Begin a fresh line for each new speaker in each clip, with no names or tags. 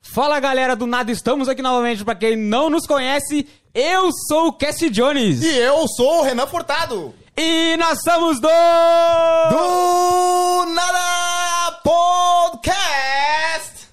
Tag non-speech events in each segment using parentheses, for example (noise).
Fala galera do nada, estamos aqui novamente pra quem não nos conhece. Eu sou o Cassie Jones
E eu sou o Renan Furtado.
e nós somos do
Do Nada Podcast.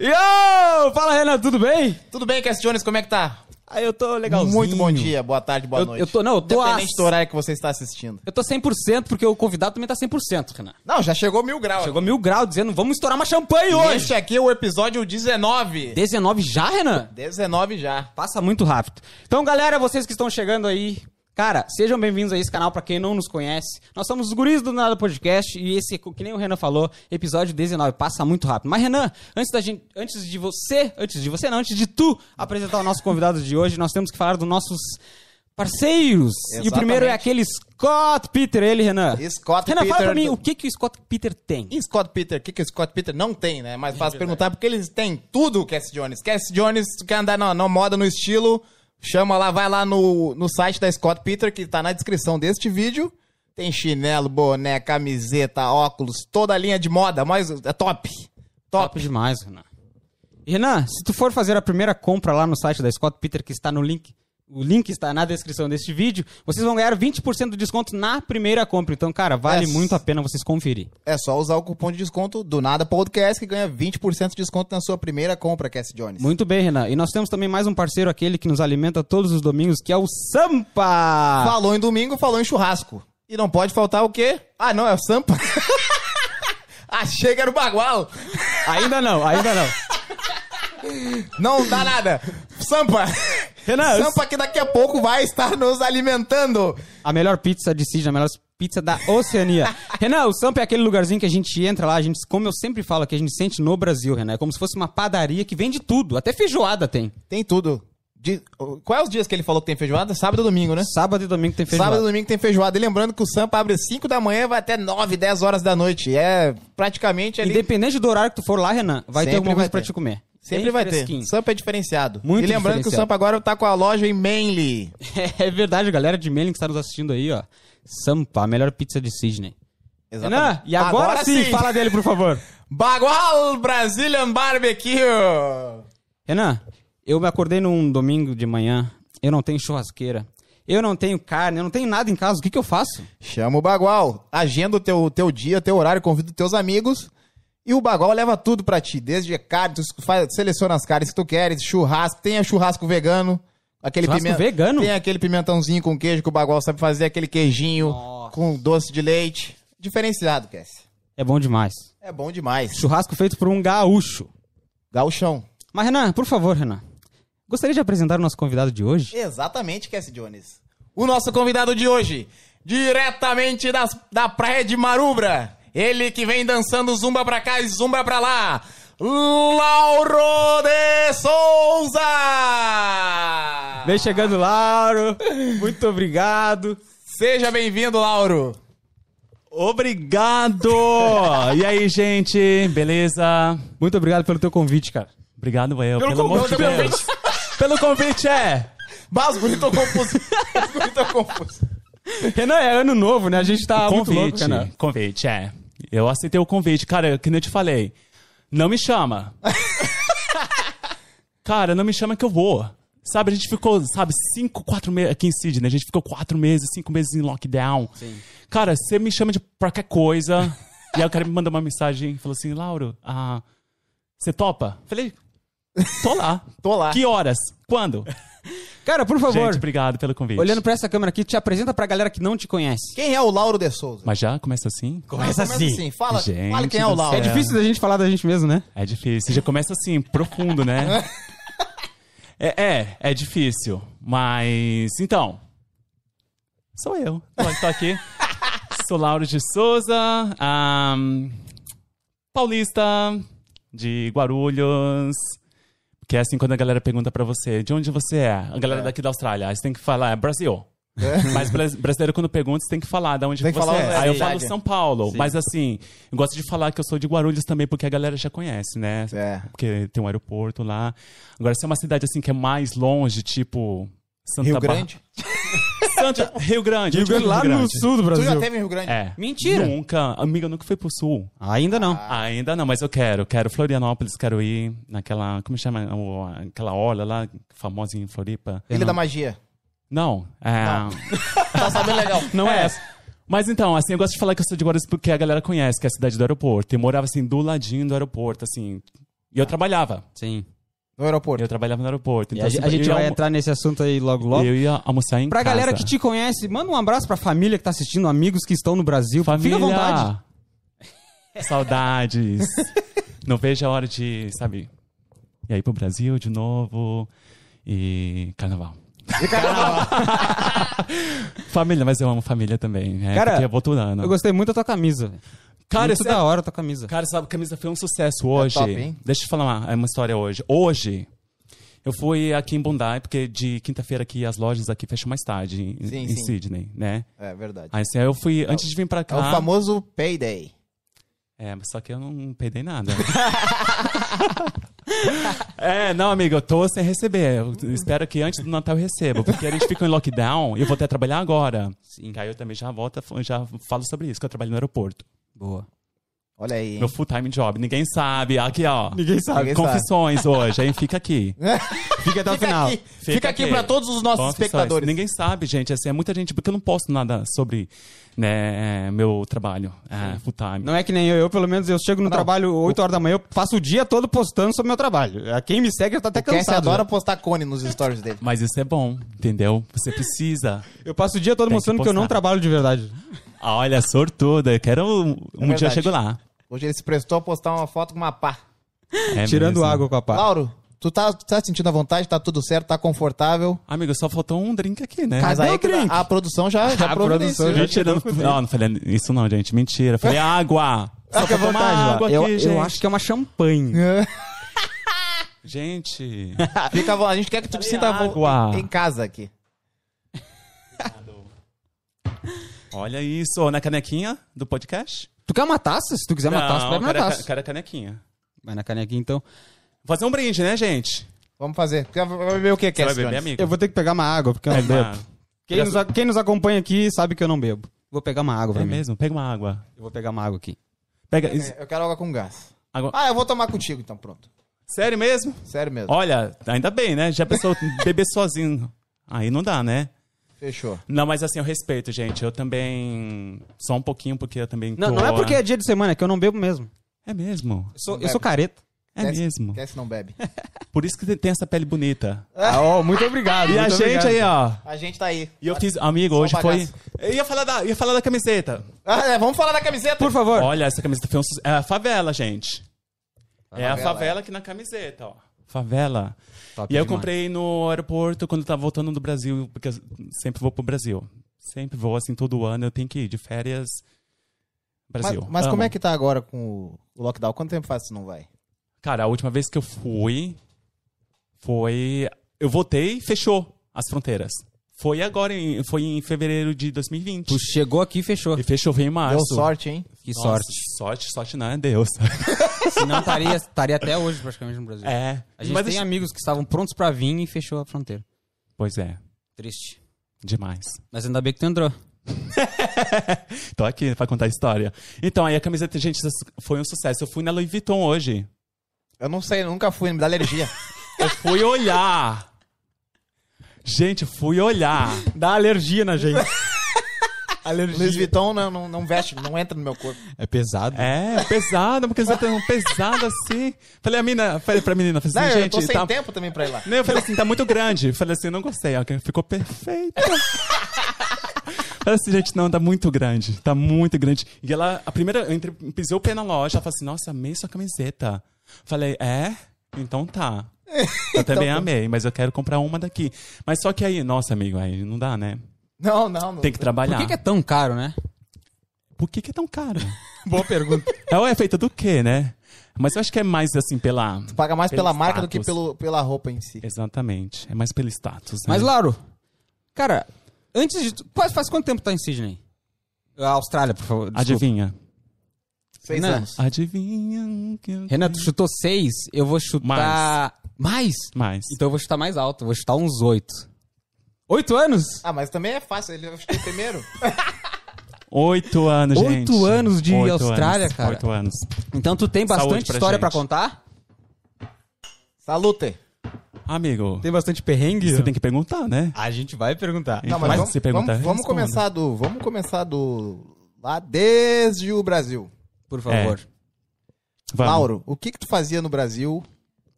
Yo! Fala Renan, tudo bem?
Tudo bem, Cass Jones, como é que tá?
Ah, eu tô legalzinho.
Muito bom dia, boa tarde, boa
Eu-
noite.
eu tô- não, eu tô
Independente
a-
do horário que você está assistindo.
Eu tô 100% porque o convidado também tá 100%, Renan.
Não, já chegou mil graus.
Chegou mil graus dizendo, vamos estourar uma champanhe
E
hoje.
Este aqui é o episódio 19.
19 já, Renan?
19 já.
Passa muito rápido. Então, galera, vocês que estão chegando aí, cara, sejam bem-vindos a esse canal pra quem não nos conhece. Nós somos os guris do Nada Podcast e esse, que nem o Renan falou, episódio 19, passa muito rápido. Mas Renan, antes da gente, antes de você, antes de você não, antes de tu apresentar o nosso convidado de hoje, nós temos que falar dos nossos parceiros. E o
Exatamente.
primeiro é aquele Scott Peter, ele, Renan.
Scott
Renan, fala
Peter
pra mim,
do-
o que que o Scott Peter tem?
E Scott Peter, o que, que o Scott Peter não tem, né? Mas fácil perguntar, porque eles têm tudo, Cass Jones. Cass Jones, tu quer andar na, na moda, no estilo, chama lá, vai lá no, no site da Scott Peter, que tá na descrição deste vídeo. Tem chinelo, boné, camiseta, óculos, toda a linha de moda, mas é top. Top.
Top demais, Renan. E, Renan, se tu for fazer a primeira compra lá no site da Scott Peter, que está no link, o link está na descrição deste vídeo, vocês vão ganhar 20% de desconto na primeira compra. Então, cara, vale
Yes.
muito a pena vocês conferir.
É só usar o cupom de desconto do Nada Podcast, que ganha 20% de desconto na sua primeira compra, Cass Jones.
Muito bem, Renan. E nós temos também mais um parceiro, aquele que nos alimenta todos os domingos, que é o Sampa.
Falou em domingo, falou em churrasco. E não pode faltar o quê? Ah, não, é o Sampa. (laughs) Achei que era o Bagual.
Ainda não, ainda não.
Não dá nada. Sampa.
Renan,
Sampa que daqui a pouco vai estar nos alimentando.
A melhor pizza de Sydney, a melhor pizza da Oceania. Renan, o Sampa é aquele lugarzinho que a gente entra lá, a gente, como eu sempre falo, que a gente sente no Brasil, Renan. É como se fosse uma padaria que vende tudo, até feijoada tem.
Tem tudo. Di- Qual é os dias que ele falou que tem feijoada? Sábado e domingo, né?
Sábado e domingo tem feijoada.
Sábado e domingo tem feijoada. E lembrando que o Sampa abre 5 da manhã e vai até 9, 10 horas da noite. É praticamente ali.
Independente do horário que tu for lá, Renan, vai ter
Sempre
alguma
vai
coisa pra
ter.
te comer.
Sempre
Bem
vai
fresquinho. (laughs)
ter. Sampa é diferenciado.
Muito
e lembrando que o
diferenciado.
Sampa agora tá com a loja em Manly.
É verdade, galera de Mailing que está nos assistindo aí, ó. Sampa, a melhor pizza de Sydney. Renan, e agora, sim, fala dele, por favor.
(laughs) Bagual Brazilian Barbecue.
Renan, eu me acordei num domingo de manhã, eu não tenho churrasqueira, eu não tenho carne, eu não tenho nada em casa, o que, que eu faço?
Chama o Bagual. Agenda o teu, teu dia, teu horário, convida os teus amigos. E o Bagual leva tudo pra ti. Desde carne, tu faz- seleciona as carnes que tu queres, churrasco, tem a churrasco vegano. Aquele
Churrasco vegano?
Tem aquele pimentãozinho com queijo que o Bagual sabe fazer, aquele queijinho
Nossa.
com doce de leite. Diferenciado, Cass.
É bom demais.
É bom demais.
Churrasco feito por um gaúcho.
Gauchão.
Mas, Renan, por favor, Renan. Gostaria de apresentar o nosso convidado de hoje?
Exatamente, Cassie Jones. O nosso convidado de hoje, diretamente das, da praia de Marubra. Ele que vem dançando zumba pra cá e zumba pra lá. Lauro de Souza!
Vem chegando, Lauro. Muito obrigado.
Seja bem-vindo, Lauro.
Obrigado! E aí, gente, beleza?
Muito obrigado pelo teu convite, cara.
Obrigado, eu, pelo, amor de
convite, pelo
Deus. Pelo convite, é!
Mas bonito confuso. Os guris tão confuso.
Renan, é ano novo, né? A gente tá muito louco,
Convite,
Renan.
convite, é. Eu aceitei o convite. Cara, que nem eu te falei, não me
(laughs)
chama. Cara, não me chama que eu vou. Sabe, a gente ficou, sabe, cinco, quatro meses aqui em Sydney. né? A gente ficou quatro meses, cinco meses em lockdown. Cara, você me chama de pra qualquer coisa. e aí o cara me mandou uma mensagem e falou assim, Lauro, ah, você topa? Falei, tô
(laughs)
lá.
Tô lá.
Que horas? Quando?
Cara, por favor,
Gente, obrigado pelo convite.
olhando pra essa câmera aqui, te apresenta pra galera que não te conhece.
Quem é o Lauro de Souza?
Mas já começa assim?
Começa assim. Fala,
Gente
fala quem é o
do
Lauro.
É
céu.
difícil da gente falar da gente mesmo, né?
É difícil. Já começa assim,
(laughs)
profundo, né? é, é, é difícil. Mas, então. Sou eu. Tô,
(laughs)
tô aqui. sou Lauro de Souza, ahn, paulista de Guarulhos. Que é assim quando a galera pergunta pra você, de onde você é? A galera daqui da Austrália. Aí você tem que falar, é Brasil. Mas bras- brasileiro, quando pergunta, você tem que falar de onde
É. Tem que
você
falar
é.
a
Aí eu
cidade.
falo São Paulo. Mas assim, eu gosto de falar que eu sou de Guarulhos também, porque a galera já conhece, né?
É.
Porque tem um aeroporto lá. Agora, se é uma cidade assim que é mais longe, tipo. Santa
Rio
Bar-
Grande?
(laughs) Santa, Rio Grande.
Rio
eu tive
Grande, lá
Rio
no
Grande.
sul do
Tu
Brasil.
já teve em Rio Grande?
É.
Mentira.
Nunca. Amiga, eu nunca fui pro sul. Ah.
Ainda não.
Ainda não, mas eu quero. Quero Florianópolis, quero ir naquela. Como chama? O- Aquela orla lá, famosa em Floripa.
Ilha da Magia.
Não. É...
Tá sabendo legal.
Não é. essa. Mas então, assim, eu gosto de falar que eu sou de Guarulhos porque a galera conhece, que é a cidade do aeroporto. E morava, assim, do ladinho do aeroporto, assim. E eu trabalhava.
Sim.
No aeroporto.
Eu trabalhava no aeroporto.
Tá. E
Então,
a, gente-
assim,
a gente
eu ia
vai
almo-
entrar nesse assunto aí logo logo.
Eu ia almoçar em
Pra
casa.
galera que te conhece, manda um abraço pra família que tá assistindo, amigos que estão no Brasil.
Família.
Fica à vontade.
(laughs) Saudades. Não vejo a hora de, sabe? E aí pro Brasil de novo. E carnaval. família, mas eu amo família também. É,
Cara,
porque eu vou todo ano.
Eu gostei muito da tua camisa. velho.
Cara,
muito
esse-
da hora a tua camisa.
Cara, essa camisa foi um sucesso hoje.
É top, hein?
Deixa eu te falar uma, uma história hoje. Hoje, eu fui aqui em Bondi, porque de quinta-feira aqui as lojas aqui fecham mais tarde em,
Sim,
em
sim.
Sydney, né?
É verdade.
Aí assim, eu fui, antes de vir pra
É
cá...
o
tá.
famoso payday.
É, mas só que eu não peidei nada. (laughs) é, não, amigo, eu tô sem receber. Eu espero que antes do Natal eu receba, porque a gente fica em lockdown e eu vou até trabalhar agora. Sim. Aí eu também já volto, já falo sobre isso, que eu trabalho no aeroporto.
Boa.
Olha aí. hein?
Meu full-time job, ninguém sabe. Aqui, ó.
Ninguém sabe.
Ninguém é
Confissões hoje, aí
(laughs)
fica aqui.
Fica até o
Fica
final.
aqui, fica aqui pra todos os nossos
Confissões.
espectadores.
Ninguém sabe, gente. Assim, é muita gente, porque eu não posto nada sobre né, meu trabalho é, full-time.
Não é que nem eu, eu pelo menos eu chego no trabalho 8 horas da manhã, eu passo o dia todo postando sobre meu trabalho. A Quem me segue já tá até
O Cassie
cansado.
é adora
já.
postar cone nos stories dele.
Mas isso é bom, entendeu? Você precisa.
Eu passo o dia todo
Tem que
mostrando que, eu não
postar.
trabalho de verdade.
Olha, sortuda. Eu Quero um, um dia
É verdade.
eu chego lá.
Hoje ele se prestou a postar uma foto com uma pá.
É
Tirando
mesmo.
água com a pá.
Lauro, tu tá, tu tá sentindo à vontade, tá tudo certo, tá confortável.
Amigo, só faltou um drink aqui, né?
Mas
É. Cadê
aí
o
que tá-
drink?
a produção já, já
(laughs) A
providenciou.
produção já-
Mentira, não, não, não falei isso não, gente.
(laughs)
Mentira. Falei água. Só
Fica à
faltou uma
vontade, Laura.
água aqui,
eu, eu
gente.
acho que é uma champanhe.
Gente.
(laughs) Fica à vontade. A gente quer que tu te
Falei
sinta à vo-
água.
em casa aqui.
Olha isso. Na canequinha do podcast?
Tu quer um uma taça? Se tu quiser uma taça, pega uma
cara,
taça.
cara, canequinha.
Vai na canequinha então.
Fazer um brinde, né, gente?
Vamos fazer. Quer- Vai beber o que, é
Você
Cassie?
vai beber,
Jones?
amigo?
Eu vou ter que pegar uma água, porque eu não
Pega uma-
bebo. Quem nos, a- quem nos acompanha aqui sabe que eu não bebo. Vou pegar uma água pra
É
mim.
mesmo, pega uma água.
Eu vou pegar uma água aqui.
Pega.
É, Eu quero água com gás.
água.
Ah, eu vou tomar contigo então, pronto.
Sério mesmo?
Sério mesmo.
Olha, ainda bem, né? Já pensou (laughs) beber sozinho. Aí não dá, né?
Fechou.
Não, mas assim, eu respeito, gente. Eu também. Só um pouquinho, porque eu também.
Não,
tô-
não é porque é dia de semana, é que eu não bebo mesmo.
É mesmo.
Eu sou, eu
Bebe.
sou careta.
É
Desce.
mesmo.
Cassie não bebe.
Por isso que tem essa pele bonita.
Ah, ó, muito obrigado.
E a
muito
gente
obrigado. um
aí, ó.
A gente tá aí.
E eu fiz. Amigo, hoje
Só
foi.
bagaço.
Eu ia falar da, ia falar da camiseta.
Ah, é, vamos falar da camiseta.
Por favor.
Olha, essa camiseta foi um sucesso. É a favela, gente. é a
favela, Tá
favela aqui na camiseta, ó. Favela.
Top
e aí eu
demais.
comprei no aeroporto quando eu tava voltando do Brasil, porque eu sempre vou pro Brasil. Sempre vou, assim, todo ano. Eu tenho que ir de férias.
Mas,
Brasil.
mas como
Amo.
é que tá agora com o o lockdown? Quanto tempo faz que você não vai?
Cara, a última vez que eu fui foi. Eu voltei e fechou as fronteiras. Foi agora, em- foi em fevereiro de 2020.
Tu chegou aqui e fechou.
E fechou, veio em março.
Deu sorte, hein?
Que
Nossa,
sorte.
Sorte, sorte não é Deus.
Senão estaria, estaria até hoje praticamente no Brasil.
(laughs) é.
A gente
Mas
tem
assim-
amigos que estavam prontos pra vir e fechou a fronteira.
Pois é,
Triste.
demais.
Mas ainda bem que tu entrou.
Tô aqui pra contar a história. Então, aí a camiseta, gente, foi um sucesso. Eu fui na Louis Vuitton hoje.
Eu não sei, eu nunca fui, me dá (laughs) alergia.
Eu fui olhar. Gente, eu fui olhar.
Dá alergia na gente.
Luiz Vuitton não, não, não veste, não entra no meu corpo.
É pesado.
É, pesada, porque você tá tão pesada assim. Falei, a mina, falei pra menina, falei
Não,
assim,
eu tô
gente,
sem
tá,
tempo também pra ir lá.
Não, eu falei assim, tá muito grande. Eu falei assim, não gostei. Ela ficou perfeita. falei assim, gente, não, tá muito grande. Tá muito grande. E ela, a primeira, eu entre, pisei o pé na loja. Ela falou assim, nossa, amei sua camiseta. Falei, é? Então tá.
Então
Eu também
tá.
amei, mas eu quero comprar uma daqui. Mas só que aí, nossa, amigo, aí não dá, né?
Não, não, não.
Tem que
Por
trabalhar.
que, que é tão caro, né?
Por que que é tão caro?
(laughs) Boa pergunta.
Ela é feita do quê, né? Mas eu acho que é mais assim pela.
Paga mais
Pelo
pela marca do
status.
que pelo, pela roupa em
Né?
si.
Exatamente. É mais pelo status. Né?
Mas, Lauro, cara, antes de. tu- Faz, faz quanto tempo tu tá em Sydney? A Austrália, por favor. desculpa.
Adivinha.
Seis
Não.
anos.
Adivinha. que eu-
Renan, tu chutou seis, eu vou chutar. Mais.
Mais.
Então eu vou chutar mais alto, eu vou chutar uns oito. Oito anos?
Ah, mas também é fácil, ele eu chutei primeiro.
Oito anos,
Oito
gente.
anos de Austrália,
anos,
cara.
Oito anos.
Então tu tem
Saúde
bastante
pra
história
gente.
pra contar?
(laughs) Salute.
Amigo,
Tem bastante perrengue?
você tem que perguntar, né?
A gente vai perguntar.
Não, mas Mas vamos- se perguntar,
vamos, vamos
responda.
começar do, vamos começar do lá desde o Brasil.
Por favor.
Vamos.
Lauro, o que que tu fazia no Brasil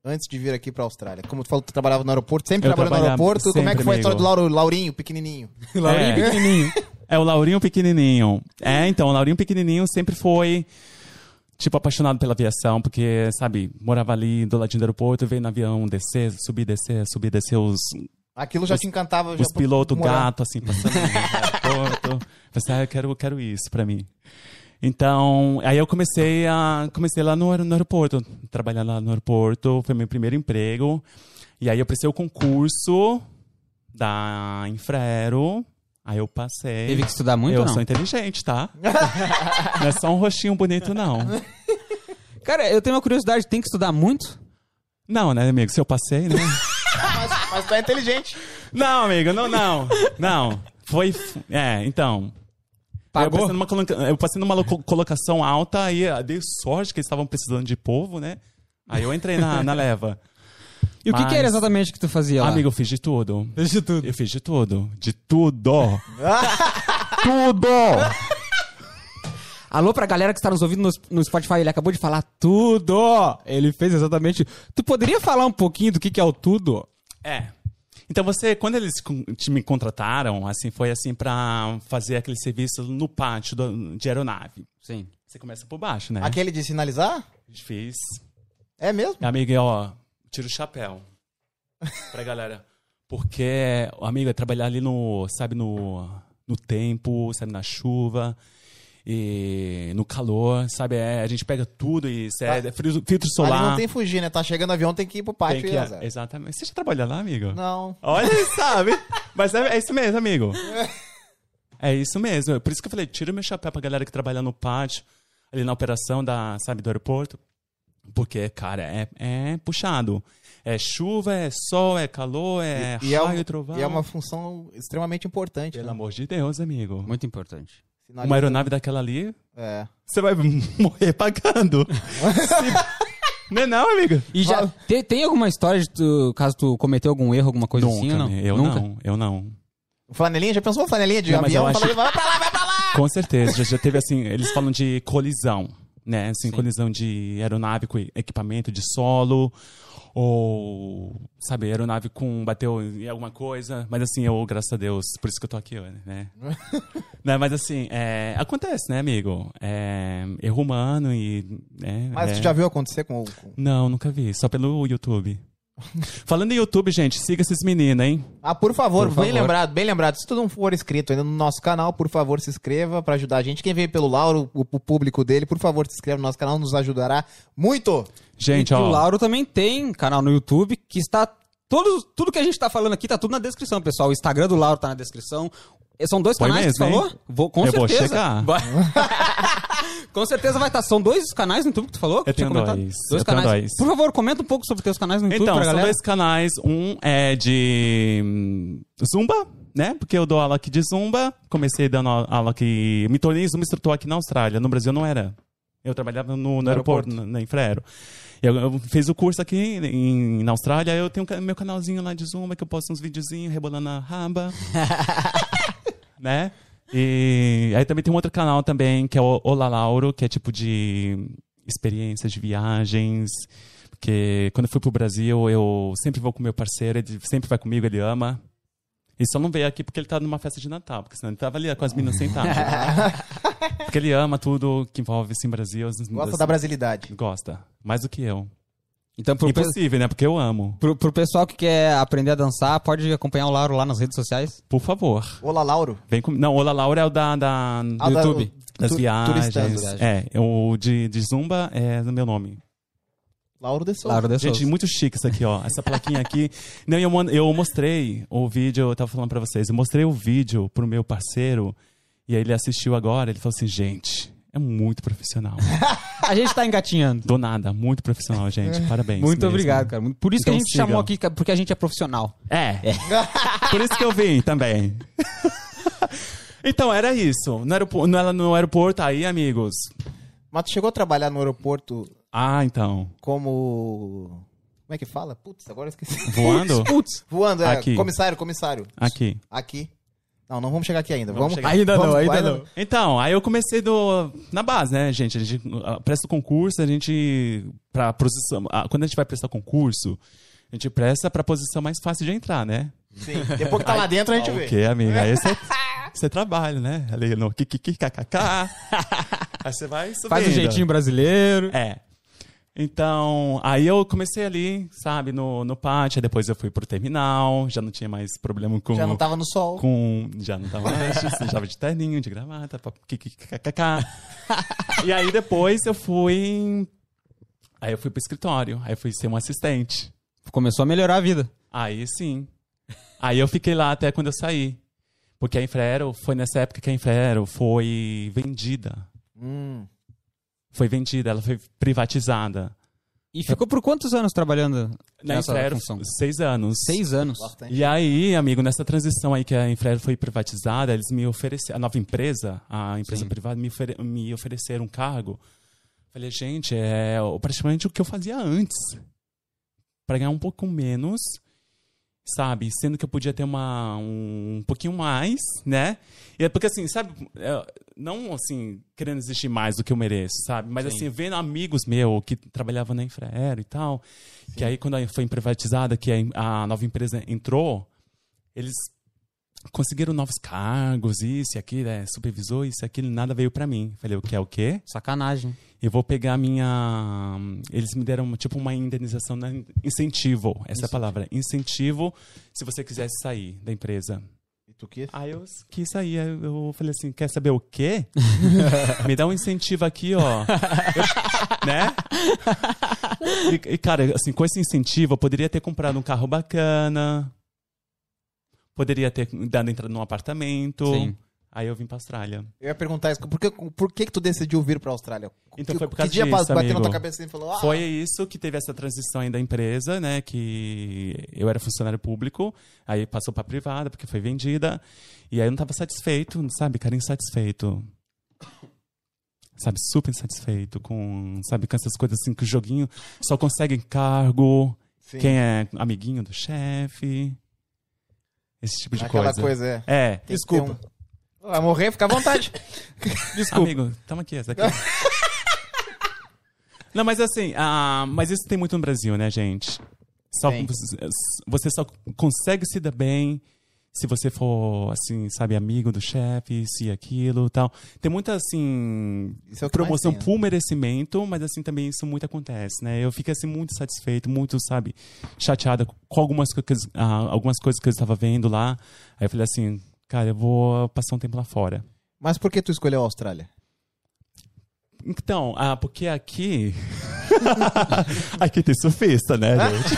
antes de vir aqui pra Austrália? Como tu falou, tu trabalhava no aeroporto, sempre
Eu
trabalhou no
trabalhava
aeroporto. Como é que
sempre,
foi a história do
amigo.
Lauro, Laurinho,
(laughs)
pequenininho?
Laurinho
É.
pequenininho.
(laughs) É o Laurinho Pequenininho. É, então, o Laurinho Pequenininho sempre foi, tipo, apaixonado pela aviação, porque, sabe, morava ali do ladinho do aeroporto, veio no avião, descer, subir, descer, subir, descer os,
Aquilo já te encantava. já
os pilotos
morar.
gato, assim, passando no aeroporto. Pensei, ah, eu quero, eu quero isso pra mim. Então, aí eu comecei a comecei lá no, aer- no aeroporto, trabalhar lá no aeroporto, foi meu primeiro emprego. E aí eu prestei o concurso da Infraero, aí eu passei.
Teve que estudar muito
É. eu
ou não?
sou
(laughs)
inteligente, tá? não é só um roxinho bonito, não.
Cara, eu tenho uma curiosidade. Tem que estudar muito?
Não, né, amigo? Se eu passei,
(laughs)
né?
(laughs) Mas, mas tu é inteligente.
não, amigo, não, não. Não. Foi. f- É, então. Eu
Pagou?
passei numa, coloca- eu passei numa loco- colocação alta e ah, dei sorte que eles estavam precisando de povo, né? Aí eu entrei na, na (laughs) leva.
E o que, que era
Mas-
exatamente que tu fazia lá?
Amigo, eu fiz de tudo.
Desde tudo.
Eu fiz de tudo. De tudo. tudo!
(laughs) Alô pra galera que está nos ouvindo no, no Spotify, ele acabou de falar tudo! Ele fez exatamente. Tu poderia falar um pouquinho do que, que é o tudo?
É. Então você, quando eles con- te- me contrataram, assim, foi assim pra fazer aquele serviço no pátio do- de aeronave.
Sim.
Você começa por baixo, né?
Aquele de sinalizar?
Fiz.
É mesmo?
Amiga, ó, tira o
(laughs)
chapéu pra galera. Porque, amiga, trabalhar ali no, sabe, no, no tempo, sabe, na chuva e no calor, sabe, é, a gente pega tudo e isso é, é frio- filtro
Tá. Ali não
solar.
tem fugir, né? Tá chegando avião, tem que ir pro
tem
pátio
que- é,
e azar.
exatamente. Você já trabalha lá, amigo?
Não.
Olha, ele sabe? Mas é, é isso mesmo, amigo. É isso mesmo. Por isso que eu falei, tira o meu chapéu pra galera que trabalha no pátio, ali na operação da, sabe, do aeroporto. Porque, cara, é, é puxado. É chuva, é sol, é calor, é
e, é
raio,
um-
trovão.
e é uma função extremamente importante.
Pelo
né?
amor de Deus, amigo.
Muito importante.
Sinaliza-
Uma aeronave daquela ali,
É.
você vai (laughs) morrer
(laughs)
pagando. Se- Não é não, amigo?
E já. Tem, tem alguma história de tu, caso tu cometeu algum erro, alguma coisa assim ou não?
né? eu não, eu não.
Flanelinha? Já pensou flanelinha de
Não, mas
avião?
eu acho-
Fala, Vai pra lá, vai pra lá!
Com certeza, já, já teve assim, eles falam de colisão, né? Assim,
Sim.
colisão de aeronave com equipamento de solo, ou, sabe, aeronave com, bateu em alguma coisa, mas assim, eu, graças a Deus, por isso que eu tô aqui,
(laughs)
né? Não, mas assim, é, acontece, né, amigo? É, erro humano e... né,
Mas
é-
tu já viu acontecer com o. com-
Não, nunca vi, só pelo YouTube. Falando em YouTube, gente, siga esses meninos, hein?
Ah, por favor,
Por
bem
favor.
lembrado, bem lembrado. Se tu não for inscrito ainda no nosso canal, por favor, se inscreva pra ajudar a gente. Quem veio pelo Lauro, o, o público dele, por favor, se inscreva no nosso canal, nos ajudará muito.
e
Gente,
que
ó...
o Lauro também tem canal no YouTube que está. Todos, tudo que a gente tá falando aqui tá tudo na descrição, pessoal. O Instagram do Lauro tá na descrição. Eh, São dois
Foi
canais que tu
mesmo,
falou? Vou, com
Eu vou
certeza.
chegar.
Vai- (laughs) com certeza vai estar. São dois canais no YouTube que tu falou? Que
Eu
tinha
tenho
comentado?
dois,
Dois
eu tenho
canais.
dois.
Por favor, comenta um pouco sobre teus canais no YouTube
Então,
pra
são
galera.
dois canais. Um é de hum, Zumba, né? Porque eu dou aula aqui de Zumba. Comecei dando a- aula aqui. Me tornei Zumba instrutor aqui na Austrália. No Brasil não era. Eu trabalhava no, no aeroporto, na, na Infraero. Eu, eu fiz o curso aqui em- na Austrália. Eu tenho um ca- meu canalzinho lá de Zumba que eu posto uns videozinhos rebolando a raba. né? E aí também tem um outro canal também, que é o Olá Lauro, que é tipo de experiências de viagens. Porque quando eu fui pro Brasil, eu sempre vou com meu parceiro, ele sempre vai comigo, ele ama. E só não veio aqui porque ele tá numa festa de Natal, porque senão ele tava ali com as meninas sentadas.
(laughs)
porque ele ama tudo que envolve assim Brasil.
Gosta da brasilidade.
Gosta. Mais do que eu.
Então, pro, pe-
Impossível, né? Porque eu amo.
Pro, pro pessoal que quer aprender a dançar, pode acompanhar o Lauro lá nas redes sociais.
Por favor.
Olá, Lauro.
Vem com... Não, Olá Laura é o da, da...
Ah, da-
YouTube.
o-
das
tu-
viagens.
turistãs.
É, o de, de Zumba é no meu nome.
Lauro de Souza.
Lauro de
Então, Gente,
Souza.
muito chique isso aqui, ó. Essa
(laughs)
plaquinha aqui. Não, eu, mon- eu mostrei o vídeo, eu tava falando pra vocês, eu mostrei o vídeo pro meu parceiro e aí ele assistiu agora. Ele falou assim: gente, É muito
(laughs)
profissional.
A gente tá
(laughs)
engatinhando.
Do nada, muito profissional, gente. Parabéns.
Muito
mesmo.
obrigado, cara. Muito- Por isso que
Então
a gente
sigam.
chamou aqui, cara, porque a gente é profissional.
É. (laughs) Por isso que eu vim
(laughs)
também. Então, era isso. No aeroporto, no, no aeroporto aí, amigos.
Mas tu chegou a trabalhar no aeroporto
Ah, então.
como. Como é que fala? Putz, agora eu esqueci. (laughs)
Voando?
Putz.
Voando, é.
Aqui.
Comissário, comissário.
Aqui.
Aqui. Não, não vamos chegar aqui ainda. Vamos,
Vamos chegar.
Ainda
vamos-
não, ainda
vai-
não.
Então, aí eu comecei do, na base, né, gente? A gente ah, presta o concurso, a gente. Pra posição, ah, quando a gente vai prestar concurso, a gente presta pra posição mais fácil de entrar, né?
Sim. Depois que tá lá dentro, a gente vê.
Ok, amiga. Aí você, você trabalha, né? Ali no kkkkkk. aí você vai subindo.
Faz um jeitinho brasileiro.
É. Então, aí eu comecei ali, sabe, no, no pátio, aí depois eu fui pro terminal, já não tinha mais problema com.
Já não tava no sol.
com já não tava mais, (laughs) já tava de terninho, de gravata, pá, kkkkkk. E aí depois eu fui. Aí eu fui pro escritório, aí eu fui ser um assistente.
Começou a melhorar a vida.
Aí sim. Aí eu fiquei lá até quando eu saí. Porque a Infraero foi nessa época que a Infraero foi vendida.
Hum.
Foi vendida, ela foi privatizada.
E ficou por quantos anos trabalhando
Na
nessa
Infraero,
função?
seis anos.
Seis anos.
Bastante.
E aí, amigo, nessa transição aí que a Infraero foi privatizada, eles me ofereceram, a nova empresa, a empresa
Sim.
privada, me, ofere- me ofereceram um cargo. Falei, gente, é praticamente o que eu fazia antes. Pra ganhar um pouco menos, sabe? Sendo que eu podia ter uma, um, pouquinho mais, né? E é porque assim, sabe? é, Não, assim, querendo exigir mais do que eu mereço, sabe? Mas assim, vendo amigos meus que trabalhavam na Infraero e tal, que aí quando foi privatizada, que a, a nova empresa entrou, eles conseguiram novos cargos, isso e aquilo, é, supervisor, isso e aquilo, nada veio pra mim. Falei, o que é o quê?
Sacanagem.
Eu vou pegar minha. Eles me deram tipo uma indenização, né? incentivo, essa é a palavra, incentivo, se você quisesse sair da empresa.
E tu que?
Aí eu quis sair, aí eu falei assim, quer saber o quê? Me dá um incentivo aqui, ó. Eu- né? E, e, cara, assim, com esse incentivo eu poderia ter comprado um carro bacana, poderia ter dado entrada num apartamento.
Sim.
Aí eu vim pra Austrália.
Eu ia perguntar isso. Por que, por que que tu decidiu vir pra Austrália?
Então
que,
foi por causa
que dia
disso,
bateu
amigo.
na tua cabeça e falou, ah,
Foi isso que teve essa transição aí da empresa, né? Que eu era funcionário público, aí passou pra privada porque foi vendida. E aí eu não tava satisfeito, sabe? Cara insatisfeito. Sabe, super insatisfeito com, sabe, com essas coisas assim que o joguinho só consegue cargo,
sim.
quem é amiguinho do chefe, esse tipo de
Aquela
coisa.
coisa, é.
É.
Tem que ter
Desculpa.
um- Vai morrer, fica à vontade.
(laughs)
Desculpa.
Amigo, tamo
(laughs)
aqui, essa aqui. Não, mas assim, ah, mas isso tem muito no Brasil, né, gente? Só,
Tem.
você só consegue se dar bem se você for, assim, sabe, amigo do chefe, isso e aquilo tal. Tem muita, assim,
Isso é o que mais
promoção
tem, né?
por merecimento, mas, assim, também isso muito acontece, né? Eu fico, assim, muito satisfeito, muito, sabe, chateada com algumas, co- coisas- ah, algumas coisas que eu estava vendo lá. Aí eu falei assim, cara, eu vou passar um tempo lá fora.
Mas por que tu escolheu a Austrália?
Então, ah, porque aqui. (laughs) aqui tem surfista, né, gente?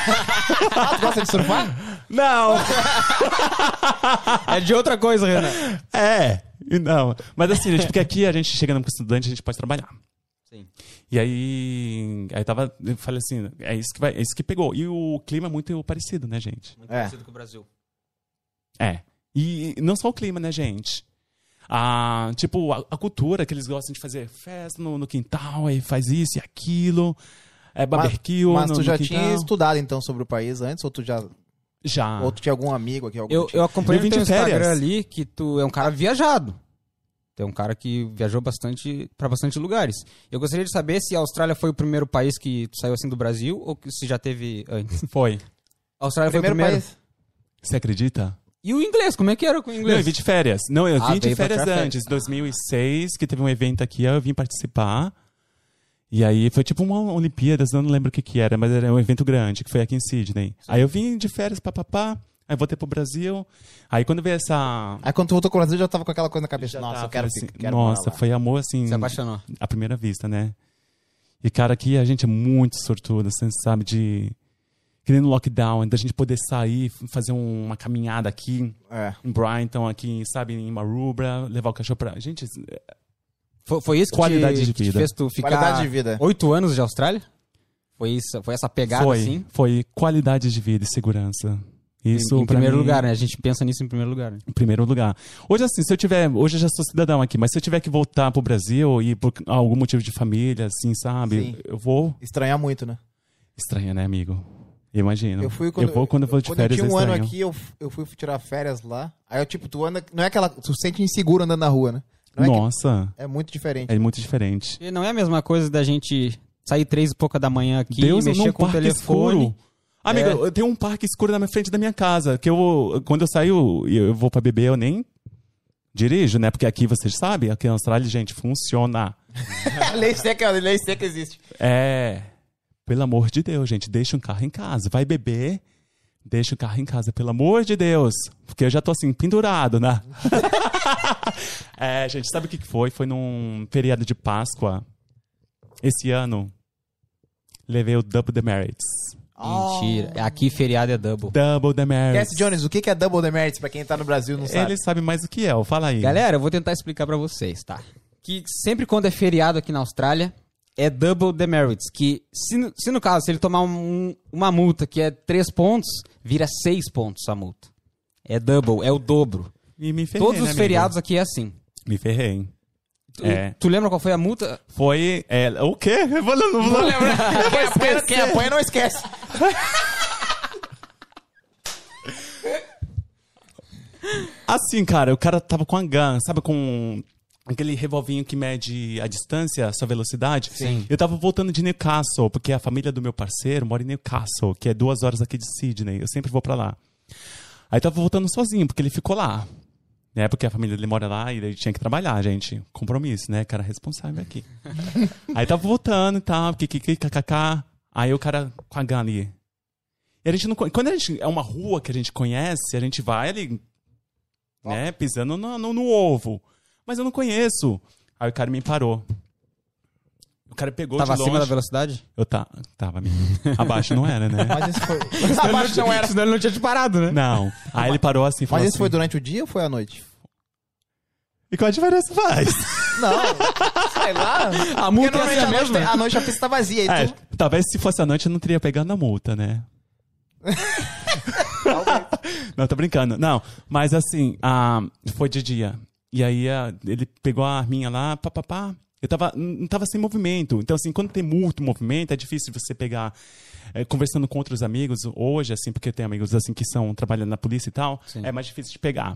Ah, tu gosta de
(laughs)
surfar?
Não!
É de outra coisa,
(laughs)
Renan.
É! e Não. Mas assim, gente, porque aqui a gente chegando como estudante, a gente pode trabalhar.
Sim.
E aí. Aí tava. Eu falei assim, é isso que vai. É isso que pegou. E o clima é muito parecido, né, gente?
Muito
É. parecido
com o Brasil.
É. E e não só o clima, né, gente? A, tipo, a, a cultura que eles gostam de fazer festa no, no quintal, aí faz isso e aquilo. É barbecue.
Mas
no,
tu já
no quintal.
tinha estudado então sobre o país antes? Ou tu já.
Já.
Ou tu tinha algum amigo aqui? Algum
Eu,
tipo?
eu acompanhei no
Ah. Eu vim
teu
de férias.
Instagram ali que tu é um cara viajado. Tu é um cara que viajou bastante pra bastante lugares. Eu gostaria de saber se a Austrália foi o primeiro país que tu saiu assim do Brasil ou que se já teve antes.
Foi.
A Austrália
Primeiro
foi o primeiro.
país.
Você acredita?
E o inglês, como é que era com o
Não, eu
inglês?
vim de férias. Não, eu
Ah,
vim de
veio pra
férias
tirar
antes, 2006, que teve um evento aqui, aí eu vim participar. E aí foi tipo uma Olimpíadas, eu não lembro o que que era, mas era um evento grande, que foi aqui em Sydney. Aí eu vim de férias, papapá, aí voltei pro Brasil. Aí quando veio essa...
Aí quando tu voltou com o Brasil, já tava com aquela coisa na cabeça.
Já
Nossa,
tava,
eu quero,
assim,
ficar, quero
Nossa,
morar lá.
foi amor, assim,
Se apaixonou.
à primeira vista, né? E, cara, aqui a gente é muito sortudo, assim, sabe, de... Que nem no lockdown, da gente poder sair, fazer um- uma caminhada aqui
É.
um em Brighton, aqui, sabe, em Marubra, levar o cachorro pra. Gente,
Foi, foi isso que,
Qualidade
te,
de
que te
vida.
fez tu ficar
Qualidade de vida.
oito anos de Austrália? Foi, isso, foi essa
É
pegada,
foi,
assim?
foi qualidade de vida e segurança. Isso
em, em
pra
primeiro
mim,
lugar, né? A gente pensa nisso em primeiro lugar. né?
Em primeiro lugar. Hoje, assim, se eu tiver. Hoje eu já sou cidadão aqui, mas se eu tiver que voltar pro Brasil e por algum motivo de família, assim, sabe?
Sim.
Eu vou.
Estranhar muito, né?
Estranho, né, amigo? Eu imagino.
Eu fui quando
eu vou quando eu vou de férias,
eu tinha um
é
ano
estranho.
aqui, eu, eu fui tirar férias lá. Aí eu, tipo, tu anda. Não é aquela. Tu se sente inseguro andando na rua, né? Não é, que-
Nossa,
é muito diferente.
é muito diferente.
E não é a mesma coisa da gente sair três e pouca da manhã aqui,
Deus,
mexer
num
com o
parque
telefone. É.
escuro. Amiga, eu tenho um parque escuro na minha frente da minha casa, que eu quando eu saio e eu vou pra beber, eu nem dirijo, né? Porque aqui vocês sabem, aqui na Austrália, gente, funciona.
(laughs) A lei seca, a lei seca existe.
É. Pelo amor de Deus, gente, deixa um carro em casa, vai beber, deixa o carro em casa, pelo amor de Deus, porque eu já tô assim pendurado, né? (laughs) é, gente, sabe o que que foi? Foi num feriado de Páscoa esse ano. Levei o Double the Merits.
Mentira. Aqui feriado é double.
Double the Merits.
Cass Jones, o que que é Double Demerits pra quem tá no Brasil e não sabe?
Ele sabe mais do que eu, fala aí.
Galera, eu vou tentar explicar pra vocês, tá? Que sempre quando é feriado aqui na Austrália, é double demerits. Que se, no- se no caso, se ele tomar um- uma multa que é três pontos, vira seis pontos a multa. É double, é o dobro.
E me ferrei,
Todos
né,
os
amigo?
feriados aqui é assim.
Me ferrei.
Tu,
É.
tu lembra qual foi a multa?
Foi. é, o quê? (laughs) Eu vou- não vou lembrar.
(laughs) Quem apanha, quem apanha não esquece.
Assim, cara, o cara tava com a gun, sabe, com aquele revolvinho que mede a distância, a sua velocidade.
Sim.
Eu tava voltando de Newcastle, porque a família do meu parceiro mora em Newcastle, que é duas horas aqui de Sydney. Eu sempre vou pra lá. Aí tava voltando sozinho, porque ele ficou lá. Né, porque a família dele mora lá e ele tinha que trabalhar, gente. Compromisso, né? Cara responsável aqui.
(laughs)
Aí tava voltando e tal, kikiki, kkk. Aí o cara com a gun ali. E a gente não. conhe- Quando a gente. É uma rua que a gente conhece, a gente vai ali né? Pisando no, no- no ovo. Mas eu não conheço. Aí o cara me parou. O cara pegou
Tava
de longe.
acima da velocidade?
Eu ta... tava amigo. Abaixo não
(laughs)
era, né?
Mas (laughs) isso foi,
Abaixo não era. Senão ele não tinha te parado, né?
Não. Aí ele parou assim, e falou
é. mas isso
assim,
foi durante o dia ou foi à noite?
E qual a diferença faz?
Não, sei lá.
A multa
Porque
é a
normalmente
mesma.
À noite a pista tá vazia. Aí
assim, É,
tu...
talvez se fosse à noite eu não teria pegado a multa, né? não, tô brincando. Não, mas assim, ah, foi de dia. E aí ah, ele pegou a arminha lá, papapá. Eu tava, não tava sem movimento. Então, assim, quando tem muito movimento, é difícil você pegar. eh, conversando com outros amigos hoje, assim, porque tem amigos assim que são trabalhando na polícia e tal,
Sim.
é mais difícil de pegar.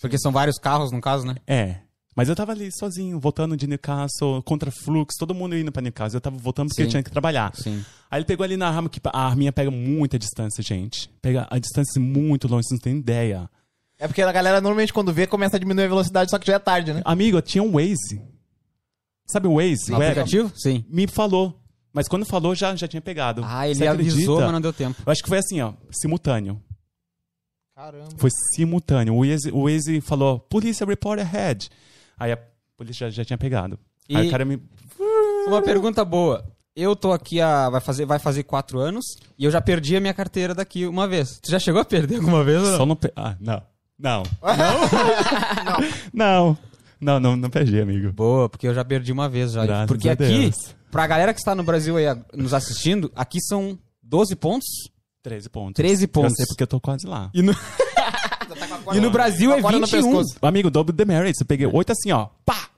Porque são vários carros, no caso, né?
É. Mas eu tava ali sozinho, voltando de Newcastle, contra fluxo, todo mundo indo pra Newcastle. Eu tava voltando porque
Sim.
eu tinha que trabalhar.
Sim.
Aí ele pegou ali na arma, que a arminha pega muita distância, gente. Pega a distância muito longe, vocês não tem ideia.
É porque a galera normalmente quando vê começa a diminuir a velocidade, só que já é tarde, né?
Amigo, eu tinha um Waze. Sabe o Waze?
No
O app?
Um aplicativo? Sim.
Me falou. Mas quando falou, já, já tinha pegado.
Ah, ele
Você acredita?
avisou, mas não deu tempo.
Eu acho que foi assim, ó. Simultâneo.
Caramba.
Foi simultâneo. O Waze, o Waze falou, polícia, report ahead. Aí a polícia já, já tinha pegado. Aí
E-
o cara me...
Uma pergunta boa. Eu tô aqui há. Vai fazer, vai fazer quatro anos e eu já perdi a minha carteira daqui uma vez. Tu já chegou a perder alguma vez? ou não?
Só não... Pe... Ah, não.
(laughs)
Não. Não. Não, não, não perdi, amigo.
Boa, porque eu já perdi uma vez já.
Graças
porque
a
aqui,
Deus.
pra galera que está no Brasil aí a- nos assistindo, aqui são 12 pontos.
13 pontos.
13 pontos.
Eu sei porque eu tô quase lá.
E no,
tá
e no Brasil é
Agora no
21.
pescoço.
Amigo, double the merits. Eu peguei oito assim, ó. Pá!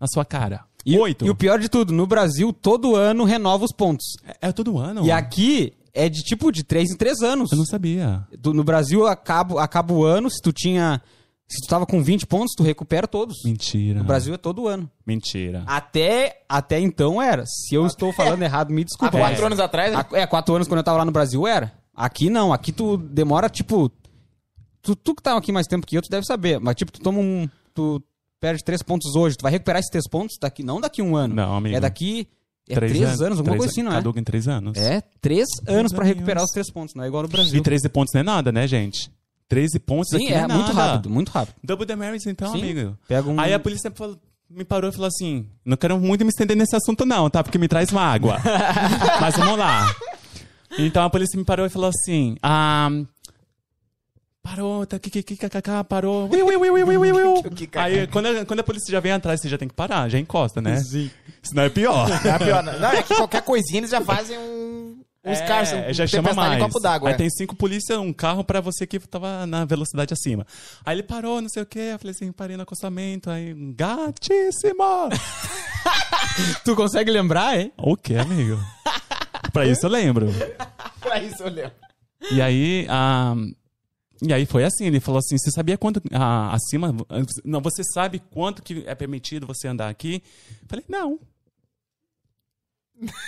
Na sua cara.
É. E,
oito.
e o pior de tudo, no Brasil, todo ano renova os pontos.
É todo ano.
E aqui é de tipo de 3 em 3 anos.
Eu não sabia.
Do- no Brasil, acaba, acaba o ano, se tu tinha. Se tu tava com 20 pontos, tu recupera todos.
Mentira.
No Brasil Ah, é todo ano.
Mentira.
Até, até então era. Se eu estou falando errado, me
É. Há
desculpa.
quatro
É.
anos atrás, né?
Há- É, quatro anos quando eu tava lá no Brasil era. Aqui não, aqui tu demora, tipo. Tu, tu que tá aqui mais tempo que eu, tu deve saber. Mas, tipo, tu toma um. Tu perde três pontos hoje. Tu vai recuperar esses três pontos daqui, não daqui um ano.
Não, amigo.
É daqui. É três, anos, alguma
três
coisa assim, não é?
Caduca em três anos.
É, três anos pra
aninhos.
recuperar os três pontos, não é igual no
E
Brasil.
13 pontos não é nada, né, gente? 13 pontos
Sim,
aqui
é,
não
muito
nada.
rápido, muito rápido.
Double the merits, então,
Sim.
amigo.
Pega um.
Aí a polícia falou- me parou e falou assim: não quero muito me estender nesse assunto, não, tá? Porque me traz
(laughs)
mágoa. Mas vamos lá. Então a polícia me parou e falou assim: ah, Parou, tá, que, que, que, kkk, parou. Ui, ui, ui, ui, ui, ui, ui. Aí, quando a, quando a polícia já vem atrás, você já tem que parar, já encosta, né? Sim. Senão é pior.
É pior, não. Não, é que qualquer coisinha eles já fazem um. Uns
É,
caras, um
já chama
tempestade
mais.
em copo d'água.
Aí
é.
tem cinco polícia, um carro pra você que tava na velocidade acima. Aí ele parou, não sei o quê. Eu falei assim, parei no acostamento. Aí, gatíssimo!
Tu consegue lembrar, hein?
o que,
(laughs)
amigo? pra isso eu lembro.
Pra É isso eu lembro.
E aí, ah, e aí foi assim, ele falou assim, você sabia quanto ah, acima, não, você sabe quanto que é permitido você andar aqui? Eu falei,
(laughs)
não.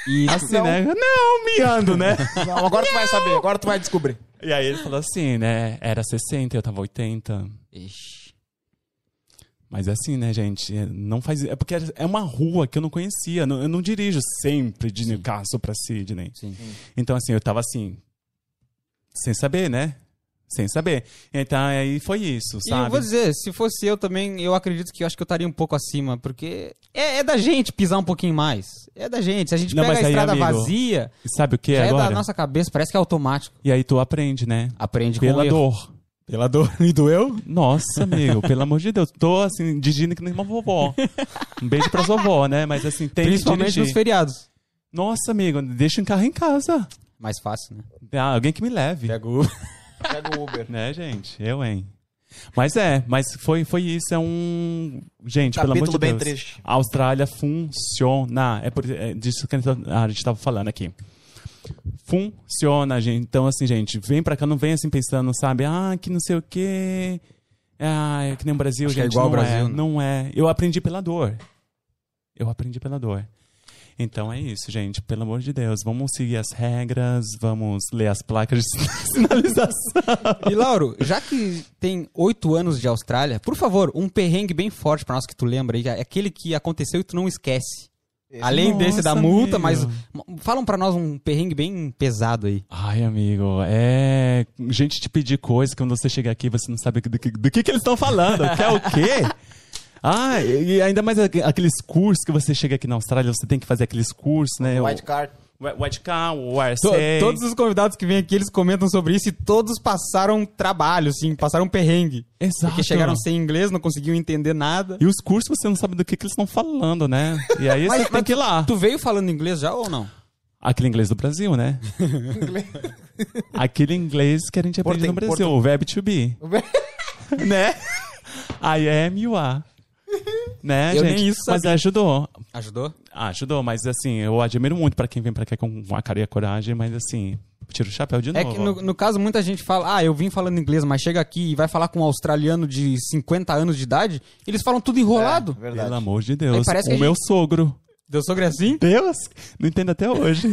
E
Assim, né? Não, miando, né?
(laughs) Não, agora tu vai saber, agora tu vai descobrir.
e aí ele falou assim, né, era 60, eu tava 80.
Ixi.
Mas é assim, né, gente? Não faz. É porque é uma rua que eu não conhecia. Não- Eu não dirijo sempre de Newcastle pra Sydney.
Sim.
Então, assim, eu tava assim. Sem saber, né? Sem saber. Então, aí foi isso,
E eu
sabe?
vou dizer, se fosse eu também, eu acredito que eu acho que eu estaria um pouco acima, porque é, é da gente pisar um pouquinho mais. É da gente. Se a gente
Não,
pega
mas
a
aí,
estrada
amigo,
vazia,
E sabe o que
já é
agora?
da nossa cabeça, parece que é automático.
E aí tu aprende, né?
Aprende com o
Pela
erro.
dor.
Pela dor. (laughs) E doeu?
Nossa, meu, pelo amor de Deus. Tô assim, dirigindo que nem
(laughs)
uma vovó. Um beijo pra sua vovó, né? Mas assim, tem que
Principalmente nos
dirigir.
feriados.
Nossa, amigo, deixa um carro em casa.
Mais fácil, né?
Ah, alguém que me leve.
Pega o...
Pega o Uber.
Né, gente? Eu, hein? Mas é, mas foi, foi isso. É um. Gente, pelo amor
Capítulo
de
bem
Deus.
triste.
A Austrália funciona. É, por, é disso que a gente- a gente tava falando aqui. Funciona, gente. Então, assim, gente, vem pra cá, não vem assim pensando, sabe? Ah, que não sei o quê. Ah, é que nem o Brasil,
Acho que é
gente.
igual ao
não
Brasil,
é,
né?
não é. Eu aprendi pela dor. Eu aprendi pela dor. Então é isso, gente. Pelo amor de Deus, vamos seguir as regras, vamos ler as placas de (laughs) sinalização.
E Lauro, já que tem oito anos de Austrália, por favor, um perrengue bem forte pra nós que tu lembra aí, é aquele que aconteceu e tu não esquece. Além
Nossa,
desse da multa,
amigo.
mas m- falam pra nós um perrengue bem pesado aí.
Ai, amigo, é. Gente te pedir coisa que quando você chegar aqui você não sabe do que, do que, que eles estão falando. Quer o
(laughs)
quê? Ah, e e ainda mais aqu- aqueles cursos que você chega aqui na Austrália, você tem que fazer aqueles cursos, né?
White
(laughs)
card.
O- White Car, o
To-
RSA.
Todos os convidados que vêm aqui, eles comentam sobre isso e todos passaram trabalho, assim, passaram perrengue.
Exato.
Porque chegaram sem inglês, não conseguiam entender nada.
E os cursos você não sabe do que, que eles estão falando, né? E aí
(laughs) Mas-
você tem
mas
que ir lá.
Tu veio falando inglês já ou não?
Aquele inglês do Brasil,
(laughs)
né? Aquele inglês que a gente aprende
Portem-
no Brasil, o verbo to be, (laughs) né? I am, you are. Né,
Eu
gente?
nem isso
Mas ajudou.
Ajudou?
Ah, ajudou, mas assim, eu admiro muito pra quem vem pra cá com a cara e a coragem, mas assim, tira o chapéu de
É
novo.
que no, no caso muita gente fala, ah, eu vim falando inglês, mas chega aqui e vai falar com um australiano de 50 anos de idade, eles falam tudo enrolado.
É, verdade.
Pelo amor de Deus,
Aí parece
o
que a
meu sogro.
Deu sogro é assim?
Deus, não entendo
(laughs)
até hoje.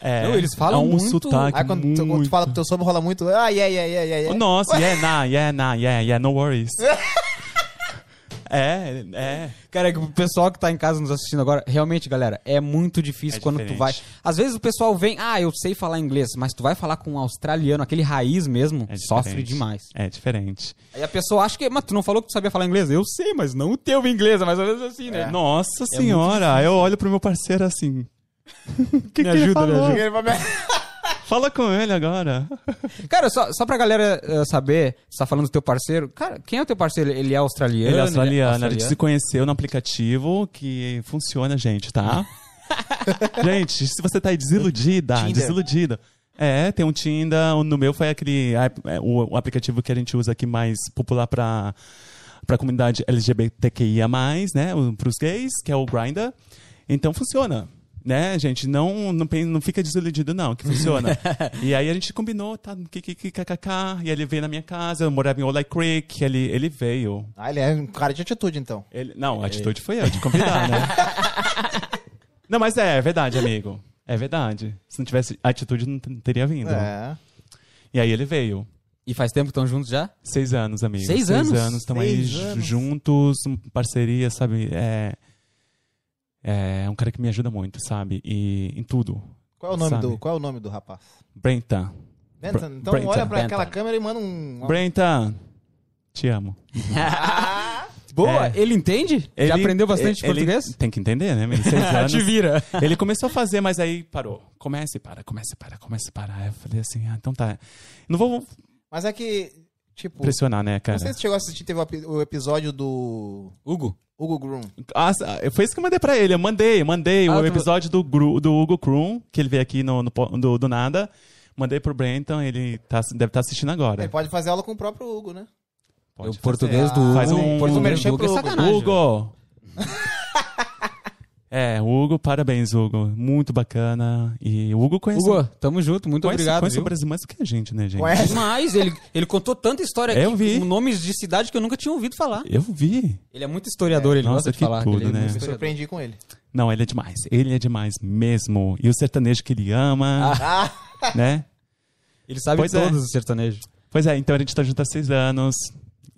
É,
Não, eles falam
é um
muito- Ah,
sotaque
Aí quando tu, quando
muito-
tu fala pro teu sogro, rola muito. Ah, yeah, yeah, yeah, yeah.
"É?"
yeah.
Nossa, yeah, nah, yeah, nah, yeah, yeah, no
(laughs)
worries. é, é.
Cara, é que o pessoal que tá em casa nos assistindo agora, realmente, galera, é muito difícil
É
quando tu
diferente.
vai. Às vezes o pessoal vem, ah, eu sei falar inglês, mas tu vai falar com um australiano, aquele raiz mesmo,
é
sofre
diferente.
demais.
É diferente.
Aí a pessoa acha que, mas tu não falou que tu sabia falar inglês? Eu sei, mas não o teu inglês, é mais ou menos assim, né?
Nossa senhora, eu olho pro meu parceiro assim. (laughs) que que ele
ajuda, me
falou?
ajuda.
Ele vai me- (laughs)
Fala com ele agora.
Cara, só, só pra galera eh, saber, você tá falando do teu parceiro. Cara, quem é o teu parceiro? Ele é australiano?
Ele é australiano, a gente se
australiano?
conheceu no aplicativo que funciona, gente, tá? gente, se você tá aí desiludida,
Tinder.
desiludida. É, tem um Tinder, o- no meu foi aquele app- é, o, o aplicativo que a gente usa aqui mais popular pra para comunidade LGBTQIA+, né, o- pros gays, que é o Grindr. Então funciona. Né, gente, não, não, pen- não fica desiludido, não, que funciona. e aí a gente combinou, tá? KKKKK, e ele veio na minha casa, eu morava em Olay Creek, ele, ele veio.
Ah, ele é um cara de atitude, então.
Ele- não, a atitude foi eu de convidar,
(laughs)
né? não, mas é, é verdade, amigo. É verdade. Se não tivesse atitude, não t- não teria vindo.
É.
E aí ele veio.
E faz tempo que estão juntos já?
Seis anos, amigo.
Seis anos?
anos, estamos aí
Seis
ju-
anos.
juntos, um- parceria, sabe? É, é um cara que me ajuda muito, sabe? E em tudo.
Qual é o nome
Sabe.
do Qual é o nome do rapaz?
Brentan.
Benton.
Br-
Então
Brenton,
olha pra
Benton.
aquela câmera e manda um.
Brentan, te amo.
Boa,
É.
ele entende? já
Ele-
aprendeu bastante
ele-
português?
(laughs) Tem que entender, né?
(laughs)
amigo? Seis anos.
Te vira.
Ele começou a fazer, mas aí parou. Começa e para, começa e para, começa e para. Aí eu falei assim, ah, então tá. Não vou
Mas é que, tipo,
Impressionar, né,
não sei
cara?
se chegou a assistir, teve o epi- o episódio do
Hugo?
Hugo Groom.
Ah, foi isso que eu mandei pra ele. Eu mandei, mandei
Ah,
o
tu-
episódio do, Gru- do Hugo Krum, que ele veio aqui no, no po- do, do nada. Mandei pro Brenton, ele tá- deve estar assistindo agora.
É,
Ele pode fazer aula com o próprio Hugo, né?
Pode
o português
fazer.
do Hugo.
Faz um-
o português
merchan
do Hugo é
pro
sacanagem.
Hugo! (laughs) é, Hugo, parabéns, Hugo. Muito bacana. E o Hugo conhece.
Hugo, tamo junto, muito
conhece,
obrigado.
Conhece
viu?
o Brasil mais do que a gente, né, gente?
Ué.
Demais, ele, ele contou tanta história
Eu vi.
com nomes de cidade que eu nunca tinha ouvido falar.
Eu vi.
Ele é muito historiador, ele
Nossa,
gosta de
que
falar.
tudo,
ele é
né?
muito
Me
historiador.
surpreendi com ele.
Não, ele é demais. Ele é demais mesmo. E o sertanejo que ele ama,
Ah,
(laughs) né?
Ele sabe
Pois é.
todos os sertanejos.
Pois é, então a gente tá junto há seis anos.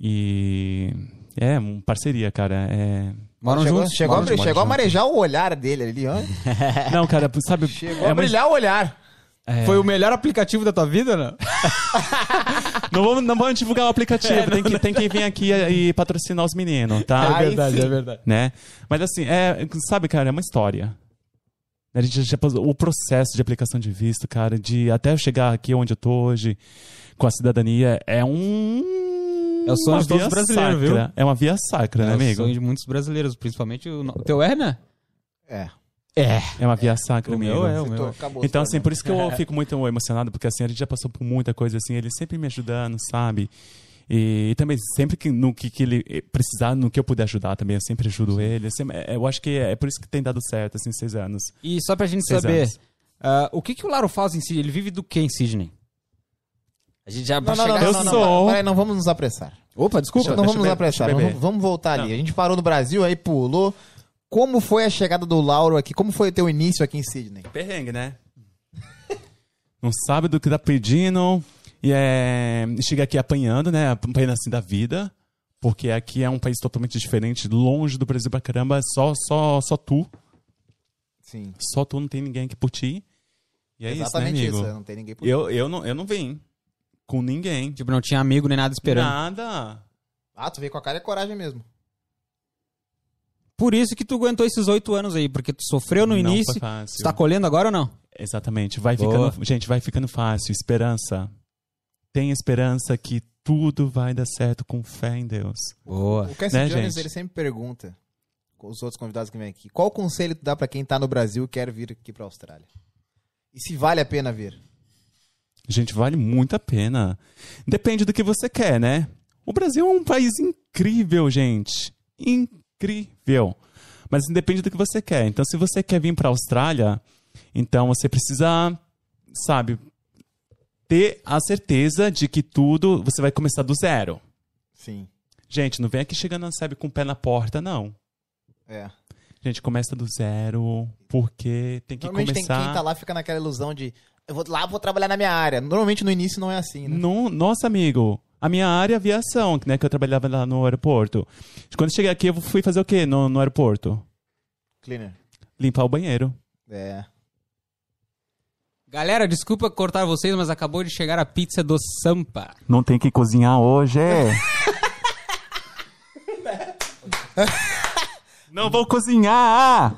E. É, uma parceria, cara. É...
(laughs)
Moram
chegou,
juntos.
chegou, a,
moram
bri-
juntos.
chegou a marejar o olhar dele ali, ó.
É, Não, cara, sabe.
Chegou
é
a
uma-
brilhar o olhar.
é.
Foi o melhor aplicativo da tua vida, (laughs) né?
Não, vamos, não vamos divulgar o aplicativo. tem,
(laughs)
que, tem que vir aqui e, e patrocinar os meninos, tá?
Aí sim.
verdade.
né? Mas assim, é, sabe, cara, é uma história. A gente já passou o processo de aplicação de visto, cara, de até eu chegar aqui onde eu tô hoje com a cidadania é um
É o sonho
uma
de todos
via
os brasileiros,
sacra. É uma via sacra,
É
né,
o
amigo?
sonho de muitos brasileiros, principalmente o, no- o teu é, né?
É.
É.
É uma via sacra,
O
amigo.
meu é, o
Tô-
meu. é.
acabou
Então,
a
assim,
história.
por isso
(laughs)
que eu fico muito emocionado, porque assim, a gente já passou por muita coisa, assim, ele sempre me ajudando, sabe? E, também, sempre que, no que, que ele eh, precisar, no que eu puder ajudar também, eu sempre ajudo ele. Eu, sempre- eu acho que é por isso que tem dado certo, assim, seis anos.
E só pra gente
Seis
saber,
anos.
ah, o que, que o Laro faz em Sydney? Ele vive do que em Sydney? A gente já
Não, não, não,
Eu
não, não, não,
sou-
Peraí, não vamos nos apressar.
Opa, desculpa.
não
deixa
vamos
eu
nos
be-
apressar,
deixa eu
não,
beber.
vamos, vamos voltar ali.
Não.
A gente parou no Brasil, aí pulou. Como foi a chegada do Lauro aqui? Como foi o teu início aqui em Sydney?
Perrengue, né? (laughs) Não sabe do que tá pedindo. E é, chega aqui apanhando, né? Apanhando assim da vida. Porque aqui é um país totalmente diferente, longe do Brasil pra caramba. Só, só, só tu.
Sim.
Só tu não tem ninguém aqui por ti. E é
Exatamente
isso, né, amigo?
Não tem ninguém por
Eu, eu, não, eu não vim com ninguém.
Tipo, não tinha amigo nem nada esperando.
Nada.
Ah, tu veio com a cara e coragem mesmo.
Por isso que tu aguentou esses oito anos aí, porque tu sofreu no
Não
início.
foi fácil.
Tu tá colhendo agora ou não?
Exatamente. Vai
Boa.
ficando, gente, vai ficando fácil. Esperança. Tenha esperança que tudo vai dar certo com fé em Deus.
Boa.
O Cassie
Né,
Jones,
gente?
ele sempre pergunta, com os outros convidados que vêm aqui, qual conselho tu dá pra quem tá no Brasil e quer vir aqui pra Austrália? E se vale a pena vir?
Gente, vale muito a pena. Depende do que você quer, né? O Brasil é um país incrível, gente. Incrível. Mas depende do que você quer. Então, se você quer vir para a Austrália, então você precisa, sabe, ter a certeza de que tudo você vai começar do zero.
Sim.
Gente, não vem aqui chegando na SEB com o pé na porta, não.
É.
Gente, começa do zero, porque tem que
Normalmente tem
começar.
quem tá lá fica naquela ilusão de eu vou lá, vou trabalhar na minha área. Normalmente no início não é assim, né?
No- nossa, amigo, a minha área é aviação, né, que eu trabalhava lá no aeroporto. Quando eu cheguei aqui, eu fui fazer o quê no, no aeroporto?
Cleaner.
Limpar o banheiro.
É.
Galera, desculpa cortar vocês, mas acabou de chegar a pizza do Sampa.
Não tem que cozinhar hoje. é?
(laughs)
Não vou cozinhar!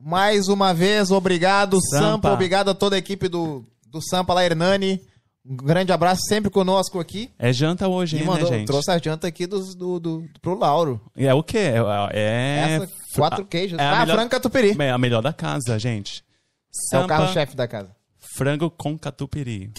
Mais uma vez, obrigado, Sampa.
Sampa.
Obrigado a toda a equipe do, do Sampa lá, Hernani. Um grande abraço sempre conosco aqui.
É janta hoje,
E
hein,
mandou,
né, gente?
trouxe a janta aqui dos, do, do, pro Lauro.
É o quê? É- É,
Essa, quatro queijos.
é a
ah,
melhor-
frango catupiry.
é a melhor da casa, gente.
É o
Sampa,
carro-chefe da casa.
frango com catupiry.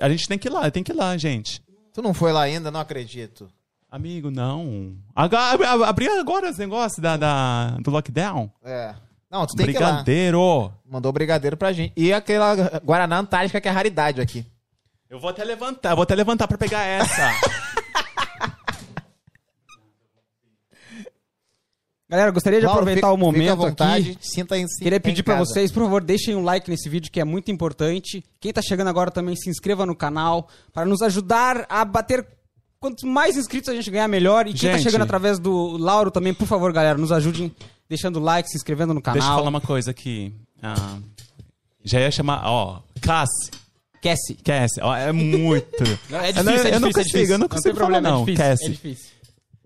A gente tem que ir lá, tem que ir lá, gente.
Tu não foi lá ainda, não acredito.
Amigo, não. Aga- ab- ab- Abriu agora os negócios da, da- do lockdown?
É. Não, tu tem que ir lá.
Brigadeiro!
Mandou brigadeiro pra gente. E aquela Guaraná Antártica que é raridade aqui.
Eu vou até levantar, eu vou até levantar pra
(laughs)
pegar essa.
Galera, gostaria de
Lauro,
aproveitar
fica-
o momento
fica à vontade,
aqui.
Sinta em, sinta
Queria
é
em
pedir pra
casa.
vocês, por favor, deixem um like nesse vídeo que é muito importante. Quem tá chegando agora também se inscreva no canal para nos ajudar a bater quanto mais inscritos a gente ganhar melhor. E quem tá
Gente.
chegando através do Lauro também, por favor, galera, nos ajudem deixando like, se inscrevendo no canal.
Deixa eu falar uma coisa aqui. Ah, já ia chamar, ó, Cassie.
Esquece.
Cassie, ó,
(laughs)
é muito.
É
Eu não- eu não consigo, eu não
tem
consigo
problema,
falar, não,
é difícil.
Cassie.
É difícil.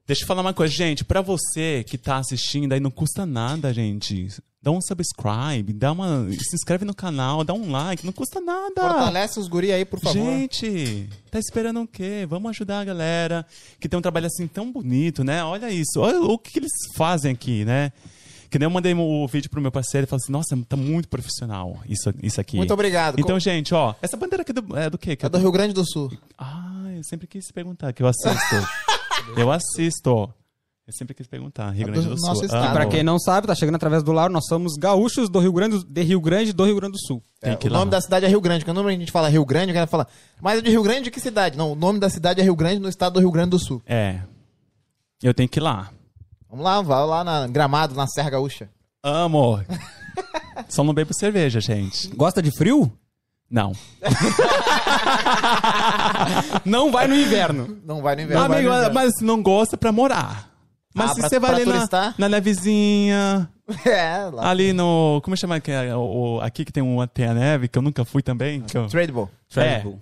Deixa eu falar uma coisa, gente. Pra você que tá assistindo aí, não custa nada, gente. Dá um subscribe, dá uma. Se inscreve no canal, dá um like, não custa nada.
Fortalece os guri aí, por favor.
Gente, tá esperando o quê? Vamos ajudar a galera que tem um trabalho assim tão bonito, né? Olha isso, olha o que, que eles fazem aqui, né? Que nem eu mandei o vídeo pro meu parceiro e falei assim, nossa, tá muito profissional isso, isso aqui.
Muito obrigado.
Então,
Co-
gente, ó, essa bandeira aqui do, é do quê? Que
é
eu-
do Rio Grande do Sul.
Ah, eu sempre quis perguntar, que eu assisto. eu assisto. Eu sempre quis perguntar, Rio
É do
Grande do Sul.
nosso estado.
E pra quem não sabe, tá chegando através do Lauro, nós somos gaúchos do Rio Grande, de Rio Grande do Rio Grande do Sul.
É,
Tem que
o
ir lá. né?
nome da cidade é Rio Grande. Quando a gente fala Rio Grande, o cara fala, mas é de Rio Grande de que cidade? Não, o nome da cidade é Rio Grande, no estado do Rio Grande do Sul.
É. Eu tenho que ir lá.
Vamos lá, vai lá na Gramado, na Serra Gaúcha. (laughs)
Amo. Só não bebo cerveja, gente.
Gosta de frio?
Não. (laughs)
Não vai no inverno.
Não vai no inverno.
Não, amigo,
vai no inverno.
mas não gosta pra morar. Mas
Ah,
se
pra-
você vai
pra
ali na,
turistar?
na nevezinha,
(laughs) É, lá.
ali no. Como chama que é, o, o- aqui que tem um até a neve, que eu nunca fui também. que eu-
Tradable.
Travel.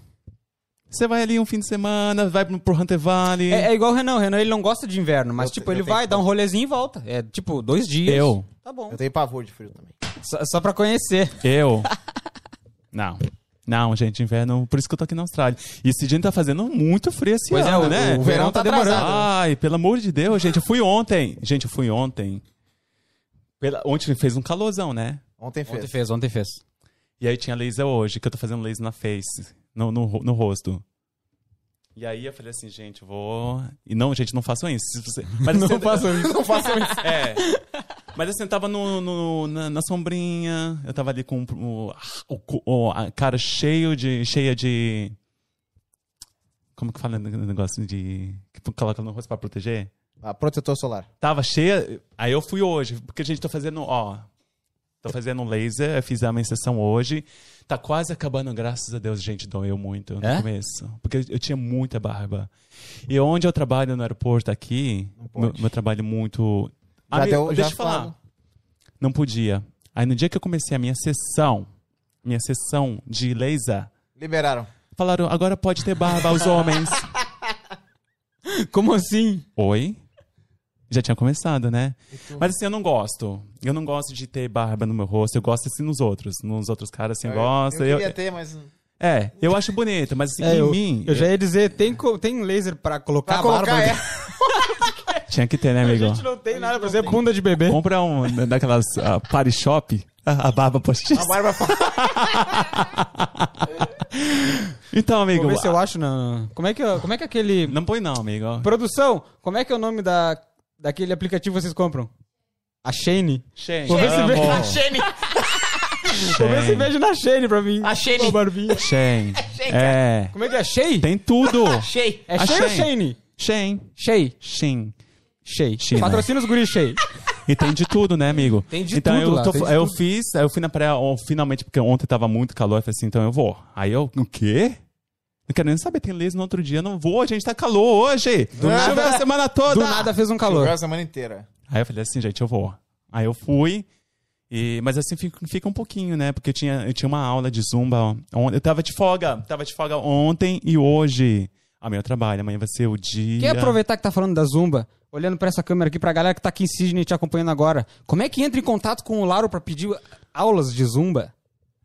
Você vai ali um fim de semana, vai pro- pro Hunter Valley.
É, é igual o Renan. O Renan ele não gosta de inverno, mas
Eu-
tipo,
eu
ele
tenho
vai,
que-
dá um rolezinho e volta. É tipo, dois dias.
Eu.
Tá bom.
Eu tenho pavor de frio também.
Só, só pra conhecer.
Eu? Não. Não, gente, inverno. Por isso que eu tô aqui na Austrália. E esse dia tá fazendo muito frio esse
Pois é,
ano,
o-
né?
o verão tá demorando.
Ai, pelo amor de Deus, gente. Eu fui ontem. Gente, eu fui ontem. Pela- Ontem fez um calorzão, né?
Ontem fez.
Ontem fez, ontem fez.
E aí tinha laser hoje, que eu tô fazendo laser na face, no, no, ro- no rosto. E aí eu falei assim, gente, eu vou. E não, gente, não façam isso. Se você- (laughs) Mas assim, não façam isso.
Não façam isso.
É. Mas assim, eu tava no, no- na, na sombrinha, eu tava ali com o, o cu- o- a cara cheio de, cheia de. Como que fala o negócio de. que coloca no rosto pra proteger?
Ah, protetor solar.
Tava cheia. Aí eu fui hoje, porque a gente tá fazendo, ó. Tô fazendo um laser, eu fiz a minha sessão hoje. Tá quase acabando, graças a Deus, gente, doeu muito no
É?
começo. Porque eu- eu tinha muita barba. E onde eu trabalho no aeroporto aqui, meu, meu trabalho muito.
Já
Amigo,
deu-
deixa
já
eu falar.
falo.
Não podia. Aí no dia que eu comecei a minha sessão, minha sessão de laser,
Liberaram.
falaram, agora pode ter barba aos homens.
Como assim?
Oi? Já tinha começado, né?
Então.
Mas assim, eu não gosto. Eu não gosto de ter barba no meu rosto. Eu gosto assim nos outros. Nos outros caras,
É,
assim, eu gosto.
Eu,
Eu,
queria ter, mas...
é, eu acho bonito, mas assim,
É,
em
eu,
mim.
eu já ia dizer, tem, co- tem laser pra colocar
Tá
Pra
a barba?
colocar, é.
Tinha que ter, né, amigo?
não tem nada pra fazer bunda de bebê.
Compra um da- daquelas ah, party shop, (laughs) a, a barba postiça.
Ah,
A barba
Então, amigo.
Vou ver se eu acho na... Como é que, eu- como é que aquele...
Não põe, não, amigo.
Produção, como é que é o nome da, daquele aplicativo que vocês compram? A Shane.
Shane.
Vou ver se vem- Ah,
amo.
Shane.
Vou ver se
Shane.
vejo na Shane pra mim.
A Shane.
Ô, barbinha.
Shane. É.
Como é que é? Shea?
Tem tudo.
Achei.
É
A
Shea ou
Shane.
Shane? Shea.
Shane. Shane.
Shea.
Shea, né?
Patrocina os guris Shea.
E tem de tudo, né, amigo?
(laughs) Tem de
então
tudo
eu
lá, tem de
eu
tudo.
fiz, aí eu fui na praia ó, finalmente, porque ontem tava muito calor, eu falei assim, então eu vou. Aí eu, o quê? Não quero nem saber, tem leis no outro dia, não vou, gente, tá calor hoje. Do
nada-
a semana toda.
Do nada fez um
Choveu
calor.
a semana inteira.
Aí eu falei assim, gente, eu vou. Aí eu fui. E, mas assim fica, fica um pouquinho, né? Porque eu tinha, eu tinha uma aula de zumba. ontem. Eu tava de folga. Tava de folga ontem e hoje. Amanhã eu trabalho, amanhã vai ser o dia.
Quer aproveitar que tá falando da Zumba, olhando pra essa câmera aqui, pra galera que tá aqui em Sydney te acompanhando agora, como é que entra em contato com o Lauro pra pedir aulas de Zumba?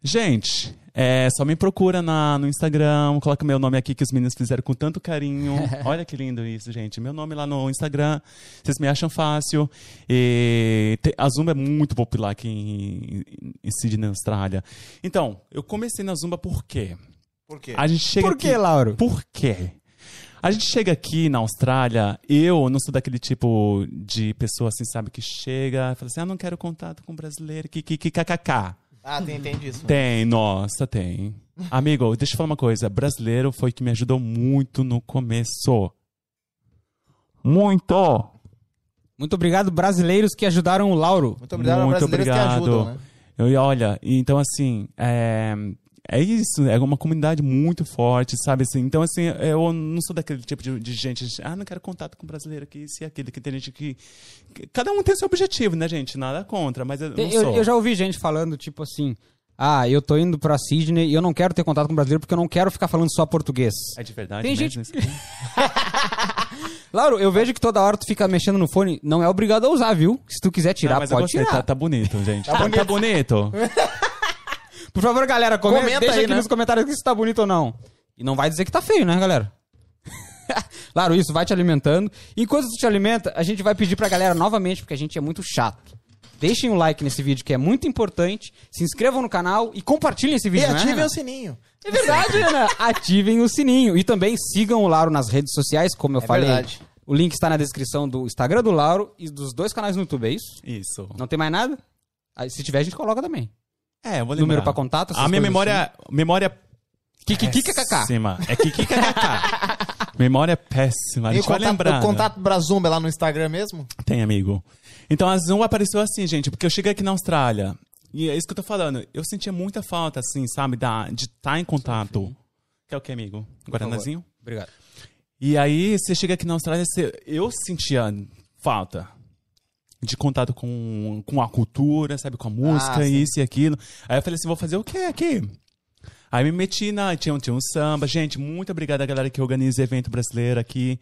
Gente, é, só me procura na- no Instagram, coloca meu nome aqui que os meninos fizeram com
(laughs)
tanto carinho. Olha que lindo isso, gente. Meu nome lá no Instagram, vocês me acham fácil. E te- a Zumba é muito popular aqui em, em- em Sydney, na Austrália. Então, eu comecei na Zumba por quê?
Por quê?
A gente chega
Por que,
aqui-
Lauro?
Por quê? A gente chega aqui na Austrália, eu não sou daquele tipo de pessoa assim, sabe, que chega e fala assim, ah, não quero contato com brasileiro, que, que, que, kkk.
Ah, tem, tem disso.
Tem, nossa, tem. Amigo, deixa eu falar uma coisa. Brasileiro foi que me ajudou muito no começo. Muito!
Muito obrigado, brasileiros que ajudaram o Lauro.
Muito obrigado
Muito
aos brasileiros
obrigado.
que ajudam, né?
Eu, e olha, então assim, é, é isso, é uma comunidade muito forte, sabe assim? Então assim, eu não sou daquele tipo de, de gente, ah, não quero contato com brasileiro aqui, isso e aquilo, que tem gente que, que- Cada um tem seu objetivo, né, gente? Nada contra, mas eu não
Eu,
sou.
eu já ouvi gente falando, tipo assim, ah, eu tô indo pra Sydney e eu não quero ter contato com brasileiro porque eu não quero ficar falando só português.
É de verdade
Tem
mesmo
gente-
isso?
Lauro, eu vejo que toda hora tu fica mexendo no fone. Não é obrigado a usar, viu? Se tu quiser tirar,
Ah, mas eu
pode
gostei,
tirar.
Tá, tá bonito, gente. Tá, tá bonito.
(laughs) Por favor, galera, come-
Comenta
deixa
aí,
aqui
né?
nos comentários se tá bonito ou não. E não vai dizer que tá feio, né, galera? (laughs) claro, isso vai te alimentando. Enquanto tu te alimenta, a gente vai pedir pra galera novamente, porque a gente é muito chato. Deixem o like nesse vídeo que é muito importante. Se inscrevam no canal e compartilhem esse
E
vídeo. né,
ativem
Renan?
o sininho. Assim,
É verdade, Ana. (laughs) Ativem o sininho. E também sigam o Lauro nas redes sociais, como eu falei.
É verdade.
O link está na descrição do Instagram do Lauro e dos dois canais no YouTube, é isso?
Isso.
Não tem mais nada? Aí, se tiver, a gente coloca também.
É, eu vou lembrar.
Número pra contato, essas
A minha
coisas
memória... Memória
Kikikikakaká.
péssima. É kikikakaká. (laughs) memória péssima. A
E
gente
o
vai
contato,
lembrar. né?
o contato Brazumba é lá no Instagram mesmo?
Tem, amigo. Então a Zoom apareceu assim, gente, porque eu cheguei aqui na Austrália. E é isso que eu tô falando. Eu sentia muita falta, assim, sabe, da, de estar em contato. Quer o que, amigo? Guaranazinho?
Obrigado.
E aí, você chega aqui na Austrália, você- eu sentia falta de contato com, com a cultura, sabe, com a música,
Ah, sim.
isso e aquilo. Aí eu falei assim, vou fazer o quê aqui? Aí me meti na... Tinha, um- tinha um samba. Gente, muito obrigado a galera que organiza evento brasileiro aqui.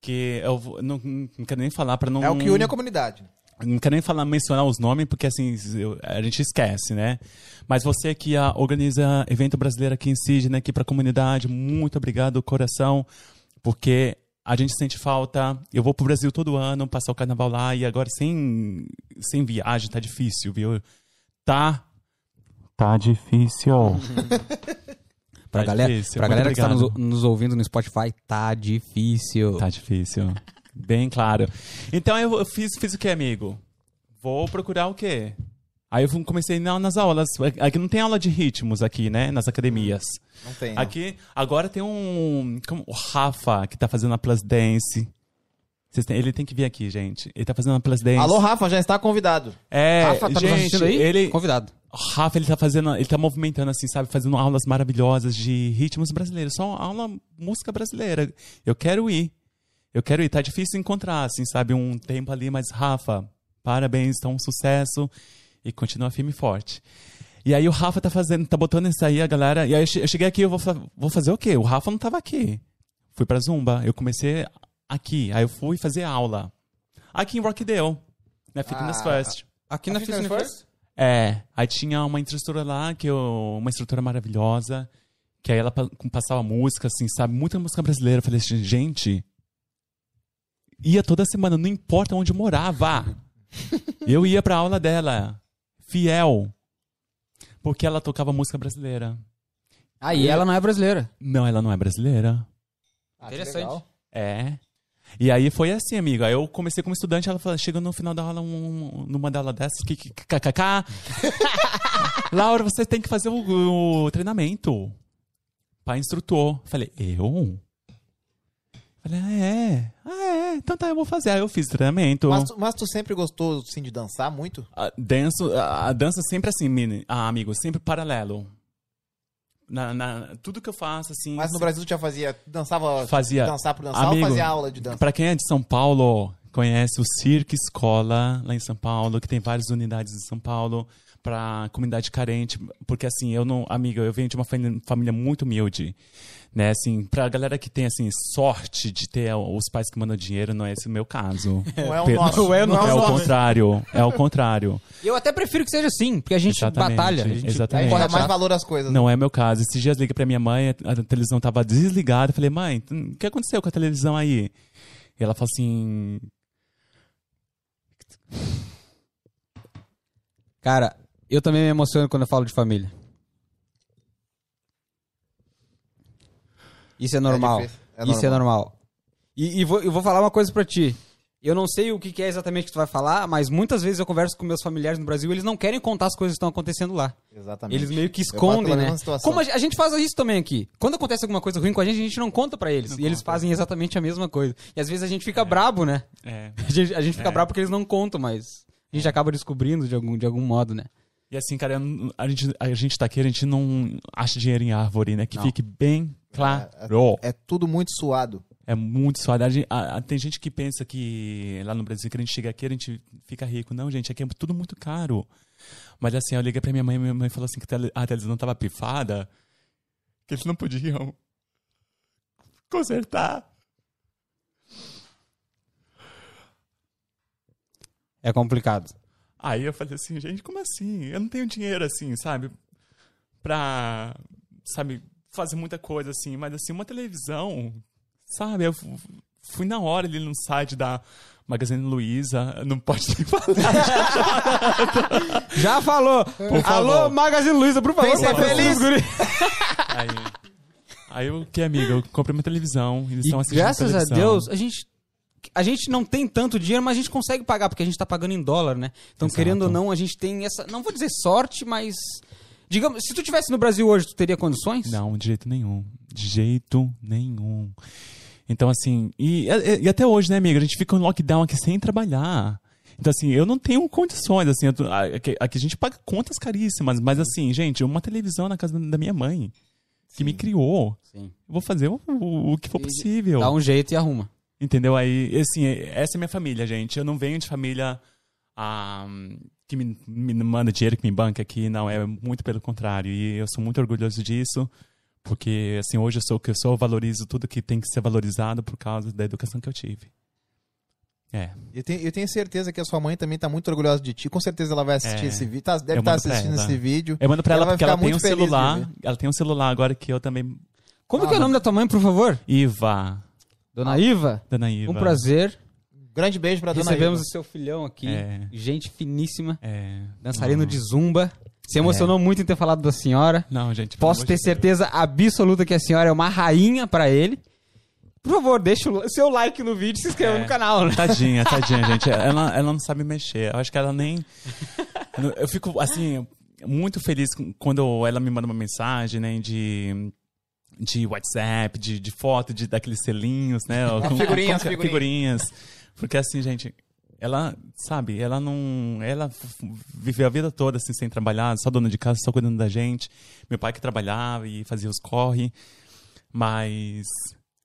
Que eu vou- não, não quero nem falar pra não...
É o que une a comunidade.
Não quero nem falar, mencionar os nomes, porque assim, eu- a gente esquece, né? Mas você que ah, organiza evento brasileiro aqui em Sydney, né, aqui pra comunidade, muito obrigado, coração, porque a gente sente falta. Eu vou pro Brasil todo ano, passar o carnaval lá, e agora sem, sem viagem tá difícil, viu? Tá. Tá difícil.
Pra
Tá
galera,
difícil,
pra
muito
galera que está nos,
obrigado.
nos ouvindo no Spotify, tá difícil.
Tá difícil. Bem claro. Então eu eu fiz, fiz o que, amigo? Vou procurar o quê? Aí eu fui- comecei na- nas aulas. Aqui não tem aula de ritmos aqui, né? Nas academias.
Não tem.
É.
não.
Aqui, agora tem um... Como, o Rafa, que tá fazendo a Plus Dance. Vocês têm- ele tem que vir aqui, gente. Ele tá fazendo a Plus Dance.
Alô, Rafa, já está convidado.
É,
Rafa, tá nos
gente,
assistindo aí?
ele...
Convidado.
Rafa, ele tá fazendo, ele tá movimentando assim, sabe, fazendo aulas maravilhosas de ritmos brasileiros, só aula música brasileira. Eu quero ir. Eu quero ir, tá difícil encontrar, assim, sabe, um tempo ali, mas Rafa, parabéns, tá um sucesso e continua firme e forte. E aí o Rafa tá fazendo, tá botando isso aí, a galera, e aí eu che- eu cheguei aqui, eu vou, fa- vou fazer o quê? O Rafa não tava aqui. Fui pra Zumba, eu comecei aqui, aí eu fui fazer aula. Aqui em Rockdale, na Fitness
Ah,
First.
Aqui na Fitness First?
É, aí tinha uma instrutora lá, que eu, uma instrutora maravilhosa, que aí ela pa- com- passava música, assim, sabe? Muita música brasileira. Eu falei assim, gente, ia toda semana, não importa onde eu morava. eu ia pra aula dela, fiel, porque ela tocava música brasileira.
Ah, e ela não é brasileira.
Não, ela não é brasileira.
Ah, que
Interessante.
legal.
É. E aí foi assim, amigo. Aí eu comecei como estudante, ela falou, chega no final da aula, um, um- numa da aula dessas, que, que- kkk. (laughs) Laura, você tem que fazer o, o treinamento. Pai instrutor. Falei, eu? Falei, ah, é. Ah, é. Então tá, eu vou fazer. Aí eu fiz treinamento.
Mas, tu- mas tu sempre gostou, sim, de dançar muito?
A, danço, a, a dança sempre assim, mini, ah, amigo, sempre paralelo. Na, na- tudo que eu faço, assim.
Mas no
sempre-
Brasil tu já fazia, tu dançava
Fazia.
dançar por dançar
Amigo,
ou fazia aula de dança?
Pra quem é de São Paulo, conhece o Cirque Escola lá em São Paulo, que tem várias unidades em São Paulo pra comunidade carente, porque assim, eu não, amiga, eu venho de uma fami- família muito humilde, né? Assim, pra galera que tem assim sorte de ter os pais que mandam dinheiro, não é esse o meu caso.
(laughs) Não é o
Pe-
nosso. Não é o
É o
nosso.
contrário, é
(laughs)
o contrário.
Eu até prefiro que seja assim, porque a gente
Exatamente,
batalha. A gente
exatamente.
corre
Dá mais
atrás.
valor às coisas.
Não é meu caso. Esses dias liguei pra minha mãe, a a televisão tava desligada. Eu Falei, mãe, t- o que aconteceu com a televisão aí? E ela falou assim:
Cara, eu também me emociono quando eu falo de família. Isso é normal.
difícil, é
Isso é normal. E, e vou, eu vou falar uma coisa pra ti. Eu não sei o que, que é exatamente que tu vai falar, mas muitas vezes eu converso com meus familiares no Brasil e eles não querem contar as coisas que estão acontecendo lá.
Exatamente.
Eles meio que
Eu boto
escondem,
pela
né?
mesma situação.
Como a, ge- a gente faz isso também aqui. Quando acontece alguma coisa ruim com a gente, a gente não conta pra eles. e eles fazem exatamente a mesma coisa. E às vezes a gente fica brabo, né?
é.
(laughs) A gente, a gente fica bravo porque eles não contam, mas a gente acaba descobrindo de algum, de algum modo, né?
E assim, cara, eu não- a gente, a gente tá aqui, a gente não acha dinheiro em árvore, né? Que fique bem claro.
É tudo muito suado.
É muito suado. A gente- a- a- tem gente que pensa que lá no Brasil, que a gente chega aqui, a gente fica rico. Não, gente, aqui é tudo muito caro. Mas assim, eu liguei pra minha mãe, minha mãe falou assim que tele- a televisão tava pifada, que eles não podiam consertar.
É complicado.
Aí eu falei assim, gente, como assim? Eu não tenho dinheiro assim, sabe? Pra, sabe, fazer muita coisa assim, mas assim, uma televisão, sabe? Eu fu- fui na hora ali no site da Magazine Luiza, não pode nem (laughs) falar.
Já falou.
favor.
Alô, Magazine Luiza, por favor.
Vem ser
patrocina
feliz.
os guri.
aí, aí eu, que amiga, eu comprei uma televisão, eles
E
estão assistindo
graças a
televisão.
Deus, a gente, a gente não tem tanto dinheiro, mas a gente consegue pagar, porque a gente tá pagando em dólar, né? Então,
Exato.
querendo ou não, a gente tem essa. Não vou dizer sorte, mas. Digamos, se tu tivesse no Brasil hoje, tu teria condições?
Não, de jeito nenhum. De jeito nenhum. Então, assim, e, e- e até hoje, né, amiga? A gente fica em lockdown aqui sem trabalhar. Então, assim, eu não tenho condições, assim, eu tô- a- aqui, aqui a gente paga contas caríssimas, mas assim, gente, uma televisão na casa da minha mãe, que me criou,
Sim.
eu vou fazer o, o- o que for
E
possível.
Dá um jeito e arruma.
Entendeu? Aí, e, assim, essa é minha família, gente. Eu não venho de família ah, que me, me manda dinheiro, que me banca aqui, não. É muito pelo contrário. E eu sou muito orgulhoso disso, porque, assim, hoje eu sou o que eu sou, eu valorizo tudo que tem que ser valorizado por causa da educação que eu tive. É.
Eu tenho, eu tenho certeza que a sua mãe também tá muito orgulhosa de ti. Com certeza ela vai assistir
É.
esse vídeo. Tá- deve
Eu
estar
mando pra
assistindo
ela.
esse vídeo.
Eu mando pra
Ela
ela,
vai
porque
ficar
ela tem
muito
um
feliz de
celular.
ver.
Ela tem um celular agora que eu também.
Como
Ah,
que é o nome da tua mãe, por favor?
Iva,
Dona Iva?
Dona Iva.
Um prazer.
Um Grande beijo pra dona
Recebemos
Iva.
o seu filhão aqui.
É.
Gente finíssima.
É.
Dançarino
Não.
de zumba. Se
É.
emocionou muito em ter falado da senhora.
Não, gente. pelo
Posso
amor
ter
de Deus.
certeza absoluta que a senhora é uma rainha pra ele. Por favor, deixa o seu like no vídeo e se inscreva
É.
no canal, né?
Tadinha, tadinha, gente. Ela, ela não sabe mexer. Eu acho que ela nem. Eu fico, assim, muito feliz com- quando ela me manda uma mensagem, né? De. De WhatsApp, de, de foto, de, daqueles selinhos, né? Como-
figurinhas,
como que é? Figurinhas. Porque, assim, gente. Ela, sabe, ela não. Ela f- viveu a vida toda assim, sem trabalhar, só dona de casa, só cuidando da gente. Meu pai que trabalhava e fazia os corre. Mas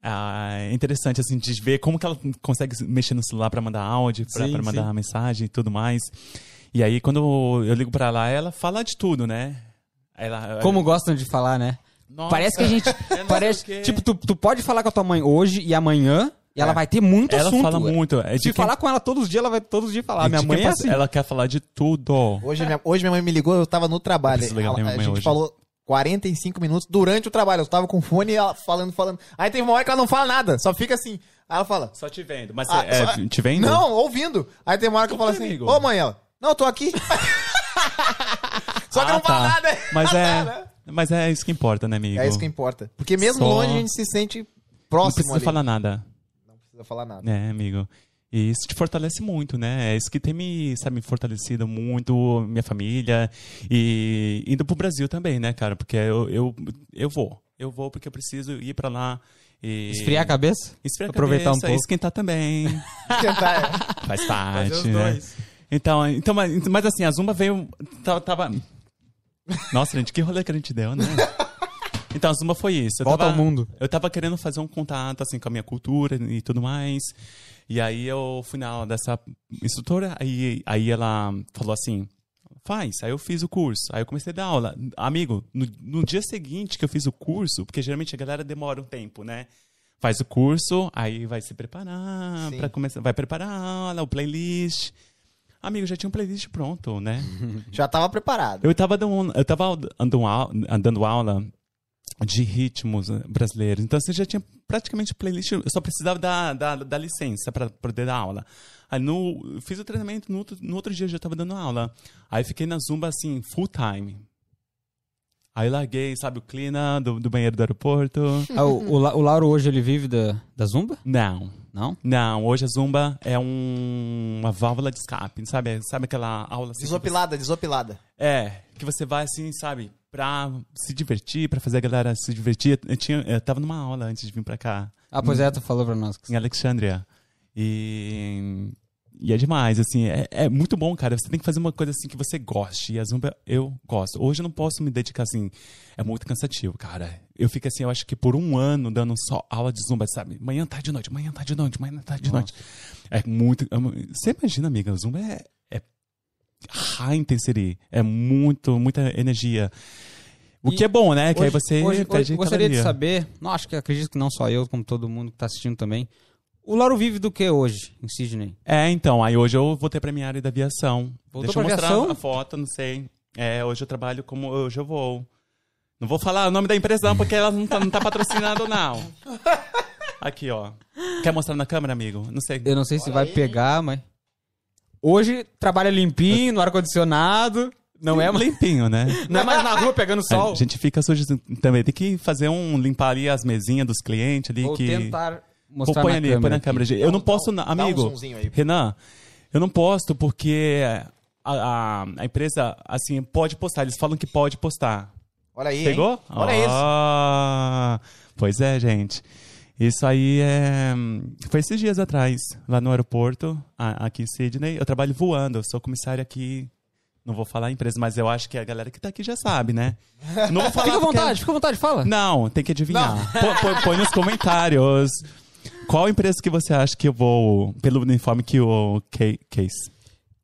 ah, é interessante, assim, de ver como que ela consegue mexer no celular pra mandar áudio, pra,
Sim,
pra mandar
sim.
mensagem e tudo mais. E aí, quando eu ligo pra ela, ela fala de tudo, né? Ela,
Como gostam de falar, né?
Nossa,
Parece que a
(laughs)
gente.
não sei o
parece,
quê. É.
tipo, tu, tu pode falar com a tua mãe hoje e amanhã, e ela vai ter muito
Ela
assunto.
fala
ué.
muito. É de
Se
quem-
falar com ela todos os dias, ela vai todos os dias falar.
de
Minha
quem
mãe é
passa-
assim.
Ela quer falar de tudo.
Hoje minha, hoje minha mãe me ligou, eu tava no trabalho.
Eu preciso ligar
Ela-
pra é minha
a
mãe
gente
hoje.
falou 45 minutos durante o trabalho. Eu tava com fone e ela falando, falando. Aí teve uma hora que ela não fala nada, só fica assim. Aí ela fala,
Só te vendo. Mas
Ah,
é,
só-
te vendo?
não, ouvindo. Aí tem uma hora que eu falo
Tudo bem,
assim,
amigo.
ô mãe, ela, não, eu tô aqui. (laughs) só que
Ah,
não fala
tá.
nada.
(laughs)
Mas é,
Né?
mas é isso que importa, né, amigo?
É isso que importa. Porque mesmo
Só-
longe a gente se sente
Não
próximo
precisa
ali.
falar nada.
Não precisa falar nada. (laughs)
(laughs) É, amigo. E isso te fortalece muito, né? É isso que tem me, sabe, me fortalecido muito, minha família. E indo pro Brasil também, né, cara? Porque eu, eu, eu vou. Eu vou porque eu preciso ir pra lá e...
Esfriar a cabeça?
Esfriar a
aproveitar um
cabeça,
pouco.
Esquentar
(laughs)
também.
Tentar-
Faz parte,
os
né?
dois.
Então, então mas, mas assim, a Zumba veio... Tava... tava- Nossa, gente, que rolê que a gente
(laughs)
deu, né? Então, a Zumba foi isso.
(laughs)
Eu
Volta
tava-
ao mundo.
eu tava querendo fazer um contato, assim, com a minha cultura e tudo mais. E aí eu fui na aula dessa instrutora, aí, aí ela falou assim, faz. Aí eu fiz o curso, aí eu comecei a dar aula. Amigo, no, no dia seguinte que eu fiz o curso, porque geralmente a galera demora um tempo, né? Faz o curso, aí vai se preparar,
Sim.
pra começar, vai preparar a aula, o playlist. Amigo, já tinha um playlist pronto, né?
Já tava preparado.
Eu tava dando, um, eu tava andando, au- andando aula de ritmos brasileiros. Então, você já tinha praticamente playlist. Eu só precisava da, da, da licença para poder dar aula. Aí, no, fiz o treinamento, no outro, no outro dia eu já tava dando aula. Aí, fiquei na Zumba, assim, full time. Aí, larguei, sabe, o clean do, do banheiro do aeroporto.
Ah, o, o La- o Lauro hoje ele vive da, da zumba?
Não.
Não?
Não, hoje a Zumba é um- uma válvula de escape, sabe? Sabe aquela aula... assim que você-
Desopilada, desopilada.
É, que você vai assim, sabe, pra se divertir, pra fazer a galera se divertir. Eu, tinha, eu tava numa aula antes de vir pra cá,
Ah, pois é, tu falou pra nós.
em Alexandria. E, e é demais, assim, é, é muito bom, cara. Você tem que fazer uma coisa assim que você goste. E a Zumba, eu gosto. Hoje eu não posso me dedicar assim, é muito cansativo, cara. Eu fico assim, eu acho que por um ano dando só aula de Zumba, sabe? Manhã, tarde, e noite, manhã, tarde, e noite, manhã, tarde, e noite. É muito... é mu- Você imagina, amiga, o Zumba é high intensity. É muito, muita energia. O
E
que é bom, né? que aí
Hoje-
você
hoje, hoje
perde
gostaria de
caloria.
saber, não, acho que acredito que não só eu, como todo mundo que tá assistindo também, O Lauro vive do que hoje, em Sydney?
É, então, aí hoje eu voltei pra minha área da aviação.
Voltou
Deixa eu
pra
mostrar
aviação?
a foto, não sei. É, hoje eu trabalho como. Hoje eu vou. Não vou falar o nome da empresa, não, porque ela não tá, não tá patrocinando,
(laughs)
não. Aqui, ó. Quer mostrar na câmera, amigo? Não sei.
Eu não sei se
Olha
vai
aí.
pegar, mas. Hoje trabalha limpinho, no ar-condicionado. Não é, mais- (laughs)
limpinho, né?
não é mais na rua pegando sol.
(laughs) A gente fica sujo assim também. Tem que fazer um. limpar ali as mesinhas dos clientes ali.
Vou
que...
tentar
Pô,
mostrar
põe
na
ali,
câmera.
põe na
aqui.
câmera. gente.
Dá
Eu
um-
não
dá
posso, na-
um- dá um
amigo.
zoomzinho aí.
Renan, eu não posto porque a, a, a empresa, assim, pode postar. Eles falam que pode postar.
Olha aí. hein?
Pegou?
Olha isso.
ah, Pois é, gente. Isso aí é. Foi esses dias atrás, lá no aeroporto, a- aqui em Sydney. Eu trabalho voando, eu sou comissário aqui. Não vou falar a empresa, mas eu acho que a galera que tá aqui já sabe, né? Não vou falar
Fica à
porque-
vontade, fica à vontade, fala.
não, tem que adivinhar. Pô- pô- Põe, nos comentários. Qual empresa que você acha que eu vou. Pelo uniforme que o Ca- Case.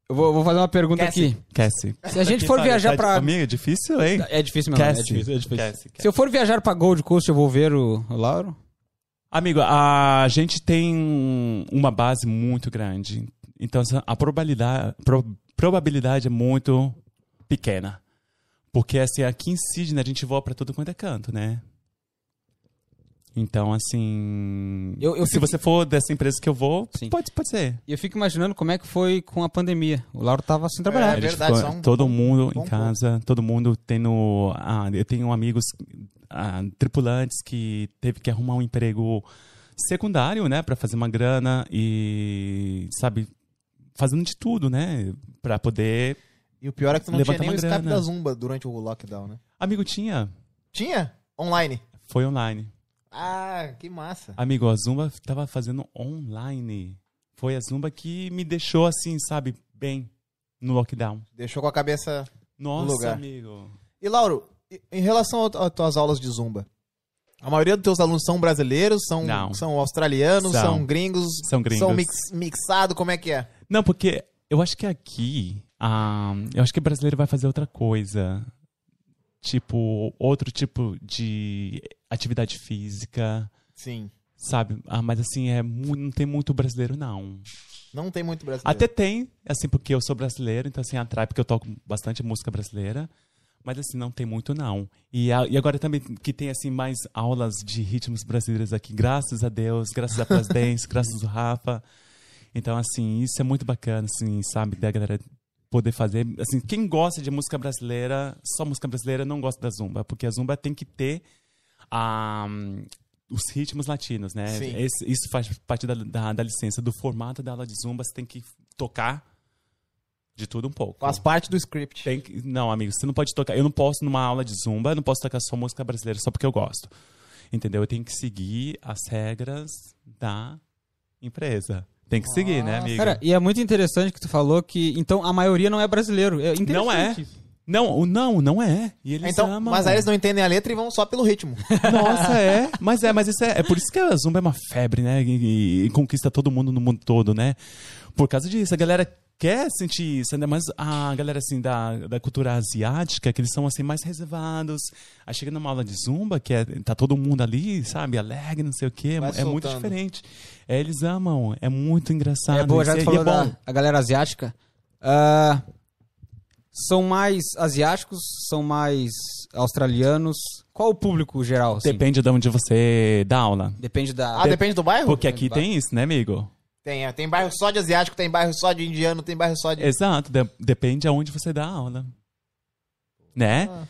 Eu vou, vou fazer uma pergunta
Cassie.
aqui.
Cassie.
Se a gente for viajar pra.
Amigo, difícil, hein?
É difícil mesmo. É
Cassie.
difícil, é difícil.
Cassie,
Se eu for viajar pra Gold Coast, eu vou ver o, o Lauro?
Amigo, a gente tem uma base muito grande. Então essa- a probabilidade, pro- probabilidade é muito pequena. Porque assim, aqui em Sydney a gente voa pra tudo quanto é canto, né? Então, assim.
Eu- eu
se
fico-
você for dessa empresa que eu vou,
Sim.
pode, pode ser.
E eu fico imaginando como é que foi com a pandemia. O Lauro tava sem
É
trabalhar.
A gente
verdade,
ficou-
só um-
todo mundo
bom
em casa, todo mundo tendo. Ah, eu tenho amigos ah, tripulantes que teve que arrumar um emprego secundário, né, Pra fazer uma grana e sabe fazendo de tudo, né, Pra poder.
E o pior é que tu não tinha
Levanta
nem o
uma
escape
grana.
da Zumba durante o lockdown, né?
Amigo tinha,
Tinha? Online.
foi online.
Ah, que massa.
Amigo, a Zumba tava fazendo online. Foi a Zumba que me deixou assim, sabe, bem no lockdown.
Deixou com a cabeça
Nossa,
lugar.
amigo.
E Lauro, e- em relação ao- às tuas aulas de zumba, a maioria dos teus alunos são brasileiros, são,
Não.
são australianos, são.
São.
gringos,
São gringos.
são mix, mixado, como é que é?
Não, porque eu acho que aqui. ah, eu acho que o brasileiro vai fazer outra coisa. Tipo, outro tipo de atividade física,
Sim,
sabe? Ah, mas assim, é, mu- não tem muito brasileiro, não.
não tem muito brasileiro.
Até tem, assim, porque eu sou brasileiro, então assim, atrai porque eu toco bastante música brasileira. Mas assim, não tem muito, não. E, a- e agora também que tem, assim, mais aulas de ritmos brasileiros aqui, graças a Deus, graças a Presidência, (laughs) graças ao Rafa. Então, assim, isso é muito bacana, assim, sabe, da galera poder fazer. Assim, quem gosta de música brasileira, só música brasileira, não gosta da Zumba, porque a Zumba tem que ter ah, os ritmos latinos, né?
Sim.
Esse- isso faz parte da, da, da licença, do formato da aula de Zumba, você tem que tocar de tudo um pouco.
Faz parte do script.
Tem que- não, amigo, você não pode tocar. Eu não posso numa aula de zumba, eu não posso tocar só música brasileira só porque eu gosto. Entendeu? Eu tenho que seguir as regras da empresa. Tem que seguir, né, amigo?
Cara, e é muito interessante que tu falou que. Então a maioria não é brasileiro. É interessante.
não é. Não, o- não, não é. E eles
Então,
amam.
mas aí eles não entendem a letra e vão só pelo ritmo.
(laughs) Nossa, é. Mas é, mas isso é, é por isso que a Zumba é uma febre, né? E, e conquista todo mundo no mundo todo, né? Por causa disso, a galera quer sentir isso, ainda mais a galera assim da, da cultura asiática, que eles são assim mais reservados. Aí chega numa aula de Zumba, que é, tá todo mundo ali, sabe? Alegre, não sei o quê.
Vai
É muito
soltando.
diferente. É, eles amam, é muito engraçado.
É boa, já
Isso
que
é-
tu
e é
falou
bom.
da a galera asiática. Ah, são mais asiáticos, são mais australianos. Qual o público geral? assim?
Depende de onde você dá aula.
Depende da.
Ah, depende do bairro?
Porque aqui tem isso, né, amigo?
Tem, é, tem bairro só de asiático, tem bairro só de indiano, tem bairro
É,
só de...
Exato, de- depende aonde você dá aula. Né?
Ah.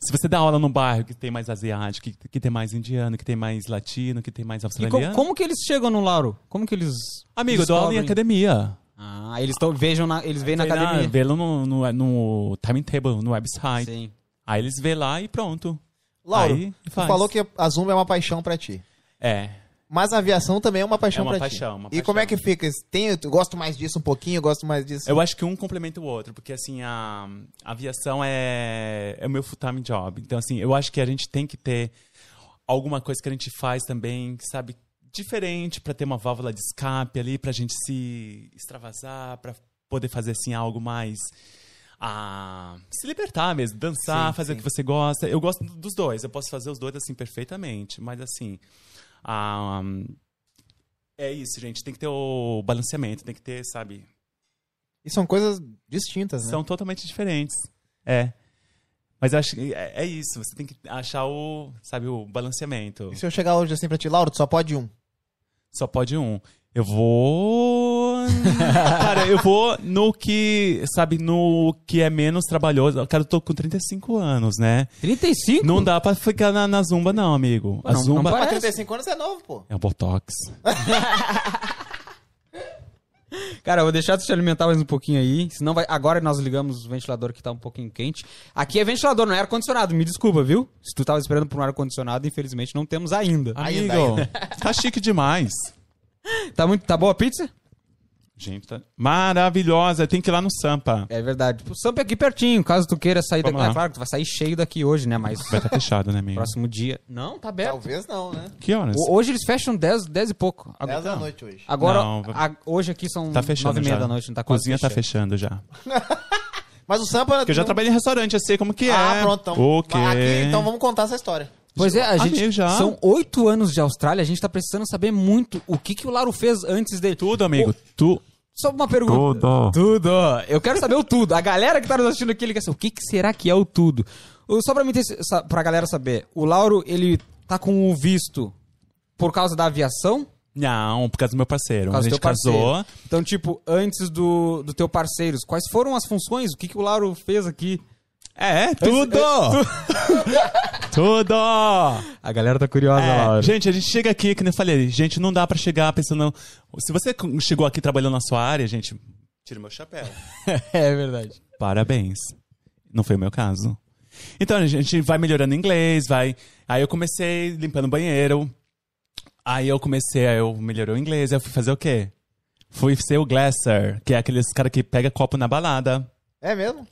Se você dá aula num bairro que tem mais asiático, que, que tem mais indiano, que tem mais latino, que tem
E
mais
co-
australiano.
como que eles chegam no Lauro? Como que eles.
Amigo, eu dou aula em
descobrem?
academia.
Ah, eles estão vejam na, eles veem na
Sei lá,
academia.
Vê lá no, no, no timetable, no website.
Sim.
Aí eles vê lá e pronto.
Lauro,
Aí
tu
faz.
falou que a Zumba é uma paixão pra ti.
É.
Mas a aviação também é uma paixão
É uma
pra
paixão,
ti.
uma
E
paixão.
como é que fica? Tem, eu gosto mais disso um pouquinho, eu gosto mais disso.
Eu acho que um complementa o outro, porque assim, a, a aviação é, é o meu full-time job. Então, assim, eu acho que a gente tem que ter alguma coisa que a gente faz também, que sabe, diferente, pra ter uma válvula de escape ali, pra gente se extravasar, pra poder fazer assim algo mais. ah, se libertar mesmo, dançar,
Sim,
fazer
sim.
o que você gosta. Eu gosto dos dois, eu posso fazer os dois assim perfeitamente, mas assim, a, É isso, gente. Tem que ter o balanceamento, tem que ter, sabe?
E são coisas distintas, né?
São totalmente diferentes. É. Mas eu acho que é, é isso. Você tem que achar o, sabe, o balanceamento.
E se eu chegar hoje assim pra ti, Lauro, tu só pode um.
Só pode um. Eu vou. (laughs) Cara, eu vou no que, sabe, no que é menos trabalhoso. Cara, eu tô com 35 anos, né?
35?
Não dá pra ficar na, na zumba, não, amigo. A
Não, não
zumba
pode.
Pra
Parece.
35 anos é novo, pô.
é o Botox.
Cara, eu vou deixar tu se alimentar mais um pouquinho aí. Senão vai. Agora nós ligamos o ventilador que tá um pouquinho quente. Aqui é ventilador, não é ar-condicionado. Me desculpa, viu? Se tu tava esperando por um ar-condicionado, infelizmente não temos ainda.
Ainda,
amigo, tá chique demais.
Tá, muito, tá boa a pizza?
Gente, tá maravilhosa. Tem que ir lá no Sampa.
É verdade. O Sampa é aqui pertinho, caso tu queira sair
Vamos
daqui. É
lá.
claro que tu vai sair cheio daqui hoje, né? Mas
Vai estar fechado, né, amigo?
próximo dia. Não, tá aberto.
Talvez não, né?
Que horas?
O- Hoje eles fecham 10, 10 e pouco. Agora,
10
então?
da noite hoje.
agora,
Não, vai-
a- hoje aqui são
Tá fechando
9 Hum, e meia
já.
da noite, não tá quase
Cozinha tá fechando já.
Mas o Sampa.
Porque eu já trabalhei em restaurante, eu sei como que é.
Ah, pronto. Então,
O quê?
Aqui, então vamos contar essa história.
Pois é, a
Amigo,
gente.
já?
São oito anos de Austrália, a gente tá precisando saber muito o que, que o Laro fez antes dele.
Tudo, amigo. Tu...
Só uma pergunta.
Tudo.
Tudo. Eu quero saber o tudo. A galera que tá nos assistindo aqui, ele quer saber o que, que será que é o tudo. O- Só pra, mim ter, sa- pra galera saber, o Lauro, ele tá com o visto por causa da aviação?
Não, por causa do meu parceiro.
Por causa
a
do
gente
teu parceiro.
casou.
Então, tipo, antes do, do teu parceiro, quais foram as funções? O que, que o Lauro fez aqui? (laughs)
É, tudo! tudo!
A galera tá curiosa,
É,
Lauro.
gente, a gente chega aqui, que nem eu falei, gente, não dá pra chegar pensando. Se você chegou aqui trabalhando na sua área, gente, tira o meu chapéu.
É verdade.
Parabéns. Não foi o meu caso. Então, a gente vai melhorando inglês, vai. Aí eu comecei limpando o banheiro. Aí eu comecei, aí eu melhorei o inglês. Aí eu fui fazer o quê? Fui ser o glasser, que é aqueles cara que pega copo na balada.
É mesmo?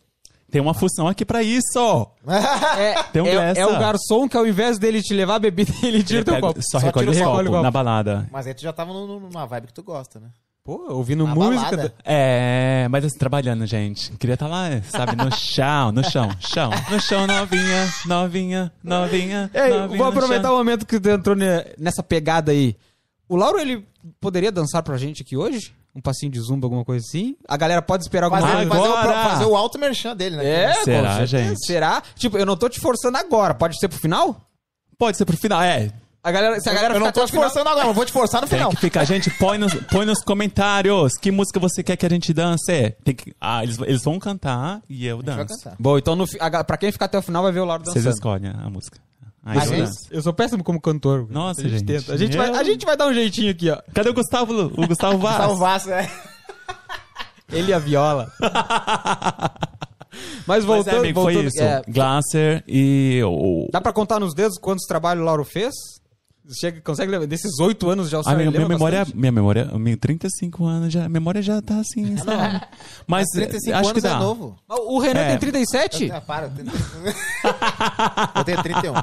Tem uma função aqui pra isso.
(laughs) É,
Tem um
é,
dessa.
é o garçom que ao invés dele te levar a bebida, (laughs) ele tira
Ele
teu
pega-
copo.
Só, recolhe
tira
os
o
copos
recolhe o
na balada.
Mas aí tu já tava no- no- numa vibe que tu gosta, né?
Pô, ouvindo
Na
música.
balada.
É, mas assim, trabalhando, gente. Queria estar lá,
(laughs)
sabe, no chão, no chão, chão, no chão, novinha, novinha, novinha.
Ei,
novinha
vou
no
aproveitar
chão.
o momento que tu entrou ne- nessa pegada aí. O Lauro, ele poderia dançar pra gente aqui hoje? Um passinho de zumba, alguma coisa assim? A galera pode esperar alguma
Fazer,
coisa?
Agora!
fazer o, pro- fazer o alto merchan dele, né?
É,
Será,
com certeza.
gente?
Será? Tipo, eu não tô te forçando agora. Pode ser pro final?
Pode ser pro final, é.
A galera, se a galera
eu não
ficar
tô
até
te
o final-
forçando agora, eu vou te forçar no
Tem
final.
que ficar, gente, põe nos, põe nos comentários que música você quer que a gente dance. Tem que, ah, eles, eles vão cantar e eu
Vai
danço.
cantar.
Bom, então no, fi- a ga- pra quem ficar até o final vai ver o Lauro
Vocês
dançando.
escolhem a música. Ah,
Mas
então Aí
é
eu
eu,
danço.
eu sou péssimo como cantor. cara.
Nossa,
a gente.
gente.
tenta. A, gente vai, a
Eu-
gente vai dar um jeitinho aqui, ó.
Cadê o Gustavo? Lu- O Gustavo Vaz?
Salvar, né?
Ele e a
(laughs)
viola. Mas
Mas
voltando,
é, amigo, foi
voltando
isso.
é,
Glasser e o...
dá pra contar nos dedos quantos trabalhos o Lauro fez? Chega, consegue lembrar? Desses oito anos de
Ah,
Austrália,
minha, minha
lembra
memória,
bastante?
minha memória, minha 35 anos já, a memória já tá assim, sabe? Mas, eh,
35
acho
anos
que dá.
é novo.
Ah, O Renan
É.
tem 37?
Ah, para. eu tenho- (laughs) eu tenho 31.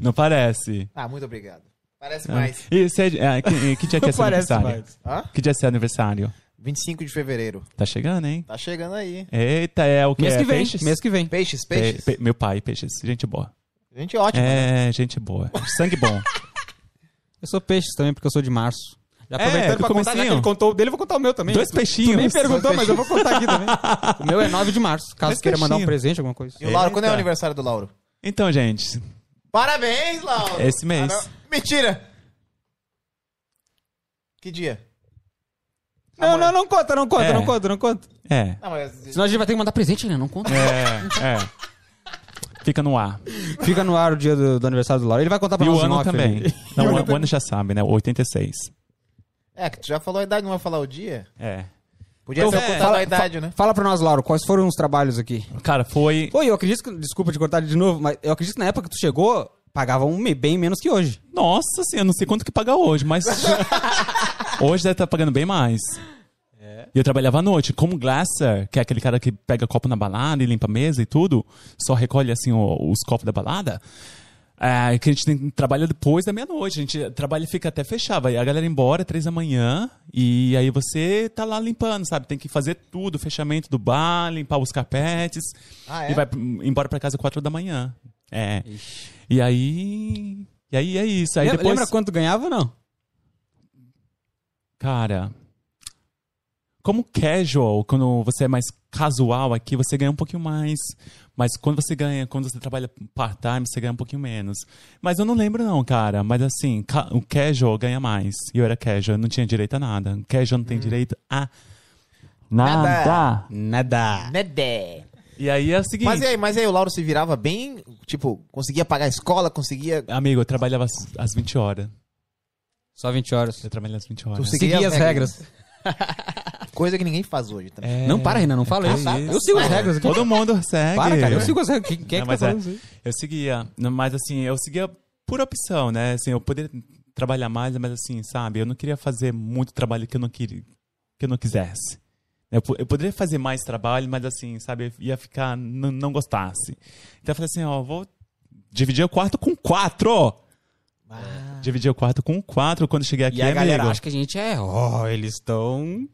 Não parece.
Ah, muito obrigado. Parece mais.
E você é- é, que, que
(laughs)
dia que é seu aniversário?
Hã?
Que dia é seu aniversário?
25 de fevereiro.
Tá chegando, hein?
Tá chegando aí.
Eita, é o que
Mês
é?
que vem.
Peixes?
Mês que vem.
Peixes,
Pe-
peixes.
pe- meu pai, peixes. Gente boa.
Gente ótima. né?
É, gente boa. Sangue bom.
Eu sou peixe também, porque eu sou de março. Já
É,
aproveitando
do
pra contar, já que
comecinho.
ele contou o dele, eu vou contar o meu também.
Dois
Tu- Tu
peixinhos.
nem perguntou,
Dois
mas eu vou contar aqui
(laughs)
também. o meu é 9 de março, caso
Dois
queira mandar um
peixinhos.
presente, alguma coisa.
E o Lauro, quando é o
Eita.
aniversário do Lauro?
Então, gente,
Parabéns, Lauro!
Esse mês.
Para- Mentira! Que dia?
Não, não, não conta, não conta,
É.
não conta, não conta.
é.
Não, mas...
Senão a gente vai ter que mandar presente, né? Não conta.
É, é. Fica no ar.
É, Fica no ar o dia do, do aniversário do Lauro. Ele vai contar pra
E o
nós em
ano
off
também.
ali.
Não, o, o ano já sabe, né? 86.
É, que tu já falou a idade, não vai falar o dia?
É.
Podia
Então,
ter
é,
contado
fala-
a idade, né?
Fala pra nós, Lauro, quais foram os trabalhos aqui?
Cara, foi.
Pô, eu acredito que. Desculpa te cortar de novo, mas eu acredito que na época que tu chegou, pagava um me- bem menos que hoje.
Nossa senhora, eu não sei quanto que pagar hoje, mas. hoje deve estar pagando bem mais. E eu trabalhava à noite, como glasser, que é aquele cara que pega copo na balada e limpa a mesa e tudo, só recolhe assim o- os copos da balada. É, que a gente tem- trabalha depois da meia-noite, a gente trabalha e fica até fechar. Vai a galera embora três da manhã e aí você tá lá limpando, sabe? Tem que fazer tudo, fechamento do bar, limpar os carpetes
Ah, é?
e vai p- embora pra casa quatro da manhã. É. E aí. E aí é isso. Aí
Lembra,
depois.
lembra quanto ganhava ou não?
Cara. Como casual, quando você é mais casual aqui, você ganha um pouquinho mais. Mas quando você ganha, quando você trabalha part-time, você ganha um pouquinho menos. Mas eu não lembro, não, cara. Mas assim, ca- o casual ganha mais. E eu era casual, eu não tinha direito a nada. Casual
Hum.
não tem direito a nada.
Nada.
Nedé.
E aí é o seguinte.
Mas e aí, mas e aí, o Lauro se virava bem? Tipo, conseguia pagar a escola, conseguia.
Amigo, eu trabalhava às- às 20 horas.
Só 20 horas.
Eu trabalhei às 20
Tu
horas.
se-
Segui as regras.
(laughs) Coisa que ninguém faz hoje também.
É,
Não, para, Renan, não fala
é
isso.
isso.
Eu sigo as regras aqui.
Todo mundo segue.
Para, cara, eu sigo as regras. Quem, quem é
Não,
que tá
mas é.
falando isso aí?
Eu seguia, não, mas assim, eu seguia por opção, né? Assim, eu poderia trabalhar mais, mas assim, sabe, eu não queria fazer muito trabalho que eu não queria, que eu não quisesse. Eu, po- eu poderia fazer mais trabalho, mas assim, sabe, eu ia ficar n- não gostasse. Então eu falei assim, ó, vou dividir o quarto com quatro. Dividir o quarto com quatro quando cheguei aqui,
Ah. E aí, a
amigo.
galera acha que a gente é. Oh, eles (laughs) estão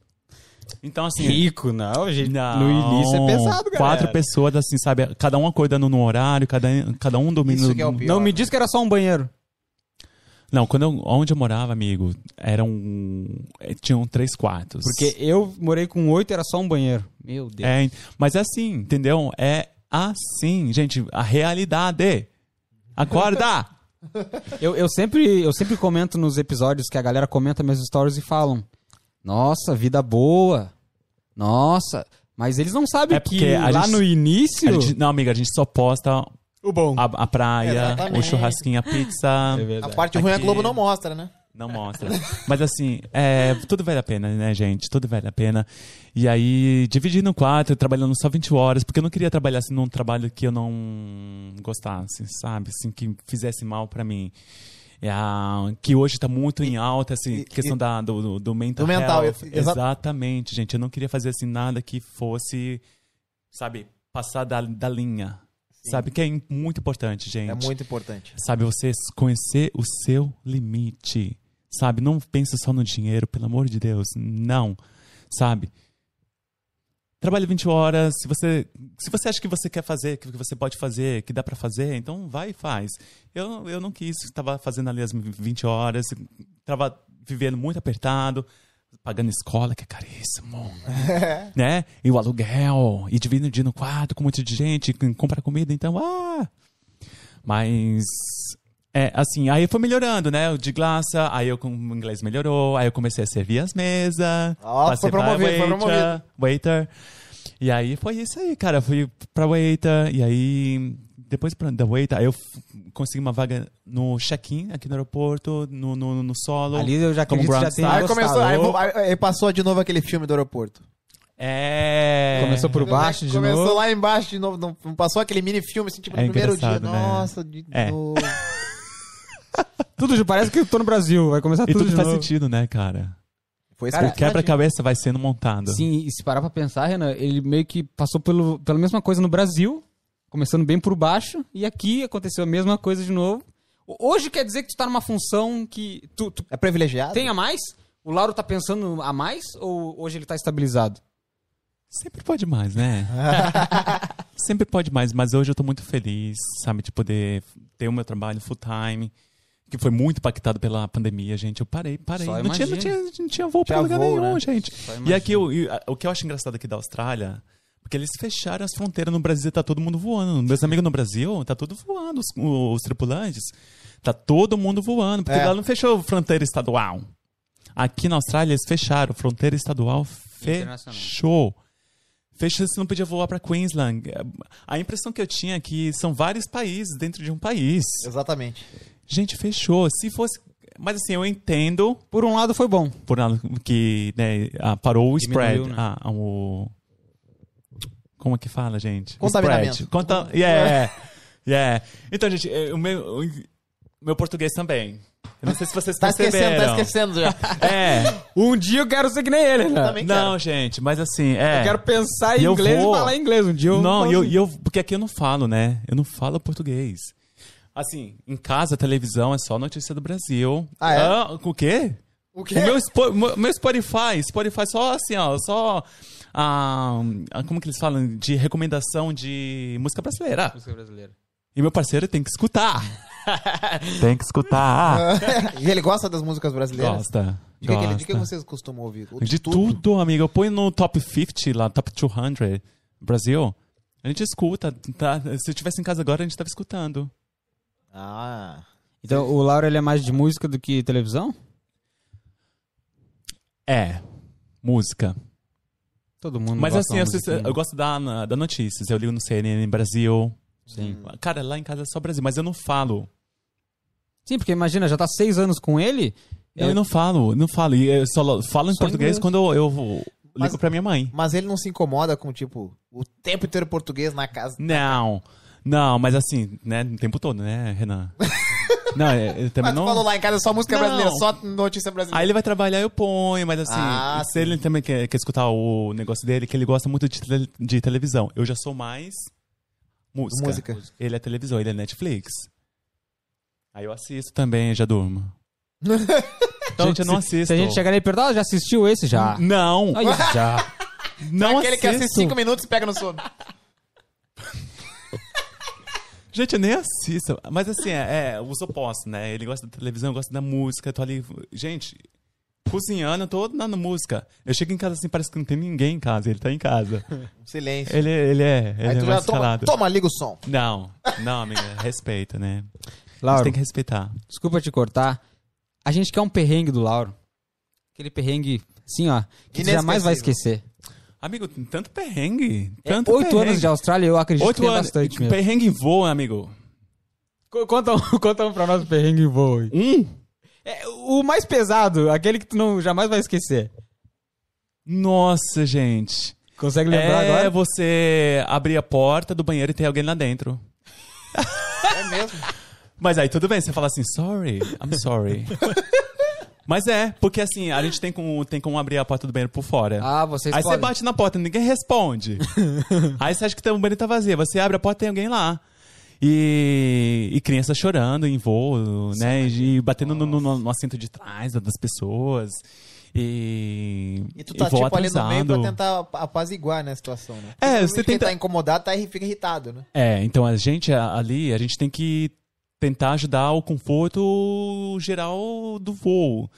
Então assim,
rico, não, gente.
Não.
No início é pesado, galera.
Quatro pessoas, assim, sabe? Cada um acordando no horário, cada, cada um dormindo.
Isso que é o
no-
pior.
Não me diz que era só um banheiro.
Não, quando eu, onde eu morava, amigo, eram. eh, Tinham três quartos.
Porque eu morei com oito era só um banheiro. Meu Deus.
É, mas é assim, entendeu? É assim, gente, a realidade.
(laughs)
Acorda!
Eu, eu, sempre, eu sempre comento nos episódios que a galera comenta meus stories e falam: Nossa, vida boa. Nossa. Mas eles não sabem
É porque
que
a
lá
gente-
no
A
início.
gente- não, amiga, a gente só posta
O bom. É,
a, a praia, o
Exatamente.
churrasquinho, a pizza.
A parte ruim é a Globo não mostra, né?
Não mostra. Mas assim, é, tudo vale a pena, né, gente? Tudo vale a pena. E aí, dividindo no quarto, trabalhando só 20 horas, porque eu não queria trabalhar assim, num trabalho que eu não gostasse, sabe? Assim, que fizesse mal pra mim. É, ah, que hoje tá muito em alta, assim,
e-
questão da, do, do- do mental.
Do mental,
health.
eu- exa-
Exatamente, gente. Eu não queria fazer assim nada que fosse, sabe, passar da, da linha. Sabe? Que é im- muito importante, gente.
É muito importante.
Sabe, você conhecer o seu limite. Sabe, não pensa só no dinheiro, pelo amor de Deus. Não. Sabe? Trabalha 20 horas, se você, se você acha que você quer fazer, que você pode fazer, que dá pra fazer, então vai e faz. Eu, eu não quis, estava fazendo ali as 20 horas, estava vivendo muito apertado, pagando escola, que
(laughs)
é caríssimo né? E o aluguel, e dividindo no quarto com um monte de gente, com- comprar comida, então, ah! Mas, é, assim, aí foi melhorando, né? O De graça, aí eu, com- o inglês melhorou, aí eu comecei a servir as mesas.
Ó,
passei
foi
pra
promovido, foi promovido.
Waiter. E aí foi isso aí, cara. Eu Fui pra waiter, e aí... Depois pra- da waiter, aí eu f- consegui uma vaga no check-in aqui no aeroporto, no, no, no solo.
Ali eu já
como
acredito que já
Brown
tem-
Star.
Aí
Gostava.
começou, aí, vo- aí- aí passou de novo aquele filme do aeroporto.
É...
Começou por baixo de
Começou
novo.
lá embaixo de novo. Não, não passou aquele mini filme, assim, tipo, no
É
primeiro dia.
engraçado, né?
Nossa, de
É.
novo.
Tudo de- parece que eu tô no Brasil. Vai começar
E
tudo,
tudo
de
faz
novo.
sentido, né, cara?
Foi
Cara,
O quebra-cabeça vai sendo montado.
Sim, e se parar pra pensar, Renan, ele meio que passou pelo, pela mesma coisa no Brasil, começando bem por baixo, e aqui aconteceu a mesma coisa de novo. Ho- Hoje quer dizer que tu tá numa função que tu, tu
É privilegiado?
tem a mais? O Lauro tá pensando a mais ou hoje ele tá estabilizado?
Sempre pode
(laughs)
mais, né? Sempre pode mais, mas hoje eu tô muito feliz, sabe, de poder ter o meu trabalho full time, que foi muito impactado pela pandemia, gente. Eu parei, parei.
Só
Não tinha, não,
imagina.
tinha, não tinha voo pra
Tinha
lugar
voo,
nenhum,
né?
gente. E aqui, o, e a- o que eu acho engraçado aqui da Austrália, porque eles fecharam as fronteiras no Brasil, tá todo mundo voando. Meus amigos no Brasil, tá tudo voando, os, os tripulantes. Tá todo mundo voando, porque
É.
lá não fechou fronteira estadual. Aqui na Austrália eles fecharam, fronteira estadual
Internacional.
fechou. Fechou, você não podia voar pra Queensland. A impressão que eu tinha é que são vários países dentro de um país.
Exatamente.
Gente, fechou. Se fosse. Mas assim, eu entendo
Por um lado foi bom.
por nada que né, ah, parou o
Diminuiu,
spread.
né?
ah, ah, o... Como é que fala, gente? O
Contaminamento.
spread. Conta...
(laughs)
Yeah. yeah. Então, gente, eh, o meu, o meu português também. Eu não sei se vocês
Tá esquecendo, tá
perceberam.
esquecendo já.
É.
Um dia eu quero ser que nem ele, Renan.
(laughs) Também
não, gente, mas assim, é.
Eu quero pensar em
E eu
inglês
vou.
e falar inglês. Um dia eu
Não,
falo
e eu,
assim.
e eu- Porque aqui eu não falo, né? Eu não falo português. Assim, em casa, a televisão é só notícia do Brasil.
Ah, é?
o quê?
(laughs) O quê?
O
(laughs)
meu, Spo- mo- meu Spotify, Spotify só assim, ó, só. ah, ah, como que eles falam? De recomendação de música brasileira.
Música brasileira.
E meu parceiro tem que escutar. Tem que
Ah,
escutar.
e ele gosta das músicas brasileiras?
Gosta.
De que, que ele- de que
gosta.
vocês costumam ouvir? Ou
De tudo, amiga. Eu ponho no top 50 lá, top 200 Brasil. A gente escuta, tá? Se eu estivesse em casa agora, a gente tava escutando.
Ah.
Então, o Lauro ele é mais de música do que televisão?
É, música.
Todo mundo
Mas
gosta né?
assim,
de
eu,
uma musiquinha.
assisto- eu gosto da, na- da notícias. Eu ligo no CNN Brasil.
Sim.
Cara, lá em casa é só Brasil, mas eu não falo.
Sim, porque imagina, já tá seis anos com ele.
Eu não falo, não falo. E eu só lo- falo em
Só em
português
inglês.
quando eu, eu vou- ligo
Mas-
pra minha mãe.
Mas ele não se incomoda com, tipo, o tempo inteiro português na casa.
Não, não, mas assim, né, o tempo todo, né, (laughs) Renan? não, é, eu, eu
Mas
também
tu
não...
falou lá em casa é só música
Não.
brasileira, só notícia brasileira.
Aí ele vai trabalhar, eu ponho, mas assim,
Ah,
se ele também quer, quer escutar o negócio dele, que ele gosta muito de, tele- de televisão. Eu já sou mais música.
Música.
Ele é televisão, ele é Netflix. Aí eu assisto também,
(laughs)
já durmo. então, gente, eu não
se-
assisto.
Se a gente chegar ali e perguntar, "Ah, já assistiu esse? Já.
Não,
(laughs) Aí, já.
não
Aquele
assisto.
que assiste cinco minutos e pega no (laughs) sono.
Gente, eu nem assisto. Mas assim, é, é os opostos, né? Ele gosta da televisão, eu gosto da música. Eu tô ali. Gente, cozinhando, eu tô na música. Eu chego em casa assim, parece que não tem ninguém em casa. Ele tá em casa.
Um Silêncio.
Ele, ele é. Ele
Aí
é
tu já
mais
toma,
calado.
toma, liga o
(laughs)
som.
Não, não, amiga. Respeita, né? Você
Lauro,
tem que respeitar.
desculpa te cortar. A gente quer um perrengue do Lauro. Aquele perrengue, assim, ó, que tu jamais vai esquecer.
Amigo, tem tanto perrengue.
É,
Tanto
Oito
perrengue.
anos de Austrália, eu acredito que
Oito
tem
anos.
bastante mesmo.
Perrengue em voo, amigo.
Co- Conta um, (laughs) conta um pra nós o perrengue em voo. aí.
Um?
É, o mais pesado, aquele que tu não, jamais vai esquecer.
Nossa, gente.
Consegue lembrar
é
agora?
você abrir a porta do banheiro e ter alguém lá dentro.
É mesmo?
Mas aí tudo bem, você fala assim, sorry, I'm sorry. (laughs) Mas é, porque assim, a gente tem como, tem como abrir a porta do banheiro por fora.
Ah, vocês
aí você
podem.
bate na porta, ninguém responde.
(laughs)
aí você acha que o banheiro tá vazio, você abre a porta tem alguém lá. E, e criança chorando em voo, né? E, e batendo no, no- no assento de trás das pessoas. E,
E tu tá,
voo
tipo, ali no meio pra
atrasado.
tentar apaziguar, né, a situação, né?
É,
Porque
você
quem
tenta-
tá incomodado, tá, fica irritado, né?
É, então a gente a- ali, a gente tem que tentar ajudar o conforto geral do voo.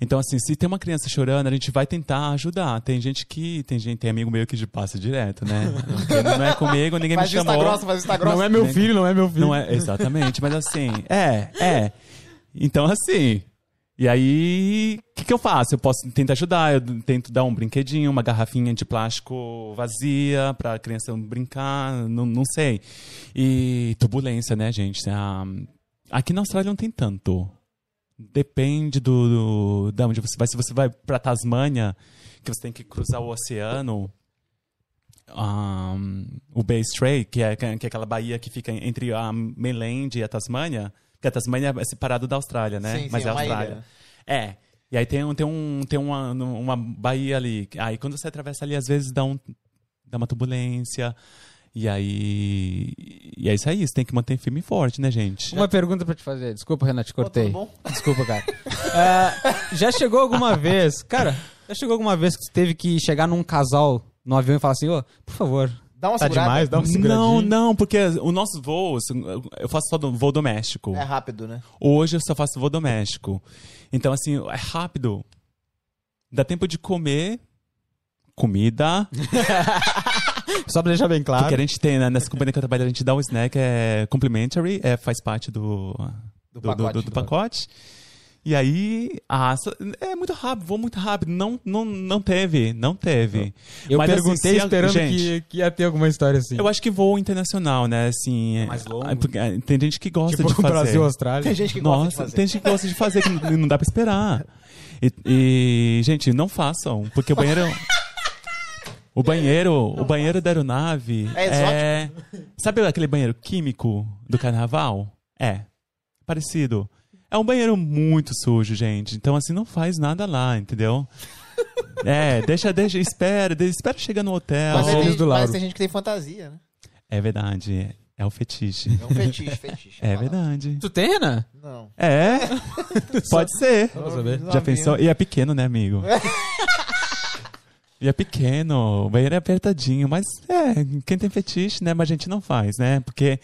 Então assim, se tem uma criança chorando, a gente vai tentar ajudar. Tem gente que tem gente, tem amigo meu que de passa direto, né?
(laughs)
Não é comigo, ninguém
Faz
me
vista
chamou.
grossa, faz vista grossa.
Não é meu filho, não é meu filho.
Não é exatamente, mas (laughs) assim, é, é. Então assim, e aí, o que, que eu faço? Eu posso tentar ajudar, eu tento dar um brinquedinho, uma garrafinha de plástico vazia pra criança brincar, não, não sei. E turbulência, né, gente? Ah, aqui na Austrália não tem tanto. Depende do, do da onde você vai. Se você vai pra Tasmânia, que você tem que cruzar o oceano, ah, o Bay Strait, que é, que é aquela baía que fica entre a Mainland e a Tasmânia, porque a Tasmânia é separada da Austrália, né?
Sim, sim,
Mas
é
é a
uma
Austrália.
ilha.
É. E aí tem, um- tem, um, tem uma, uma baía ali. Aí quando você atravessa ali, às vezes dá, um, dá uma turbulência. E aí. E é isso aí. Você tem que manter firme e forte, né, gente?
Uma pergunta pra te fazer. Desculpa, Renato, te cortei.
tudo tá bom?
Desculpa, cara. (laughs) Ah, já chegou alguma vez, cara, já chegou alguma vez que tu teve que chegar num casal no avião e falar assim, ô, por favor.
Dá uma
tá
segurada.
demais,
um
dá uma
Não,
seguradinha.
não, porque o nosso voo, assim, eu faço só do- voo doméstico.
É rápido, né?
Hoje eu só faço voo doméstico. Então, assim, é rápido. Dá tempo de comer comida.
Só pra deixar bem claro.
Porque a gente tem, né, nessa companhia que eu trabalho, a gente dá um snack, é complimentary, é, faz parte do,
Do
do, do-
pacote,
do-
do
do pacote. E aí, ah, só- é muito rápido, vou muito rápido. Não, não, não teve, não teve.
Eu
Mas, assim,
perguntei
se a-
esperando
gente,
que, que ia ter alguma história assim.
Eu acho que voo internacional, né? Assim, é
mais longo.
é porque, é, Tem gente que gosta
tipo
de fazer.
(laughs) Brasil,
Tem
Austrália.
gente que gosta de
Nossa,
fazer.
tem gente que gosta de fazer, que n- não dá pra esperar. E, e, gente, não façam, porque o banheiro. é um
(laughs)
O banheiro, o banheiro da aeronave
É
é, sabe aquele banheiro químico do carnaval? É. Parecido. É um banheiro muito sujo, gente. Então assim não faz nada
(laughs)
lá, entendeu? É, deixa, deixa, espera, de- espera chegar no hotel.
Mas,
Os
aí
olhos
tem,
do
mas
Lauro.
tem gente que tem fantasia, né?
É verdade, é o fetiche.
É um
(laughs)
fetiche, fetiche.
É verdade.
Tu tem, Renan?
Não.
É. Pode ser.
Pra saber.
Já pensou? E é pequeno, né, amigo? e é pequeno, o banheiro é apertadinho, mas é, quem tem fetiche, né? Mas a gente não faz, né? Porque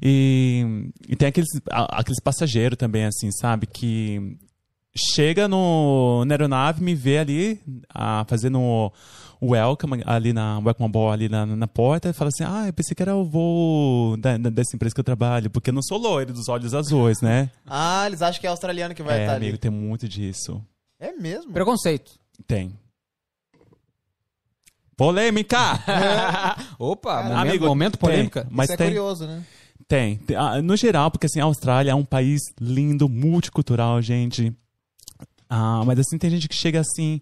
E, e tem aqueles, a- aqueles passageiros também, assim, sabe? Que chega no, na aeronave, me vê ali, ah, fazendo o welcome ali na welcome ball ali na, na porta e fala assim, ah, eu pensei que era o voo da- da- dessa empresa que eu trabalho, porque eu não sou loiro dos olhos azuis, né?
Ah, eles acham que é australiano que vai
é,
estar
amigo,
ali.
tem muito disso.
É mesmo?
(laughs)
Preconceito.
Tem.
(laughs)
Polêmica!
É. Opa, momento,
Amigo,
momento polêmica.
Tem, mas
Isso é
tem,
curioso, né?
Tem. Tem- ah, no geral, porque assim, a Austrália é um país lindo, multicultural, gente. Ah, mas assim, tem gente que chega assim.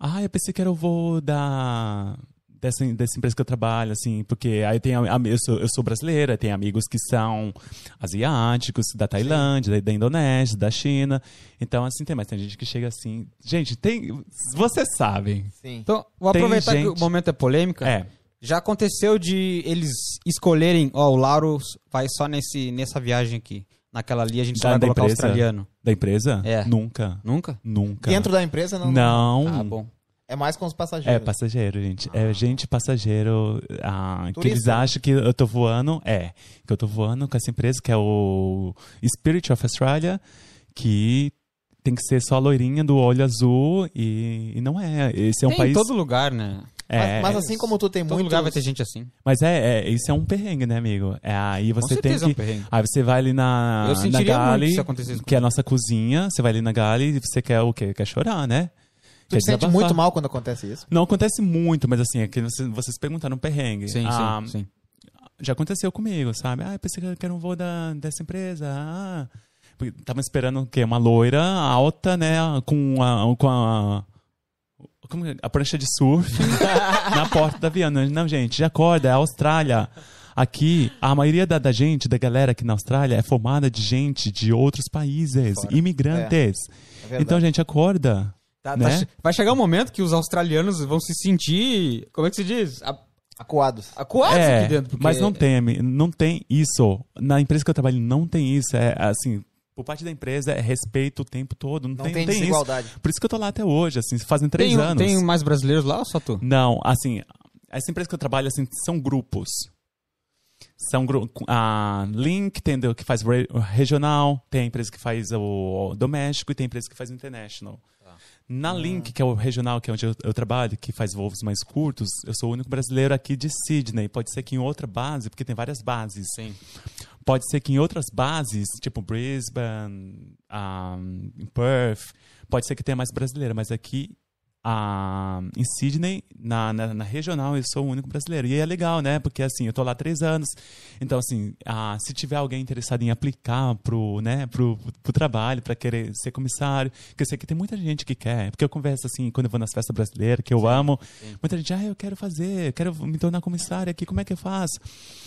Ah, eu pensei que era o voo da. Dessa, dessa empresa que eu trabalho, assim, porque aí tem. am- am- Eu sou, eu sou brasileira, tem amigos que são asiáticos, da Tailândia, da, da Indonésia, da China. Então, assim, tem, mas tem gente que chega assim. Gente, tem. Vocês sabem.
Sim.
Então, vou
Tem
aproveitar que o
gente-
momento é polêmica.
É.
Já aconteceu de eles escolherem, ó, o Lauro vai só nesse, nessa viagem aqui. Naquela ali a gente só
Da-
vai
da
colocar
empresa?
australiano.
Da empresa?
É.
Nunca.
Nunca?
Nunca.
Dentro da empresa não.
Não.
Ah, bom. Ah.
É mais com os
É,
passageiros.
passageiro, gente. É gente passageiro. ah, que
Turista.
eles acham que eu tô voando. É, que eu tô voando com essa empresa que é o Spirit of Australia, que tem que ser só a loirinha do olho azul e, e não é. Esse é um
Tem
país.
em todo lugar, né?
é,
mas, mas assim como tu tem
Todo
muito.
lugar vai ter gente assim.
mas é, é, isso é um perrengue, né, amigo? É, aí você tem
certeza
que.
é um perrengue.
Aí você vai ali na,
Eu
na
sentiria muito
Gali,
se acontecesse
que é a nossa cozinha. Você vai ali na Gali e você quer o quê? Quer chorar, né?
Tu te sente
desabafar.
muito mal quando acontece isso.
Não acontece muito, mas assim, é que vocês, vocês perguntaram um perrengue.
Sim,
Ah,
sim, sim.
Já aconteceu comigo, sabe? Ah, eu pensei que era um voo da, dessa empresa. Ah. Porque Tava esperando o quê? Uma loira alta, né? Com a. Com a como é? a prancha de surf (laughs) na porta da avião. Não, gente, acorda, é a Austrália. Aqui, a maioria da, da gente, da galera aqui na Austrália, é formada de gente de outros países,
Fora.
imigrantes.
É verdade.
então, gente, acorda.
Tá- tá
né?
che- vai chegar um momento que os australianos vão se sentir, como é que se diz? A-
Acuados.
Acuados
É,
aqui dentro. porque-
Mas não tem, ami- não tem isso. Na empresa que eu trabalho não tem isso. É assim, por parte da empresa é respeito o tempo todo. Não,
Não
tem,
tem
tem isso.
desigualdade.
Por isso que eu tô lá até hoje, assim, fazem três
Tem, um,
anos.
tem mais brasileiros lá ou só tu?
Não, assim, essa empresa que eu trabalho, assim, são grupos. São gru a Link, tem do- que faz re- regional, tem a empresa que faz o doméstico e tem a empresa que faz o international. Na Link, que é o regional, que é onde eu, eu trabalho, que faz voos mais curtos, eu sou o único brasileiro aqui de Sydney. Pode ser que em outra base, porque tem várias bases.
Sim.
Pode ser que em outras bases, tipo Brisbane, ahm, em Perth, pode ser que tenha mais brasileiro, mas aqui ah, em Sydney, na, na, na regional, eu sou o único brasileiro. E é legal, né? Porque assim, eu tô lá há três anos. Então, assim, ah, se tiver alguém interessado em aplicar pro, né, pro, pro trabalho, para querer ser comissário, que eu sei que tem muita gente que quer. Porque eu converso assim, quando eu vou nas festas brasileiras, que eu amo, muita gente, ah, eu quero fazer, eu quero me tornar comissário aqui, como é que eu faço?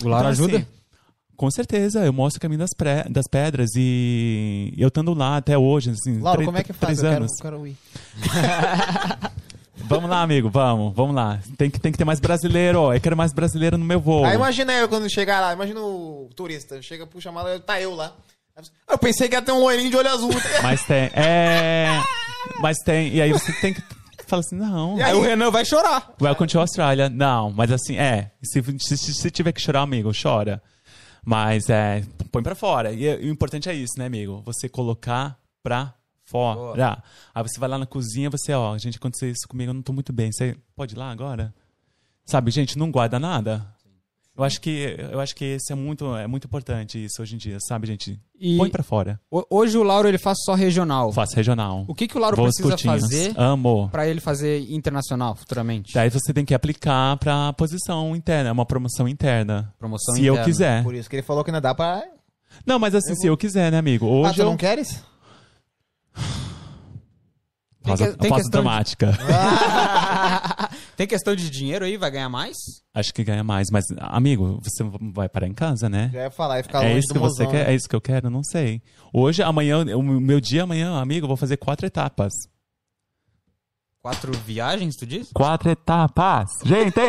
O Lauro
Então,
ajuda?
assim, com certeza, eu mostro o caminho das, pré- das pedras e eu estando lá até hoje, assim,
Lauro,
tre-
como é que faz?
três
Eu quero,
anos.
eu quero ir.
Vamos lá, amigo, vamos, vamos lá. Tem que, tem que ter mais brasileiro, ó. Eu quero mais brasileiro no meu voo.
Aí imagina eu quando chegar lá, imagina o turista. Chega, puxa a mala, tá eu lá. Eu pensei que ia ter um loirinho de olho azul. (laughs)
Mas tem, é... Mas tem, e aí você tem que falar assim, não,
aí?
o Renan vai chorar.
welcome to Australia. Não, mas assim, é, se, se, se tiver que chorar, amigo, chora. Mas é, põe pra fora. E, é- e o importante é isso, né, amigo? Você colocar pra fora. Aí você vai lá na cozinha, você, ó, gente, aconteceu isso comigo, eu não tô muito bem. Você pode ir lá agora? Sabe, gente, não guarda nada. Eu acho que eu acho que esse é muito é muito importante isso hoje em dia, sabe, gente?
E-
Põe pra fora.
Ho- Hoje o Lauro ele faz só regional.
Faça regional.
O que, que o Lauro
Voos
precisa
curtinhos.
fazer
Amo.
pra ele fazer internacional futuramente?
Daí você tem que aplicar pra posição interna, é uma promoção interna.
Promoção
se eu
interna.
quiser.
Por isso que ele falou que não dá pra.
Não, mas assim, se eu quiser, né, amigo?
Ah,
Hoje
tu
eu
não queres?
Tem que-
pausa,
tem questão
pausa
de-
dramática.
(laughs) Tem questão de dinheiro aí, vai ganhar mais?
(laughs) Acho que ganha mais, mas amigo, você vai parar em casa, né?
Já ia falar, ia ficar
É
longe
isso
do
que você
mozão,
quer?
né?
É isso que eu quero? Não sei. Hoje, amanhã, o meu dia amanhã, amigo, eu vou fazer quatro etapas.
Quatro viagens, tu diz?
Quatro etapas! Gente!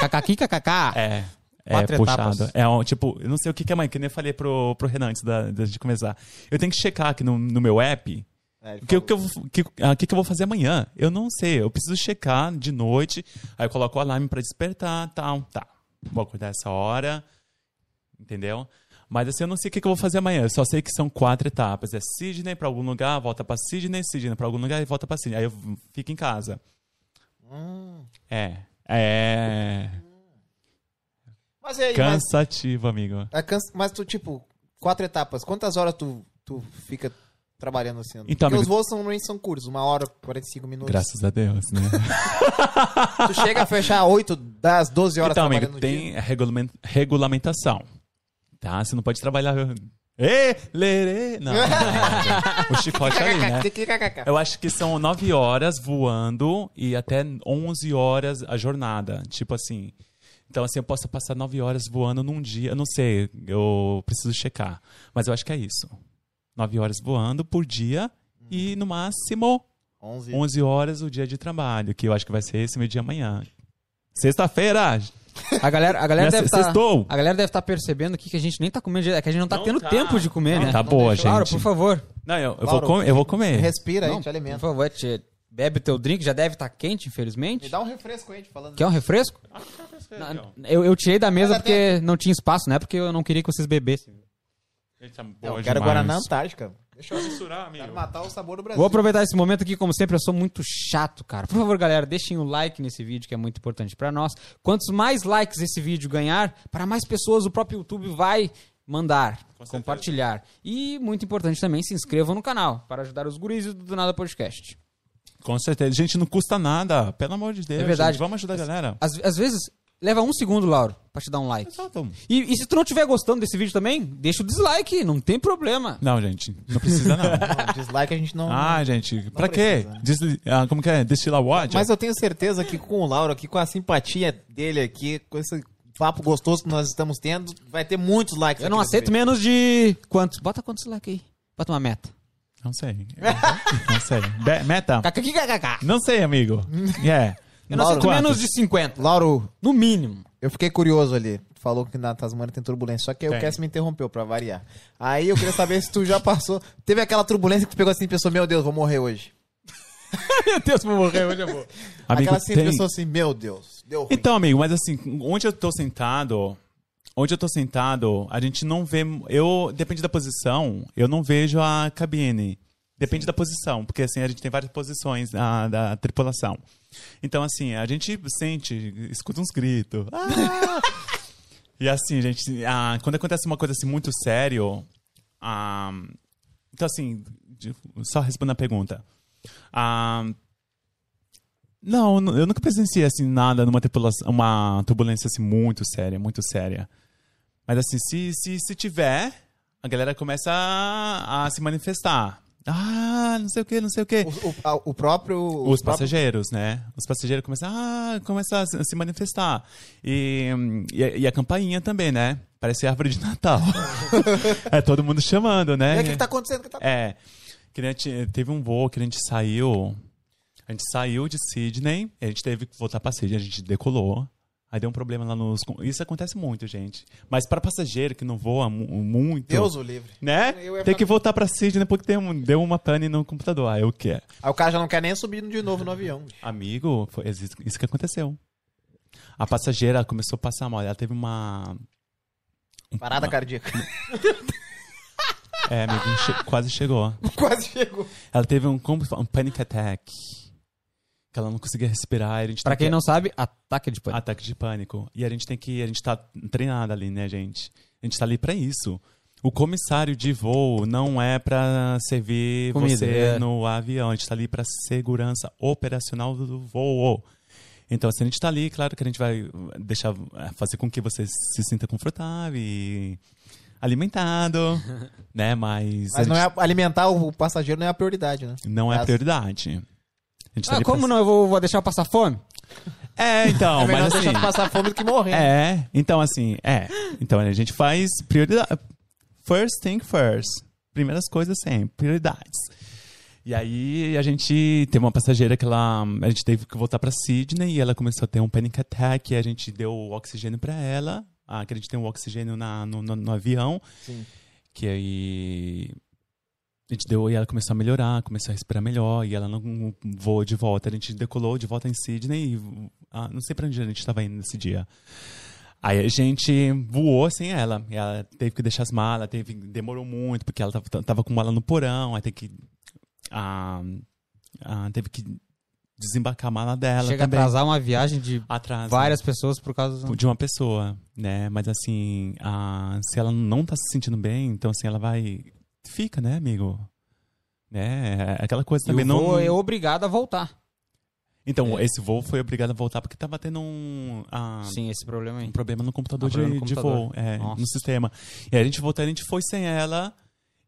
Kkk, kkk.
É. (laughs) É
Quatro
puxado.
etapas.
É um, tipo, eu não sei o que, que é, mãe, que nem eu falei pro, pro Renan antes da, da- de começar. Eu tenho que checar aqui no, no meu app
É, ele
o que, o
falou.
que, eu, vou- que, ah, que, que eu vou fazer amanhã. Eu não sei. Eu preciso checar de noite. Aí eu coloco o alarme pra despertar, tal, tá. Vou acordar essa hora. Entendeu? Mas assim, eu não sei o que que eu vou fazer amanhã. Eu só sei que são quatro etapas. É Sydney pra algum lugar, volta pra Sydney, Sydney pra algum lugar e volta pra Sydney. Aí eu fico em casa. É. É.
Mas e aí, mas,
Cansativo, amigo.
é cansa- mas tu, tipo, quatro etapas, quantas horas tu, tu fica trabalhando assim?
Então,
Porque
amigo-
os voos são- normalmente são curtos, uma hora, 45 minutos.
Graças a Deus, né?
Tu chega a fechar 8 das 12 horas
Então,
trabalhando
amigo,
no
tem
dia.
regulamen- regulamentação. Tá? Você não pode trabalhar. Ê,
(laughs)
lerê. Não. o chicote ali, né?
KKK.
Eu acho que são nove horas voando e até 11 horas a jornada. Tipo assim. Então, assim, eu posso passar nove horas voando num dia. Eu não sei, eu preciso checar. Mas eu acho que é isso. Nove horas voando por dia
Uhum.
e, no máximo,
11.
11 horas o dia de trabalho, que eu acho que vai ser esse meu dia amanhã. Sexta-feira!
A galera, a galera
Minha
deve
se-
estar.
sextou.
A galera deve estar percebendo aqui que a gente nem tá comendo direito. É que a gente não tá
Não
tendo
tá.
tempo de comer, né?
Tá boa, gente.
Claro, por favor.
Não, eu, eu vou
Lauro,
com- eu vou comer.
Respira aí,
Não,
te
Por
alimenta.
favor, te- bebe teu drink, já deve estar quente,
Me
infelizmente.
dá um refresco aí, te falando.
Quer um refresco?
Ah, tá
Não, eu, eu tirei da mesa
Mas
porque não tinha espaço, né? Porque eu não queria que vocês bebessem.
Não, eu quero Guaraná Antártica. Deixa eu
misturar,
quero matar o sabor do Brasil.
Vou aproveitar esse momento aqui, como sempre, eu sou muito chato, cara. Por favor, galera, deixem o like nesse vídeo, que é muito importante pra nós. Quantos mais likes esse vídeo ganhar, para mais pessoas o próprio YouTube vai mandar,
certeza.
compartilhar. E, muito importante também, se inscrevam no canal, para ajudar os guris do Do Nada Podcast.
Com certeza. Gente, não custa nada. Pelo amor de Deus.
É verdade.
gente. Vamos ajudar a galera.
Às, às vezes, leva um segundo, Lauro, pra te dar um like.
Exato.
E, e se tu não estiver gostando desse vídeo também, deixa o dislike, não tem problema.
Não, gente. Não precisa, não.
Não, dislike a gente não.
ah, gente. Pra quê?
precisa, né?
Desli- ah, como que é? Destilar o ódio?
Mas eu tenho certeza que com o Lauro aqui, com a simpatia dele aqui, com esse papo gostoso que nós estamos tendo, vai ter muitos likes.
Eu não aceito menos de quantos? Bota quantos likes aí. Bota uma meta.
Não sei. não sei.
(laughs)
Be- meta?
KKKKK.
Não sei, amigo. Yeah.
Eu não aceito
Quantos?
menos de 50.
Lauro,
No mínimo.
eu fiquei curioso ali. Tu falou que na Tasmania tem turbulência, só que o
Tem.
Cass me interrompeu pra variar. Aí eu queria saber se tu já passou. Teve aquela turbulência que tu pegou assim e pensou, meu Deus, vou morrer (laughs) hoje.
Meu Deus, vou morrer hoje, eu vou.
Amigo,
aquela assim,
tem-
pensou assim, meu Deus, deu ruim.
Então, amigo, mas assim, onde eu tô sentado, onde eu tô sentado, a gente não vê. Eu, depende da posição, eu não vejo a cabine. Depende da posição, porque assim, a gente tem várias posições na, da tripulação. Então, assim, a gente sente, escuta uns gritos. Ah! e assim, gente, ah, quando acontece uma coisa assim muito sério, ah, então assim, de- só respondendo a pergunta. Ah, não, n- eu nunca presenciei assim nada numa tripulação, uma turbulência assim muito séria, muito séria. Mas assim, se, se, se tiver, a galera começa a, a se manifestar. Ah, não sei o que, não sei o que.
O, o- a- o próprio.
Os
o próprio-
passageiros, né? Os passageiros começam, ah, começam a se- a se manifestar. E, hum, e, a- e a campainha também, né? Parece árvore
(laughs)
de Natal. é todo mundo chamando,
E
né?
aí, O que, que tá acontecendo? O que tá-
É. Que nem a gente- teve um voo que a gente saiu. A gente saiu de Sydney, a gente teve que voltar pra Sydney, a gente decolou. Aí deu um problema lá nos. Isso acontece muito, gente. Mas para passageiro que não voa mu- muito.
Deus o livre.
Né?
Eu ia
Tem que voltar pra Sydney porque tem um- deu uma pane no computador. Aí o quê?
Aí o cara já não quer nem subir de novo no avião.
Amigo, foi isso isso que aconteceu. A passageira começou a passar mal. Ela teve uma.
Parada cardíaca.
É, amigo, che- quase chegou.
(laughs) Quase chegou.
Ela teve um, como fala? um panic attack. Que ela não conseguia respirar. e A gente
Pra
tem
quem
que-
não sabe, ataque de pânico.
Ataque de pânico. E a gente tem que. A gente tá treinado ali, né, gente? A gente tá ali pra isso. O comissário de voo não é pra servir
Comida,
você
é.
no avião. A gente tá ali pra segurança operacional do voo. Então, se a gente tá ali, claro que a gente vai deixar eh, fazer com que você se sinta confortável e alimentado, né? Mas, a
Mas não
gente-
é a- alimentar o o passageiro não é a prioridade, né?
não é a
Mas-
prioridade. A gente tá
Ah,
ali pra-
como não? Eu vou, vou deixar eu passar fome?
É, então,
É melhor
mas assim...
deixar de passar fome do que morrer.
É, então assim, é. Então a gente faz prioridade. First thing first. Primeiras coisas sempre, prioridades. E aí a gente teve uma passageira que ela. A gente teve que voltar pra Sydney e ela começou a ter um panic attack. E a gente deu o oxigênio pra ela. Ah, que a gente tem o oxigênio na, no, no- no avião.
Sim.
Que aí. A gente deu e ela começou a melhorar, começou a respirar melhor e ela não voou de volta. A gente decolou de volta em Sydney e. ah, não sei pra onde a gente tava indo nesse dia. Aí a gente voou sem ela. E ela teve que deixar as malas, teve, demorou muito, porque ela tava, tava com mala no porão, aí tem que. ah, ah, teve que desembarcar a mala dela.
Chega a
também.
atrasar uma viagem de
Atrasa.
várias pessoas por causa do...
de uma pessoa, né? Mas assim, ah, se ela não tá se sentindo bem, então assim, ela vai. Fica, né, amigo? Né? É Aquela coisa
E
também
o voo
não.
é obrigado a voltar.
Então, esse voo foi obrigado a voltar porque tava tendo um. ah,
Sim, esse problema
um
aí.
problema no computador,
Ah,
de,
problema no
de
computador.
voo, é,
Nossa.
no sistema. E aí a gente voltou, a gente foi sem ela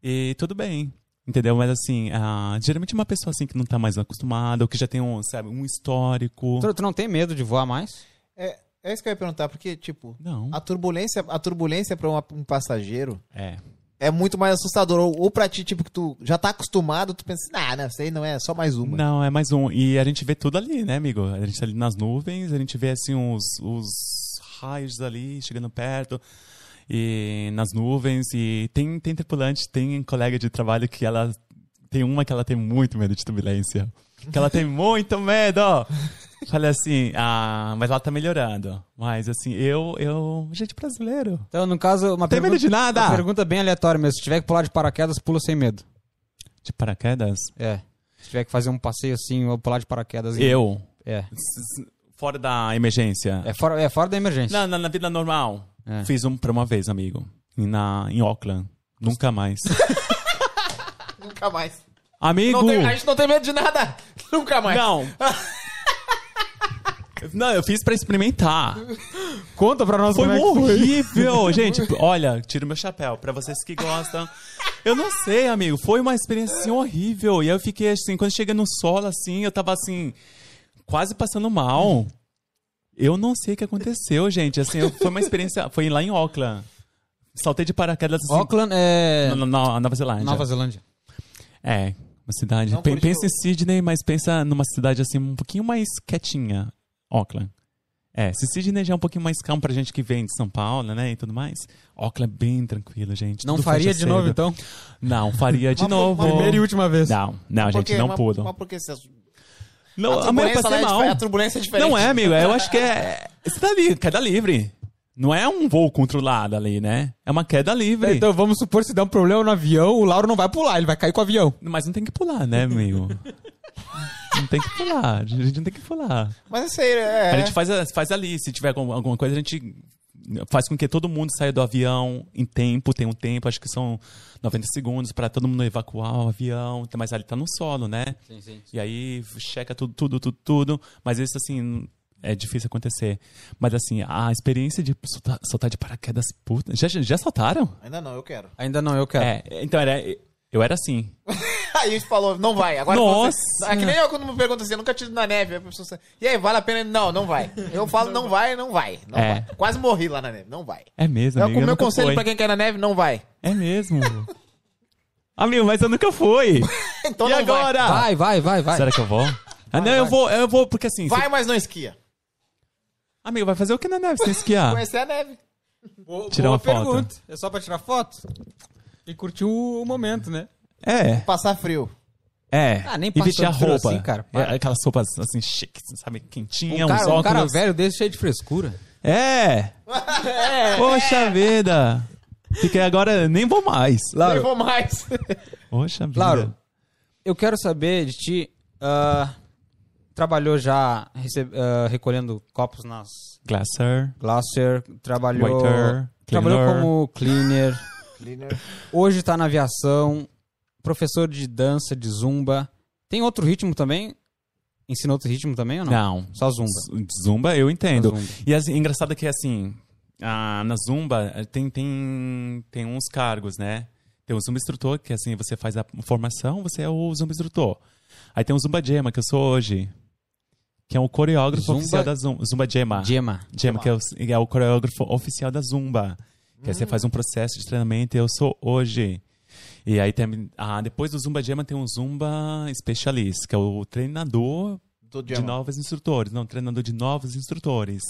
e tudo bem. Entendeu? Mas assim, ah, geralmente uma pessoa assim que não tá mais acostumada, ou que já tem um, sabe, um histórico.
Tu, tu não tem medo de voar mais?
É, é isso que eu ia perguntar, porque, tipo,
Não.
a turbulência, a turbulência pra uma- um passageiro
É.
é muito mais assustador. Ou, ou pra ti, tipo, que tu já tá acostumado, tu pensa, ah, não, isso aí não é só mais uma.
Não, é mais um. E a gente vê tudo ali, né, amigo? A gente tá ali nas nuvens, a gente vê assim os, os raios ali chegando perto. E nas nuvens, e tem, tem tripulante, tem colega de trabalho que ela. Tem uma que ela tem muito medo de turbulência. Que ela tem muito medo! Falei assim, ah, mas ela tá melhorando. Mas assim, eu, eu. Gente, brasileiro.
Então, no caso, uma,
Não tem medo
pergunta,
de
uma
nada!
pergunta bem aleatória mesmo. Se tiver que pular de paraquedas, pula sem medo.
De paraquedas?
É. Se tiver que fazer um passeio assim, ou pular de paraquedas.
Eu.
É.
s- s- Fora da emergência.
É fora, é fora da emergência.
Na, na, na vida normal.
É.
Fiz um pra uma vez, amigo. E Na, em Auckland.
(laughs)
Nunca mais.
Nunca mais.
amigo!
Não tem- a gente não tem medo de nada. (laughs) Nunca
(laughs)
mais.
Não. Não, eu fiz pra experimentar.
Conta pra nós
Foi
como é que
horrível. Gente, olha, tiro meu chapéu. Pra vocês que gostam. Eu não sei, amigo. Foi uma experiência assim, horrível. E aí eu fiquei assim, quando chega no solo, assim, eu tava assim, quase passando mal. Eu não sei o que aconteceu, gente. Assim, eu- foi uma experiência. Foi lá em Auckland. Saltei de paraquedas assim,
Auckland é
Na, na- Nova Zelândia.
Nova Zelândia.
É, uma cidade.
Não,
Pe-
por isso
pensa em Sydney, mas pensa numa cidade assim um pouquinho mais quietinha. Auckland. É, se Sydney já é um pouquinho mais calmo pra gente que vem de São Paulo, né, e tudo mais. Auckland é bem tranquilo, gente.
Não
Tudo
faria de
fecha
novo,
cedo.
então?
Não, faria de
Mas por-
novo.
mas
Primeira e última vez. Um
Não, não,
Por
gente,
quê?
não
mas,
pudo.
Mas por que você...
Não,
a,
a mulher
turbulência, ela
passei
né,
é
mal.
difer- a turbulência é diferente.
Não é, amigo. Eu acho que é. Você tá ali, queda livre. Não é um voo controlado ali, né? É uma queda livre.
Então vamos supor se dá um problema no avião, o Lauro não vai pular, ele vai cair com o avião.
Mas não tem que pular, né, amigo? não tem que pular. A gente não tem que pular.
Mas isso aí é...
A gente faz, a- faz ali. Se tiver algum- alguma coisa, a gente faz com que todo mundo saia do avião em tempo. Tem um tempo, acho que são 90 segundos para todo mundo evacuar o avião. Mas ali tá no solo, né?
Sim, sim.
E aí checa tudo, tudo, tudo, tudo. Mas isso, assim, é difícil acontecer. Mas, assim, a experiência de soltar, soltar de paraquedas, puta. Já, já- já soltaram?
Ainda não, eu quero.
Ainda não, eu quero.
É, então era. Eu era assim.
(laughs) Aí a gente falou, não vai. Agora
Nossa.
Você... É que nem eu quando me perguntam assim, eu nunca tive na neve. A pessoa fala, e aí, vale a pena? Não, não vai. Eu falo, não vai, não vai. Não
É.
vai. Quase morri lá na neve, não vai.
É mesmo,
É
amigo.
o
eu
meu
nunca
conselho
fui.
pra quem quer na neve, não vai. (laughs)
É mesmo. amigo, mas eu nunca fui.
Então
e
não
agora?
Vai, vai, vai, vai.
Tá. Será que eu vou? Ah, não, eu
vai.
vou, eu vou, porque assim.
vai.
se-
Vai, mas não esquia.
Amigo, vai fazer o que na neve sem esquiar?
Conhecer a neve.
Tirar uma foto.
É só pra tirar foto? E curtir o o momento, né?
É,
Passar frio.
é.
Ah, nem
e
passou
vestir a
frio
roupa.
assim, cara.
É, aquelas roupas assim, chiques, sabe? Quentinha,
Um
uns
cara, um
óculos.
cara velho desse cheio de frescura. (laughs)
É!
É.
Poxa vida! Fiquei agora, nem vou mais.
Eu vou mais.
Poxa vida.
Lauro, eu quero saber de ti. ah, trabalhou já rece- ah, recolhendo copos nas
Glasser.
Glasser, trabalhou.
Waiter,
trabalhou
cleaner.
como cleaner.
Cleaner.
Hoje tá na aviação, professor de dança, de zumba. Tem outro ritmo também? Ensina outro ritmo também ou não?
Não.
Só zumba.
Zumba. Zumba, eu entendo.
Zumba.
E assim, engraçado que assim, ah, na Zumba eh, tem, tem, tem uns cargos, né? Tem o Zumba Instrutor, que assim, você faz a formação, você é o Zumba Instrutor. Aí tem o Zumba Gema, que eu sou hoje, que é o coreógrafo
Zumba-
oficial da Zumba. Zumba Gema.
Gemma.
Gema, que é o, é o coreógrafo oficial da Zumba. Que aí
Hum.
você faz um processo de treinamento, eu sou hoje. E aí tem, ah, depois do Zumba Gema tem um Zumba Specialist, que é o treinador
Do
de novos instrutores. Não, treinador de novos instrutores.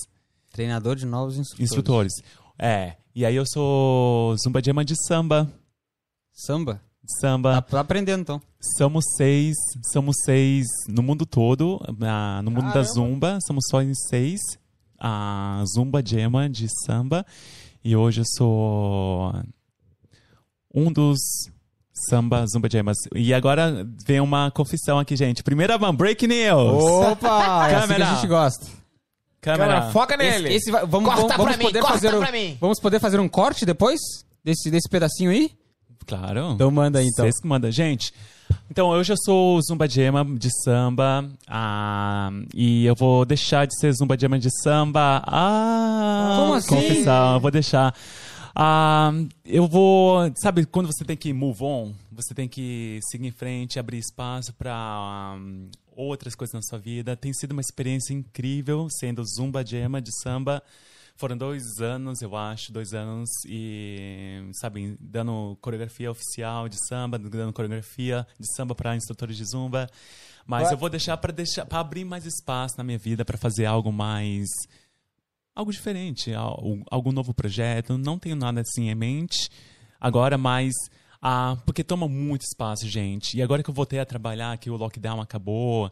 Treinador de novos instrutores.
Instrutores. É. E aí eu sou Zumba Jema de samba.
Samba?
De
Tá,
Samba.
tá aprendendo então.
Somos seis. Somos seis no mundo todo. na- no mundo da Zumba. Somos só em seis. a Zumba Gema de samba. E hoje eu sou um dos samba Zumba Gemas. E agora vem uma confissão aqui, gente. Primeira mão, break news.
Opa, é assim que
Câmera.
a gente gosta.
Câmera.
Cara, foca
Esse,
nele.
esse vai- vamos,
Corta
vamos-
pra
vamos
mim,
poder
corta
fazer um,
pra mim.
Vamos poder fazer um corte depois? Desse, desse pedacinho aí?
Claro.
Então manda aí, então.
Vocês que mandam. Gente, então hoje eu sou o Zumba Gema de samba. ah, e eu vou deixar de ser Zumba Gema de samba. Ah,
Como assim?
Confissão, eu vou deixar. Ah, eu vou. Sabe quando você tem que move on? Você tem que seguir em frente, abrir espaço pra ah, outras coisas na sua vida. Tem sido uma experiência incrível sendo Zumba Gema de samba. Foram dois anos, eu acho, dois anos, e, sabe, dando coreografia oficial de samba, dando coreografia de samba para instrutores de zumba. Mas eu vou deixar para deixar, pra abrir mais espaço na minha vida, para fazer algo mais. algo diferente, al- um, algum novo projeto. Não tenho nada assim em mente agora, mas. Ah, porque toma muito espaço, gente. E agora que eu voltei a trabalhar, que o lockdown acabou,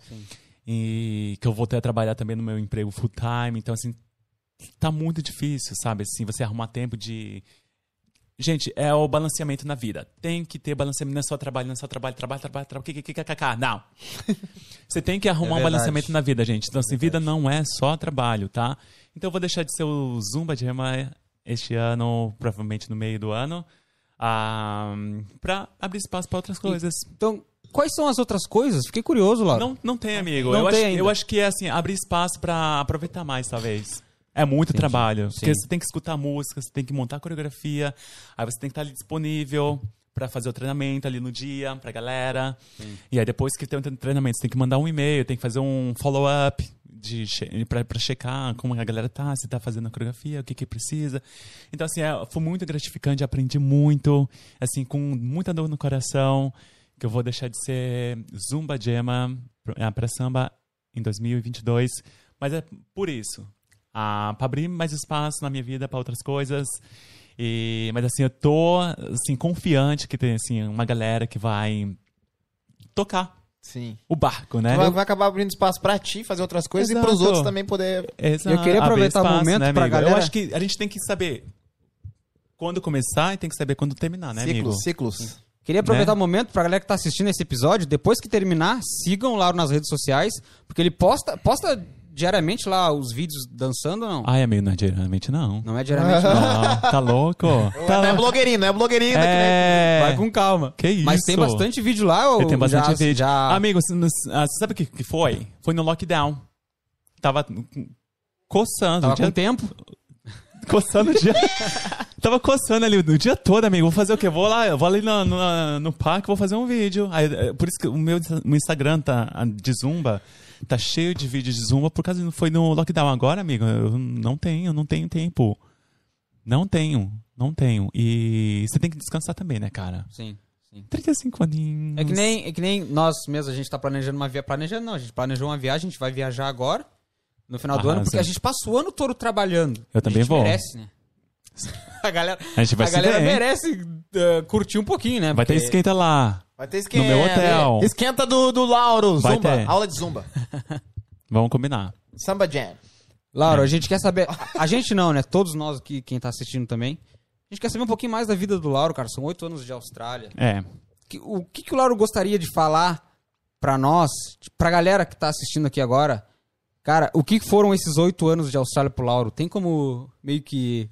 e que eu voltei a trabalhar também no meu emprego full time, então, assim, tá muito difícil, sabe? Assim, você arrumar tempo de. Gente, é o balanceamento na vida. Tem que ter balanceamento. Não é só trabalho, não é só trabalho, trabalho, trabalho, trabalho. que- que- que- que- que- Não. Você tem que arrumar um
verdade.
balanceamento na vida, gente. Então, assim, vida não é só trabalho, tá? Então, eu vou deixar de ser o Zumba de Rema este ano, provavelmente no meio do ano, ah, pra abrir espaço pra outras coisas.
Então, quais são as outras coisas? Fiquei curioso, Laura.
Não, não tem, amigo.
Não
eu,
tem
acho,
ainda.
eu acho que é assim, abrir espaço pra aproveitar mais, talvez. É muito trabalho. Porque
Sim.
você tem que escutar música, você tem que montar coreografia, aí você tem que estar ali disponível pra fazer o treinamento ali no dia, pra galera. E aí depois que tem o treinamento, você tem que mandar um e-mail, tem que fazer um follow-up de che- pra, pra checar como a galera tá, se tá fazendo a coreografia, o que que precisa. Então, assim, é, foi muito gratificante, aprendi muito, assim, com muita dor no coração, que eu vou deixar de ser Zumba Gema pra, pra samba em 2022. Mas é por isso. Ah, pra abrir mais espaço na minha vida pra outras coisas. E, mas assim, eu tô assim, confiante que tem assim, uma galera que vai tocar
Sim.
o barco, né?
Vai, vai acabar abrindo espaço pra ti fazer outras coisas e pros
Exato.
outros também poder.
Exato.
Eu queria
Abrir né,
aproveitar o momento pra
amigo?
galera-
Eu acho que a gente tem que saber quando começar e tem que saber quando terminar, né, amigo?
ciclos, ciclos.
Queria aproveitar
Né?
o momento pra galera que tá assistindo esse episódio, depois que terminar, sigam o Lauro nas redes sociais, porque ele posta, posta diariamente lá os vídeos dançando ou não?
Ai, amigo, não é diariamente
(laughs)
não.
Não é diariamente, não.
Não, tá louco? tá
Não é
louco.
blogueirinho, não é blogueirinho. daqui, né?
(laughs) É...
Vai com calma.
Que isso?
Mas tem bastante vídeo lá, eu
Eu tenho bastante
Oh, já,
vídeo.
já-
Amigo, você não- ah, você sabe o que, que foi? Foi no lockdown. Tava coçando.
tava
o dia
com tempo.
(laughs) coçando o dia. Tava coçando ali o dia todo, amigo. Vou fazer o quê? Vou lá, eu vou ali no, no, no parque, vou fazer um vídeo. Aí, eh, por isso que o meu Insta- o Instagram tá ah, de zumba. Tá cheio de vídeos de zumba. Por causa que não foi no lockdown agora, amigo. Eu não tenho, não tenho tempo. Não tenho, não tenho. E você tem que descansar também, né, cara?
Sim, sim.
35 aninhos.
É que, nem, é que nem nós mesmo, a gente tá planejando uma viagem. Planejando não, a gente planejou uma viagem, a gente vai viajar agora, no final do
Arrasa.
ano, porque a gente passa o ano todo trabalhando.
Ah, Eu também
a gente
vou.
merece,
(laughs)
né? A galera,
A gente vai
a
se
galera
ver, hein?
merece eh, curtir um pouquinho, né?
Vai ter
Porque-
esquenta lá.
Vai ter esquenta. é,
No meu hotel.
Esquenta do, do Lauro,
Vai
Zumba.
ter.
Aula de Zumba.
Vamos combinar.
Samba Jam.
Laura,
É.
a gente quer saber. A gente não, né? Todos nós aqui, quem tá assistindo também. A gente quer saber um pouquinho mais da vida do Lauro, cara. São oito anos de Austrália.
É.
Que- O que, que o Lauro gostaria de falar pra nós, pra galera que tá assistindo aqui agora? Cara, o que foram esses oito anos de Austrália pro Lauro? Tem como meio que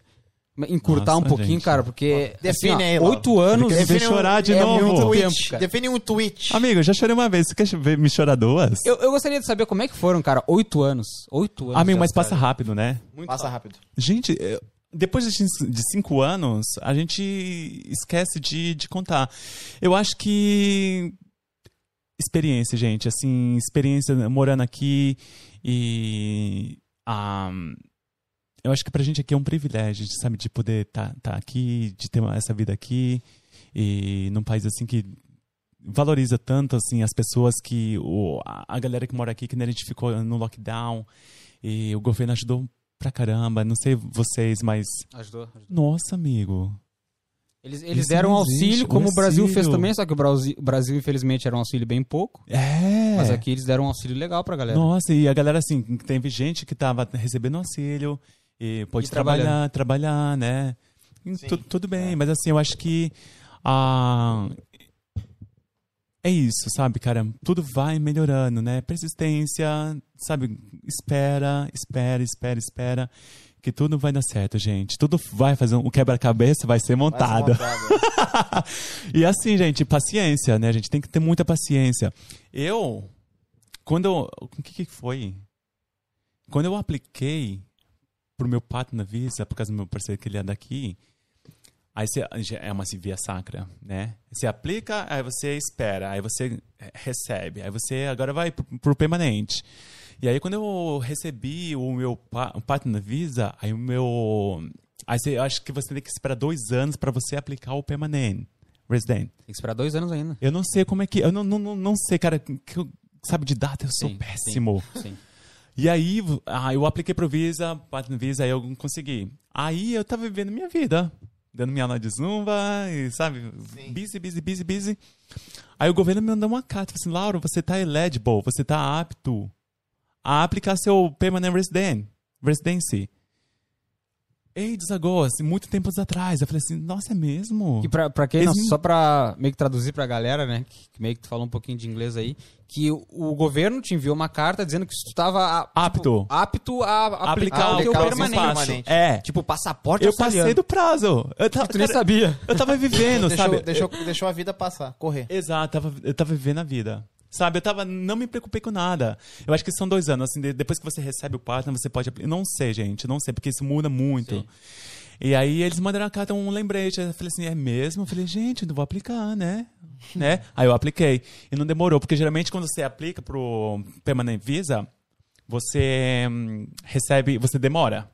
encurtar
Nossa,
um pouquinho,
gente.
cara? Porque
Define
assim, ó,
aí, Lauro.
oito anos.
Ele quer me
um-
ver chorar de
é
novo.
muito
Twitch.
tempo, cara.
Define um tweet.
Amigo, eu já chorei uma vez. Você quer ver me chorar duas?
Eu, eu gostaria de saber como é que foram, cara, oito anos. Oito anos.
Amigo,
de
mas passa
Austrália.
rápido, né?
Muito
Passa
rápido.
rápido.
Gente, eu- depois de cin- de cinco anos, a gente esquece de, de contar. Eu acho que. Experiência, gente. Assim, experiência morando aqui e. ah, eu acho que pra gente aqui é um privilégio, sabe? De poder estar aqui, de ter uma- essa vida aqui. E num país assim que valoriza tanto assim as pessoas que o, a a galera que mora aqui que nem a gente ficou no lockdown e o governo ajudou pra caramba não sei vocês mas
Ajudou, ajudou.
nossa amigo
Eles, eles deram
não existe,
auxílio, como o Brasil fez
auxílio.
também, só que o Brasil, Brasil, infelizmente, era um auxílio bem pouco.
É.
Mas aqui eles deram um auxílio legal pra galera.
Nossa, e a galera, assim, teve gente que tava recebendo auxílio e pôde
E
trabalhar,
trabalhando. É.
trabalhar, né? E
Sim.
tu- tudo bem, mas assim, eu acho que. ah, é isso, sabe, cara? Tudo vai melhorando, né? Persistência, sabe? Espera, espera, espera, espera. Que tudo vai dar certo, gente. Tudo vai fazer. um- O quebra-cabeça vai
Mas é
ser
montado,
montado. (laughs)
é.
E assim, gente, paciência, né? A gente tem que ter muita paciência. Eu, quando eu. O que, que foi? Quando eu apliquei pro meu pato na Visa, por causa do meu parceiro que ele é daqui, aí você. já É uma via sacra, né? Você aplica, aí você espera, aí você recebe, aí você agora vai pro, pro permanente. E aí quando eu recebi o meu pa- o pato na Visa, aí o meu. Aí você, eu acho que você tem que esperar dois anos para você aplicar o permanente. Resident.
Tem que esperar dois anos ainda.
Eu não sei como é que. Eu não, não, não, não sei, cara. que eu- sabe, de data eu sou
Sim,
péssimo.
Sim.
E aí, v- ah, eu apliquei pro Visa, Platinum Visa, aí eu consegui. Aí eu tava vivendo minha vida. Dando minha aula de zumba, e sabe? Busy, busy, busy, busy. Aí o governo me mandou uma carta, falou assim, Lauro, você tá eligible, você tá apto a aplicar seu permanent resident, residency. Ei, desagou, assim, muito tempos atrás. Eu falei assim, nossa, é mesmo?
E pra, pra quem não,
Eles-
só pra meio que traduzir pra galera, né? Que, que meio que tu falou um pouquinho de inglês aí, que o, o governo te enviou uma carta dizendo que tu tava a- tipo,
Apto.
apto a aplicar,
aplicar,
o teu
aplicar o
permanente.
espaço.
permanente. É.
Tipo, passaporte
Eu
australiano.
passei do prazo. Eu tava,
Tu nem
cara,
sabia.
eu (laughs) tava vivendo, sabe?
Deixou, deixou, deixou a vida passar, correr.
Exato, tava- eu tava vivendo a vida. Sabe, eu tava, não me preocupei com nada. Eu acho que são dois anos, assim, de- depois que você recebe o partner, você pode apli- Não sei, gente, não sei, porque isso muda muito. E aí eles mandaram a carta, um lembrete. Eu falei assim, é mesmo? Eu falei, gente, eu vou aplicar, (laughs) né? né? Aí eu apliquei. E não demorou, porque geralmente quando você aplica pro Permanent Visa, você hum, recebe, você demora.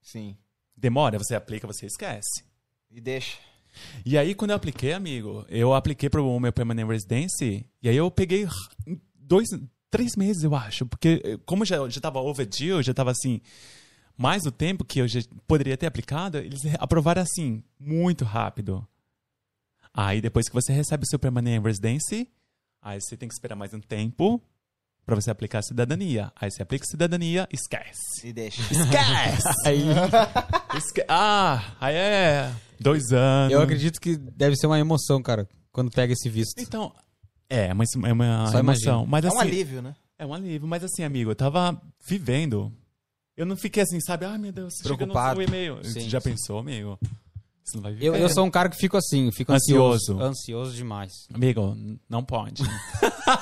Sim.
Demora, você aplica, você esquece.
E deixa.
E aí, quando eu apliquei, amigo, eu apliquei pro meu Permanent Residency, e aí eu peguei r- dois, três meses, eu acho, porque eh, como já, já tava overdue, já tava assim, mais do tempo que eu já poderia ter aplicado, eles re- aprovaram assim, muito rápido. Aí, depois que você recebe o seu Permanent Residency, aí você tem que esperar mais um tempo pra você aplicar a cidadania. Aí você aplica a cidadania, esquece.
E (laughs) deixa.
Esquece! aí, esque ah, aí é... Dois
(laughs)
anos.
Eu acredito que deve ser uma emoção, cara, quando pega esse visto.
Então, é, mas é uma
Só
emoção. Mas,
É
assim,
um alívio, né?
É um alívio. Mas assim, amigo, eu tava vivendo. Eu não fiquei assim, sabe? Ah, meu Deus, chega no
Preocupado.
seu e-mail.
Sim,
Você já
sim.
pensou, amigo? Você não vai viver.
Eu, eu sou um cara que fico assim, fico ansioso.
Ansioso.
Ansioso, demais.
Amigo, não pode. (laughs)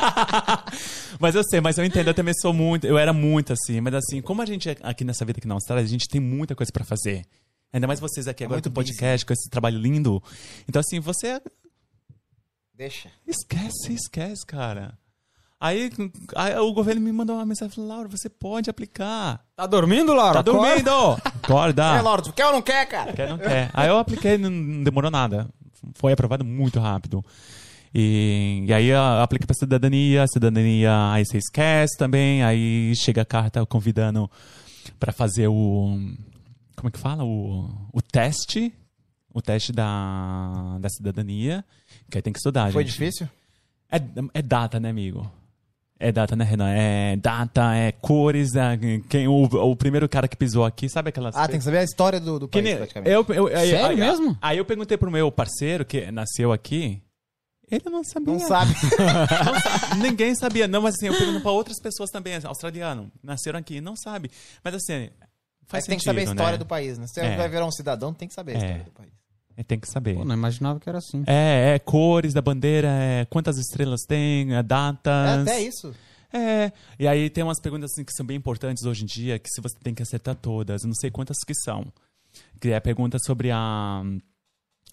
mas eu sei, mas eu entendo, eu também sou muito, eu era muito assim, mas assim, como a gente é aqui nessa vida aqui na Austrália, a gente tem muita coisa pra fazer. Ainda mais vocês
É
aqui agora
muito
com o podcast, com esse trabalho lindo. Então assim, você
Deixa.
Esquece, esquece, cara. Aí, aí o governo me mandou uma mensagem falou, Laura, você pode aplicar.
Tá dormindo, Laura?
Tá dormindo?
(laughs) É,
Acorda.
Lauro, tu quer ou não quer, cara?
Ah. Quer, não quer. Aí eu apliquei, não- não demorou nada. Foi aprovado muito rápido. E, e aí a- aplica pra cidadania, cidadania aí você esquece também, aí chega a carta convidando pra fazer o... Como é que fala? O, o teste. O teste da, da cidadania. Que aí tem que estudar,
Foi
gente.
difícil?
É, é data, né, amigo? É data, né, Renan? É data, é cores, é quem, o, o primeiro cara que pisou aqui, sabe aquelas...
Ah, tem que saber a história do, do
que
país,
nem,
praticamente.
eu, eu, aí,
Sério
aí-
mesmo?
Aí eu perguntei pro meu parceiro, que nasceu aqui, ele não sabia.
Não sabe.
Não sa- (laughs) Ninguém sabia, não, mas assim, eu pergunto pra outras pessoas também, australiano, nasceram aqui, não sabe. Mas
Mas
assim, faz
tem É que
sentido,
saber a história
né?
do país, né? Se você
É.
vai virar um cidadão, tem que saber a história
É.
do país.
É, Tem que saber.
Pô, tá? não imaginava que era assim.
É, é cores da bandeira, é quantas estrelas tem, é
É
datas.
até isso.
É, e aí tem umas perguntas assim, que são bem importantes hoje em dia, que se você tem que acertar todas, eu não sei quantas que são. Que é pergunta sobre a,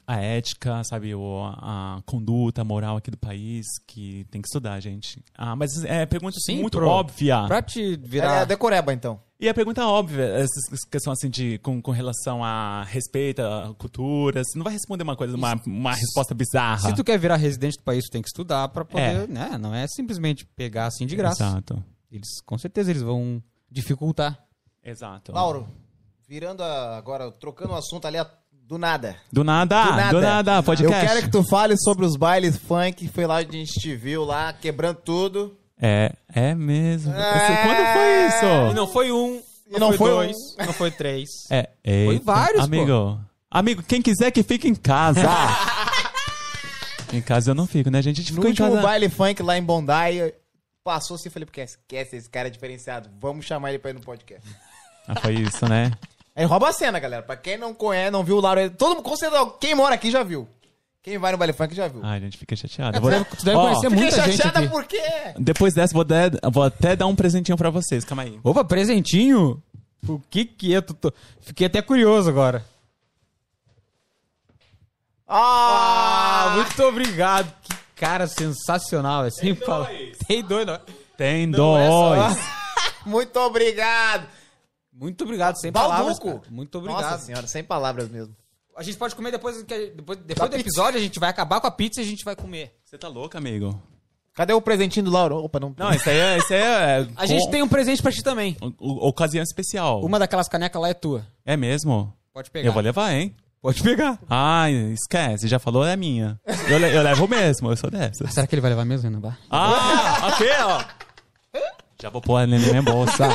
a ética, sabe, o, a conduta moral aqui do país, que tem que estudar, gente. Ah, mas é pergunta
Sim,
muito
pro-
óbvia.
Pra te
É a
virar.
decoreba, então.
E a pergunta óbvia, essa questão assim de com, com relação a respeito, a cultura, você não vai responder uma coisa, uma, uma resposta bizarra.
Se tu quer virar residente do país, tu tem que estudar pra poder, né? Não é simplesmente pegar assim de graça.
Exato.
Eles, com certeza, eles vão dificultar.
Exato.
Lauro, virando a- agora, trocando o assunto ali, a- Do nada.
Do nada, Ah, do nada,
Eu
podcast.
quero que tu fale sobre os bailes funk, foi lá onde a gente te viu lá, quebrando tudo.
É, é mesmo. Esse-
E
Quando foi isso?
não foi um, não,
E não
foi,
foi
dois,
um.
não foi (laughs) três.
É, eita,
vários, pô.
Amigo, amigo, quem quiser que fique
(laughs)
em casa. em casa eu não fico, né, gente? A gente
No
ficou em
último
casa.
baile funk lá em Bondi, passou assim e falei, porque esquece, esse cara é diferenciado, vamos chamar ele pra ir no podcast.
Ah, foi isso, né?
Aí rouba a cena, galera. Pra quem não conhece, não viu o Lauro, ele- todo mundo, com certeza, quem mora aqui já viu. Quem vai no baile funk já viu.
Ai, gente, fica chateado. Eu
Tu
vou- um
deve, tu É, deve
Ó,
conhecer
Fiquei
muita gente
chateada
aqui.
porque...
Depois dessa, vou, dar- vou até dar um presentinho pra vocês. Calma aí.
Opa, presentinho? O que que é? Tu tô- Fiquei até curioso agora.
Ah,
Ah, muito obrigado. Que cara sensacional. É sem falar. Tem dois, não.
Tem
é só-
dois.
Muito obrigado.
Muito obrigado, sem palavras.
Balduco.
cara. Muito obrigado.
Nossa senhora, sem palavras mesmo.
A gente pode comer depois, que- depois, depois do episódio, a gente vai acabar com a pizza e a gente vai comer.
Você tá louco, amigo?
Cadê o presentinho do Lauro? Opa, não.
Não, isso aí é. Isso aí é
A gente tem um presente pra ti também.
o- o- ocasião especial.
Uma daquelas canecas lá é tua.
É mesmo?
Pode pegar.
Eu vou levar, hein?
Pode pegar.
Ai, esquece, já falou, é minha. Eu, le- eu levo mesmo, eu sou dessas.
Ah, Será que ele vai levar mesmo, Renan Bar?
Ah, aqui, ó. Já vou pôr ele na minha bolsa.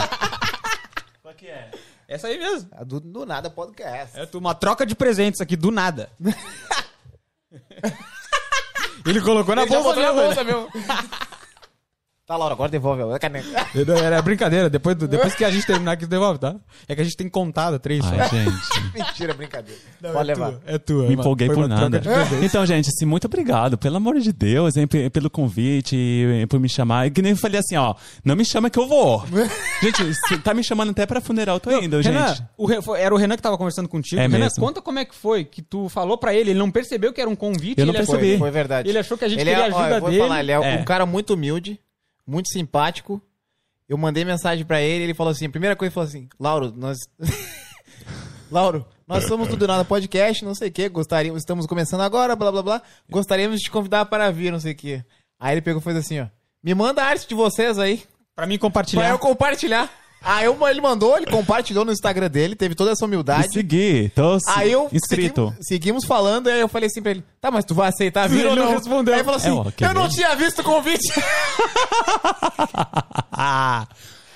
Qual que é?
Essa aí mesmo.
é Do, do nada podcast.
É tu- uma troca de presentes aqui, do (laughs) nada. ele colocou na
Ele já
bolsa
botou na
mesmo.
bolsa
né?
(laughs) Tá, Laura, agora devolve
(laughs)
a caneca.
Era é, brincadeira. (laughs) Depois, do- depois que a gente terminar aqui, tu devolve, tá? É que a gente tem contado três só.
Ai, gente,
(laughs) Mentira, brincadeira.
Não,
Pode
é
levar.
Tua, é tua.
Ah, é me
mano.
empolguei
Foi
por
uma troca (laughs)
nada.
de presentes.
Então, gente, assim, muito obrigado, pelo amor de Deus, hein, pe- pelo convite, eh, por me chamar. E que nem eu falei assim, ó, não me chama que
(laughs)
eu vou. Gente, se tá me chamando até pra funeral, eu tô indo, gente.
Renan, o Re- foi- era o Renan que tava conversando contigo.
É
Renan,
mesmo.
conta como é que foi que tu falou pra ele, ele não percebeu que era um convite.
Eu não
ele achou-
Foi,
percebi.
foi verdade.
Ele achou que a gente
é-
queria
ó,
ajuda
eu vou
dele.
falar, ele é,
É.
um cara muito humilde, muito simpático. Eu mandei mensagem pra ele, ele falou assim, a primeira coisa ele falou assim, Lauro, nós... (laughs) Lauro, nós somos do Do Nada Podcast, não sei o que, gostaríamos, estamos começando agora, blá blá blá, gostaríamos de te convidar para vir, não sei o que. Aí ele pegou e fez assim, ó, me manda a arte de vocês aí,
Pra mim
pra
compartilhar.
eu compartilhar. Aí Ah, eu- ele mandou, ele compartilhou no Instagram dele, teve toda essa
Me
humildade.
segui, tô
Aí eu
inscrito.
Seguimos, seguimos falando, aí eu falei assim pra ele: tá, mas tu vai aceitar vir
Ele
ou
não
não?
respondeu.
Aí ele falou assim:
É, ó, que
eu não
merda.
tinha visto o
(laughs)
convite.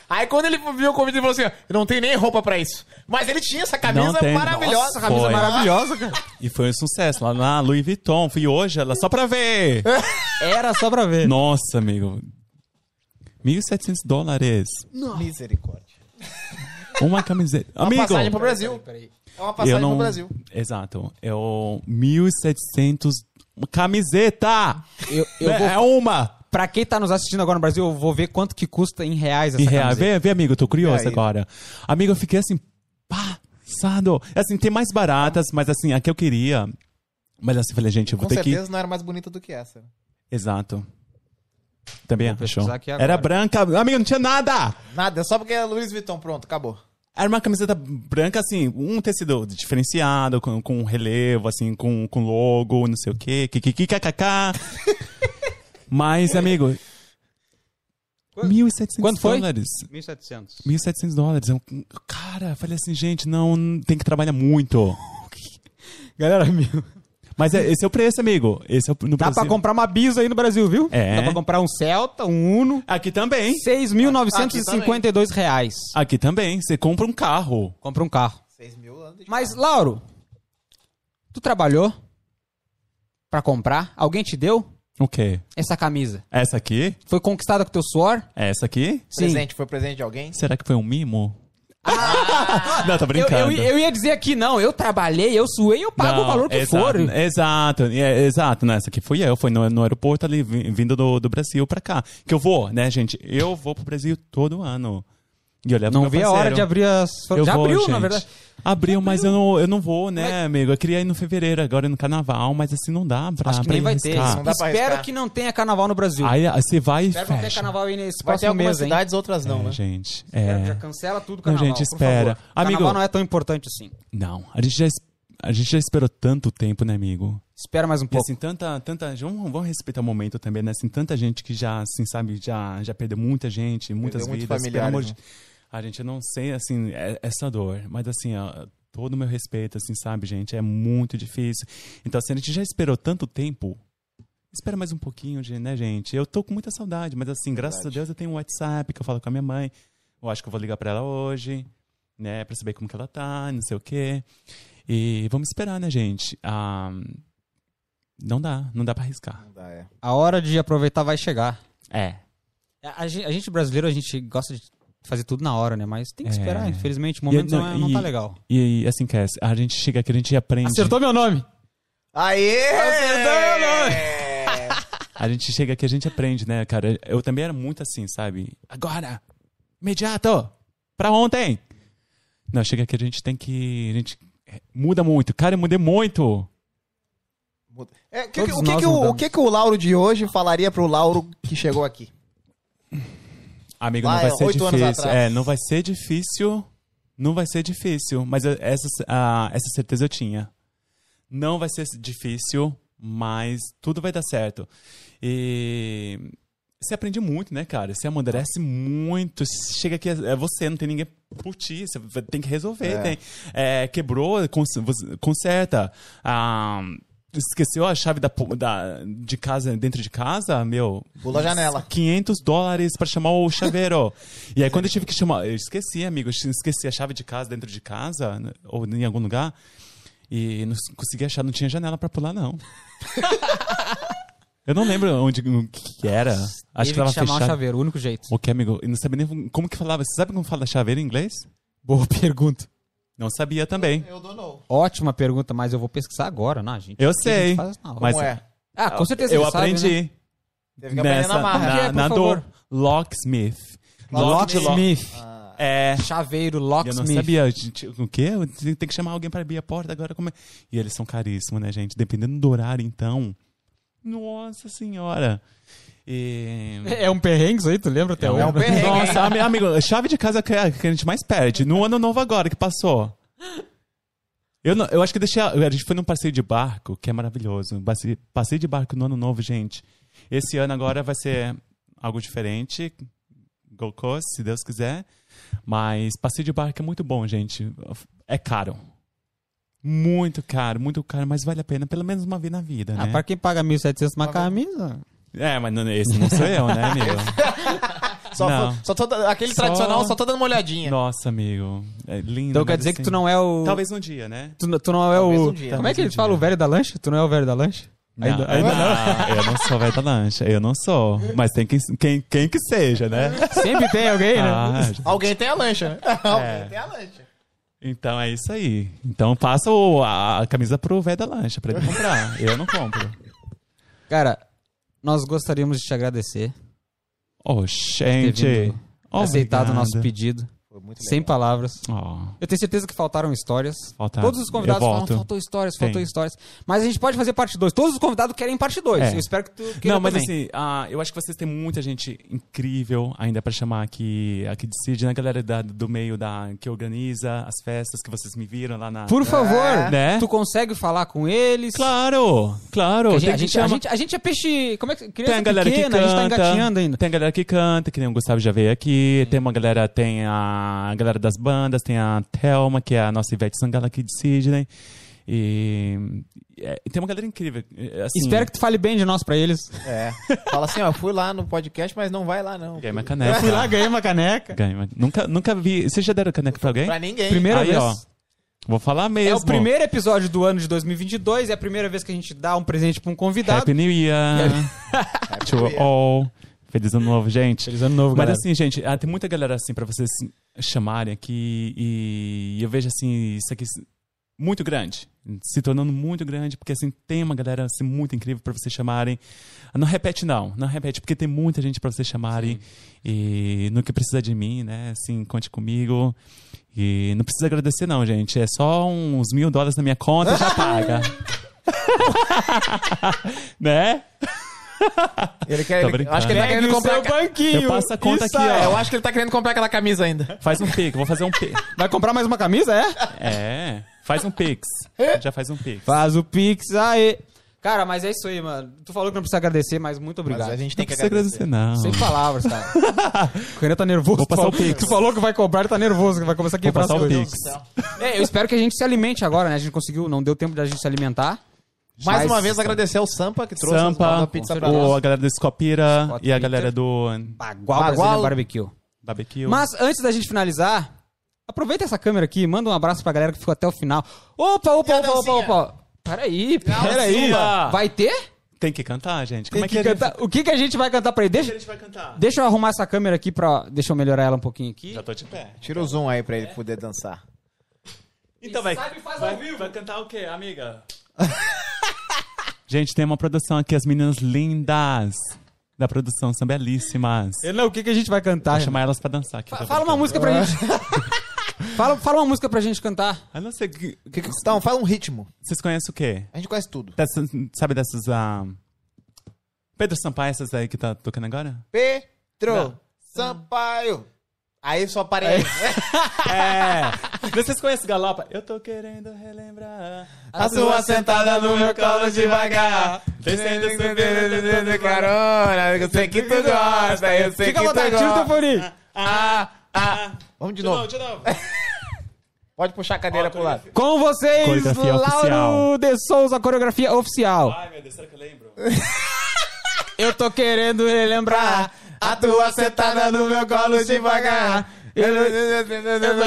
aí quando ele viu o convite, ele falou assim: ó, eu não tenho nem roupa pra isso. Mas ele tinha essa camisa
Não tem.
maravilhosa.
Nossa,
camisa
foi. (laughs)
Maravilhosa, cara.
E foi um sucesso lá na Louis Vuitton. Fui hoje, ela só pra ver.
Era só pra ver.
Nossa, amigo. 1.700 dólares.
Misericórdia.
Uma camiseta.
Uma
amigo.
passagem pro Brasil.
Peraí, peraí.
É uma
eu
passagem
não...
pro Brasil.
Exato. É Eu 1.700 uma camiseta.
Eu, eu
(laughs) é,
vou-
é uma.
Pra quem tá nos assistindo agora no Brasil, eu vou ver quanto que custa em reais essa
Em real.
camiseta.
Vê, vê, amigo, eu tô curioso
Peraí.
agora. Amigo, eu fiquei assim, passado. Assim, tem mais baratas, mas assim, a que eu queria. Mas assim, eu falei, gente, eu vou
Com
ter que.
certeza não era mais bonita do que essa.
Exato. Também
Vou
acho.
pesquisar aqui agora.
Era branca. Amigo, não tinha nada.
Nada, é só porque é Luiz Vitão, pronto, acabou.
Era uma camiseta branca, assim, um tecido diferenciado, com, com relevo, assim, com, com logo, não sei o quê,
(laughs)
kkkkk. Mas, amigo.
Quanto-
1.700
quanto foi?
dólares.
1.700.
1.700 dólares. Eu, cara, eu falei assim, gente, não, tem que trabalhar muito.
(laughs) Galera, mil.
Mas é- esse é o preço, amigo. Esse é o no
Dá pra
Brasil.
comprar uma Bisa aí no Brasil, viu?
É.
Dá pra comprar um Celta, um Uno.
Aqui também.
6.952 reais.
Aqui também. Você compra um carro.
Compra um carro.
6 mil anos de
Mas, Lauro, tu trabalhou pra comprar? Alguém te deu
O quê?
essa camisa?
Essa aqui?
Foi conquistada com teu suor?
Essa aqui?
presente, foi presente de alguém?
Será que foi um mimo? (laughs) não, tô
Eu, Ah! eu,
brincando.
eu ia dizer aqui, não, eu trabalhei, eu suei, eu pago o
Não,
valor que
exato,
for.
Exato, é, exato. Não, essa aqui fui eu, foi no, no aeroporto ali, vi- vindo do, do Brasil pra cá. Que eu vou, né, gente? Eu vou pro Brasil todo ano. E eu levo
Não
meu
vi a hora
parceiro.
de abrir as...
Eu
Já
vou,
abriu,
gente.
na verdade.
Abriu, mas eu não, eu não vou, né, amigo? Eu queria ir no fevereiro, agora no carnaval, mas assim não dá pra,
Acho que
pra
nem vai ter.
arriscar.
isso não dá pra
Espero
arriscar.
que não tenha carnaval no Brasil.
Aí aí você vai e
Espero que não tenha
fecha.
carnaval aí nesse
Vai ter
próximo
algumas
mês, hein?
cidades, outras não,
É,
né?
gente,
Espero- Já
é...
cancela tudo o
Não,
carnaval,
gente,
por
espera.
favor.
Amigo-
Carnaval não é tão importante assim.
Não, a gente já... es- A gente já esperou tanto tempo, né, amigo?
Espera mais um
E
pouco.
assim, tanta, tanta, vamos, vamos respeitar o momento também, né? Assim, tanta gente que já, assim, sabe, já, já perdeu muita gente, muitas
muitos
vidas.
familiares, né?
de... A gente eu não sei, assim, é- essa dor, mas assim, ó, todo o meu respeito, assim, sabe, gente? É muito difícil. Então, assim, a gente já esperou tanto tempo. Espera mais um pouquinho, de- né, gente? Eu tô com muita saudade, mas assim, graças a Deus eu tenho um WhatsApp que eu falo com a minha mãe. Eu acho que eu vou ligar pra ela hoje, né? Pra saber como que ela tá, não sei o quê. E vamos esperar, né, gente? Ah, não dá, não dá pra arriscar.
Dá, é.
A hora de aproveitar vai chegar.
É.
A, a gen- a gente brasileiro, a gente gosta de fazer tudo na hora, né? Mas tem que
É.
esperar, infelizmente. O momento
E-
não, é- não tá
e-
legal.
E, e, assim, Cass, a gente chega aqui, a gente aprende.
Acertou meu nome!
Aê!
Acertou,
A gente chega aqui, a gente aprende, né, cara? Eu também era muito assim, sabe? Agora! Imediato! Pra ontem! Não, chega aqui, a gente tem que. A gente muda muito. Cara, eu mudei muito!
É, que- que-
Todos
o que
nós
que o, o
mudamos.
que que o Lauro de hoje falaria pro Lauro que chegou aqui?
Amigo,
Lá,
não vai
é,
ser
oito anos
difícil.
atrás.
É, não vai ser difícil. Não vai ser difícil. Mas eu- essa, ah, essa certeza eu tinha. Não vai ser difícil, mas tudo vai dar certo. E. Você aprende muito, né, cara? Você amadurece muito. Chega aqui, é você, não tem ninguém por ti. Você vai- tem que resolver.
É.
tem- é, quebrou, cons- você- conserta. Ah, esqueceu a chave da, po- da- de casa, dentro de casa, meu.
Pula a janela.
500 dólares pra chamar o chaveiro.
(laughs)
e aí, quando eu tive que chamar. Eu esqueci, amigo. Eu esqueci a chave de casa dentro de casa, n- ou em algum lugar. E não s- consegui achar, não tinha janela pra
(laughs)
pular, não. eu não lembro onde o que que era. Acho que
Teve
tava
que chamar um
fechado.
chaveiro, o único jeito.
O que, amigo? Eu não sabia nem como que falava. Você sabe como fala chaveiro em inglês?
Boa pergunta.
Não sabia também.
Eu dou não.
Ótima pergunta, mas eu vou pesquisar agora, né, gente?
Eu
Porque a gente
sei,
faz na hora.
mas-
Como é?
Ah, com certeza
Eu
você sabe,
aprendi.
né?
Teve que aprender
Nessa,
na marra.
Por quê?
na,
Por
na
favor.
dor. Locksmith. Lock-
Locksmith.
Ah,
É.
Chaveiro,
Eu não
locksmith.
sabia. gente, O quê? Eu tenho- Tem que chamar alguém pra abrir a porta agora. Como é? E eles são caríssimos, né, gente? Dependendo do horário, então. Nossa senhora. E...
É um perrengue isso aí, tu lembra até
É um
(laughs)
hoje?
perrengue.
Então, Nossa, ami- amigo, a chave de casa que é a que a gente mais perde. No ano novo agora que passou. Eu, não- eu acho que deixei. A, a gente foi num passeio de barco, que é maravilhoso. Passe- Passeio de barco no ano novo, gente. Esse ano agora vai ser algo diferente. Gold Coast, se Deus quiser. Mas passeio de barco é muito bom, gente. É caro. Muito caro, muito caro, mas vale a pena. Pelo menos uma vez na vida, né?
Ah, pra quem paga 1.700 uma camisa...
É, mas não- esse não sou eu,
(laughs)
né, amigo?
só,
não.
só tô da- aquele
Só-
tradicional, só tô dando uma olhadinha.
Nossa, amigo. É lindo.
Então quer
mas
dizer que
assim-
tu não é o...
Talvez um dia, né?
Tu, não- tu não é
Talvez
o...
um dia.
Como é
Talvez
que
um
eles falam? O
dia.
velho da lancha? Tu não é o velho da lancha? Ainda, ainda não.
não. Ah, Eu não sou velho da lancha. Eu não sou. Mas tem quem, quem, quem que seja, né?
Sempre tem alguém, né?
Ah,
Alguém tem a lancha, né?
É.
Alguém tem a lancha.
então é isso aí. Então passa o- a, a camisa pro velho da lancha pra ele comprar. Eu não compro.
Cara, nós gostaríamos de te agradecer.
Oh,
por ter
gente.
vindo um aceitado o nosso pedido.
Foi muito
Sem palavras.
Oh,
Eu tenho certeza que faltaram histórias.
Faltaram.
Todos os convidados
Eu
falaram,
volto.
faltou histórias,
Tem.
faltou histórias. Mas a gente pode fazer parte 2. Todos os convidados querem parte 2.
É.
Eu espero que tu queira
não, mas
também.
assim, ah, eu acho que vocês têm muita gente incrível ainda pra chamar aqui, aqui de Cid, né? Galera da- do meio da, que organiza as festas que vocês me viram lá na.
Por favor,
assim, Né?
tu consegue falar com eles?
Claro, claro.
Porque A
tem que
gente, a,
chamar-
gente, a gente é peixe... Como é que... Criança
Tem a galera que
pequena,
canta.
a gente tá engatinhando ainda. Uhum.
Tem a galera que canta, que nem o Gustavo já veio aqui. Tem uma galera, tem a galera das bandas, tem a Thelma, que é a nossa Ivete Sangala aqui de Sydney. E é, tem uma galera incrível. é, Assim,
Espero que tu fale bem de nós pra
(laughs)
eles.
É. Fala assim, ó, fui lá no podcast, mas não vai lá, não.
Ganhei minha caneca.
Fui lá, ganhei uma caneca.
Ganhei uma- Nunca, nunca vi. Vocês já deram caneca pra alguém?
(laughs) Pra ninguém.
Primeira
Aí,
vez.
ó. Vou falar mesmo.
É o primeiro episódio do ano de 2022, é a primeira vez que a gente dá um presente pra um convidado.
Happy New Year to all. Feliz ano novo, gente.
Feliz ano novo,
Mas
galera.
assim, gente, ah, tem muita galera assim pra vocês chamarem aqui e eu vejo assim, isso aqui muito grande, se tornando muito grande, porque assim tem uma galera assim muito incrível pra vocês chamarem. Ah, Não repete não, não repete, porque tem muita gente pra vocês chamarem e no que precisa de mim, né? Assim, conte comigo. E não precisa agradecer não, gente, é só uns mil dólares na minha
(laughs)
conta já paga. né?
Ele quer,
Tô
ele,
brincando.
acho que ele tá
Pega
querendo
o
comprar.
seu
ca-
banquinho.
Eu passo a conta
Isso
aqui,
aí.
ó.
Eu acho que ele tá querendo comprar aquela camisa ainda.
Faz um pico, vou fazer um pico.
Vai comprar mais uma camisa, é?
É, faz um pix. Já faz um pix.
Faz o Pix, aê. Cara, mas é isso aí, mano. Tu falou que não precisa agradecer, mas muito
Mas
obrigado.
a gente
Tem que se agradecer, né? não.
Sem palavras, cara. o Renan tá nervoso.
Vou
tu
passar
falou-
o Pix.
Tu falou que vai cobrar, ele tá nervoso, que vai começar a
Vou
quebrar
passar o
as coisas.
Pix.
É, eu espero que a gente se alimente agora, né? A gente conseguiu, não deu tempo da gente se alimentar.
Mais
Mas-
uma vez agradecer ao Sampa que trouxe as
Sampa,
nossas pizza pra
o, a
nós.
galera do Scopira
Scott
e a
Peter.
galera do
Bagual,
Bagual.
Brasília Barbecue.
Barbecue.
Mas antes da gente finalizar, aproveita essa câmera aqui, manda um abraço pra galera que ficou até o final. Opa, opa,
a
opa, opa,
dancinha?
opa. Peraí,
Peraí,
peraí.
ó.
Vai ter?
Tem que cantar, gente.
Tem
Como é
que
que, ele-
cantar- O que, que a gente vai cantar pra ele? Deixa,
gente vai cantar?
deixa eu arrumar essa câmera aqui pra. Deixa eu melhorar ela um pouquinho aqui.
Já tô de pé.
Tira o zoom aí pra ele poder dançar.
Então
vai-
vai.
sabe, faz ao
vai,
vai- vivo.
cantar o quê, amiga? (laughs) gente, tem uma produção aqui, as meninas lindas da produção são belíssimas.
Ele, não, o que, que a gente vai cantar?
Vou chamar elas pra dançar aqui.
Renan? Fala uma música pra
(laughs)
gente. fala, fala uma música pra gente cantar.
Eu não sei. que-
Que que- Então, fala um ritmo.
Vocês conhecem o quê?
A gente conhece tudo.
Dessas- sabe dessas. ah, Pedro Sampaio, essas aí que tá tocando
(laughs)
agora?
Pedro
Não.
Sampaio. Aí só parei.
É! Vocês conhecem Galopa? Eu tô querendo relembrar.
A sua sentada no meu colo devagar. Descendo,
é
(laughs) descendo, descendo de carona. Eu sei que tu gosta, eu sei
Fica à
que tu
vontade, tira o teu
gosta.
fone.
Ah, ah. Vamos de novo.
de novo.
Pode puxar a cadeira pro lado.
Com vocês,
Coreografia
Lauro
oficial.
de Souza, coreografia oficial.
Ai, meu Deus, será que eu lembro?
Eu tô querendo relembrar.
A tua sentada no meu colo devagar. Eu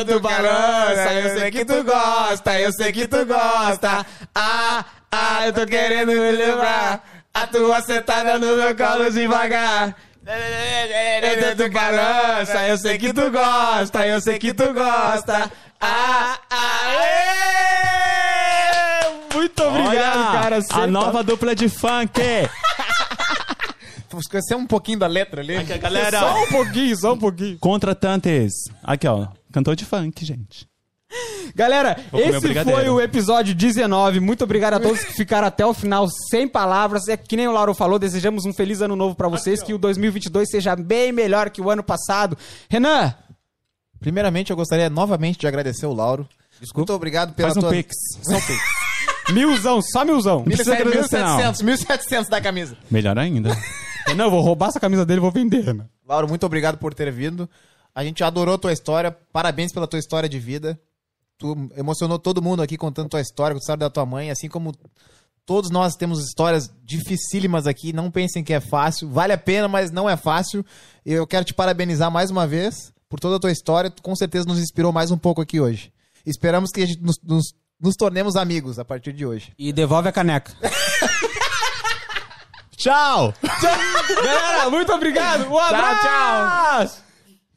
tu balança, eu sei que tu gosta, eu sei que tu gosta. Ah, ah, eu tô querendo me lembrar. A tua sentada no meu colo devagar.
É
Eu tu balança, É eu sei que tu gosta, eu sei que tu gosta. Ah, ah, ê!
Muito obrigado,
Olha,
cara.
A
Sempre-
nova dupla
(laughs)
de funk.
Vou esquecer um pouquinho da letra ali.
Aqui, a galera.
Só um pouquinho, só um pouquinho.
Contratantes. Aqui, ó. Cantor de funk, gente.
Galera,
Vou comer um
esse
brigadeiro.
foi o episódio 19. Muito obrigado a todos que ficaram até o final sem palavras. É que nem o Lauro falou, desejamos um feliz ano novo pra vocês, que o 2022 seja bem melhor que o ano passado. Renan,
Primeiramente, eu gostaria novamente de agradecer o Lauro. Muito obrigado pela
Faz um
tua...
pix. Só um pix.
milzão, só milzão.
Mil-
é
precisa agradecer, não.
1700, 1700 da camisa.
Melhor ainda.
Renan, eu vou roubar essa camisa dele e vou vender, Renan.
Lauro, muito obrigado por ter vindo. A gente adorou a tua história. Parabéns pela tua história de vida. Tu emocionou todo mundo aqui contando tua história, com a história da tua mãe, assim como todos nós temos histórias dificílimas aqui. Não pensem que é fácil. Vale a pena, mas não é fácil. Eu quero te parabenizar mais uma vez por toda a tua história. Tu com certeza nos inspirou mais um pouco aqui hoje. Esperamos que a gente nos, nos, nos tornemos amigos a partir de hoje.
E devolve a caneca.
Tchau!
Galera, muito obrigado. Um abraço.
tchau.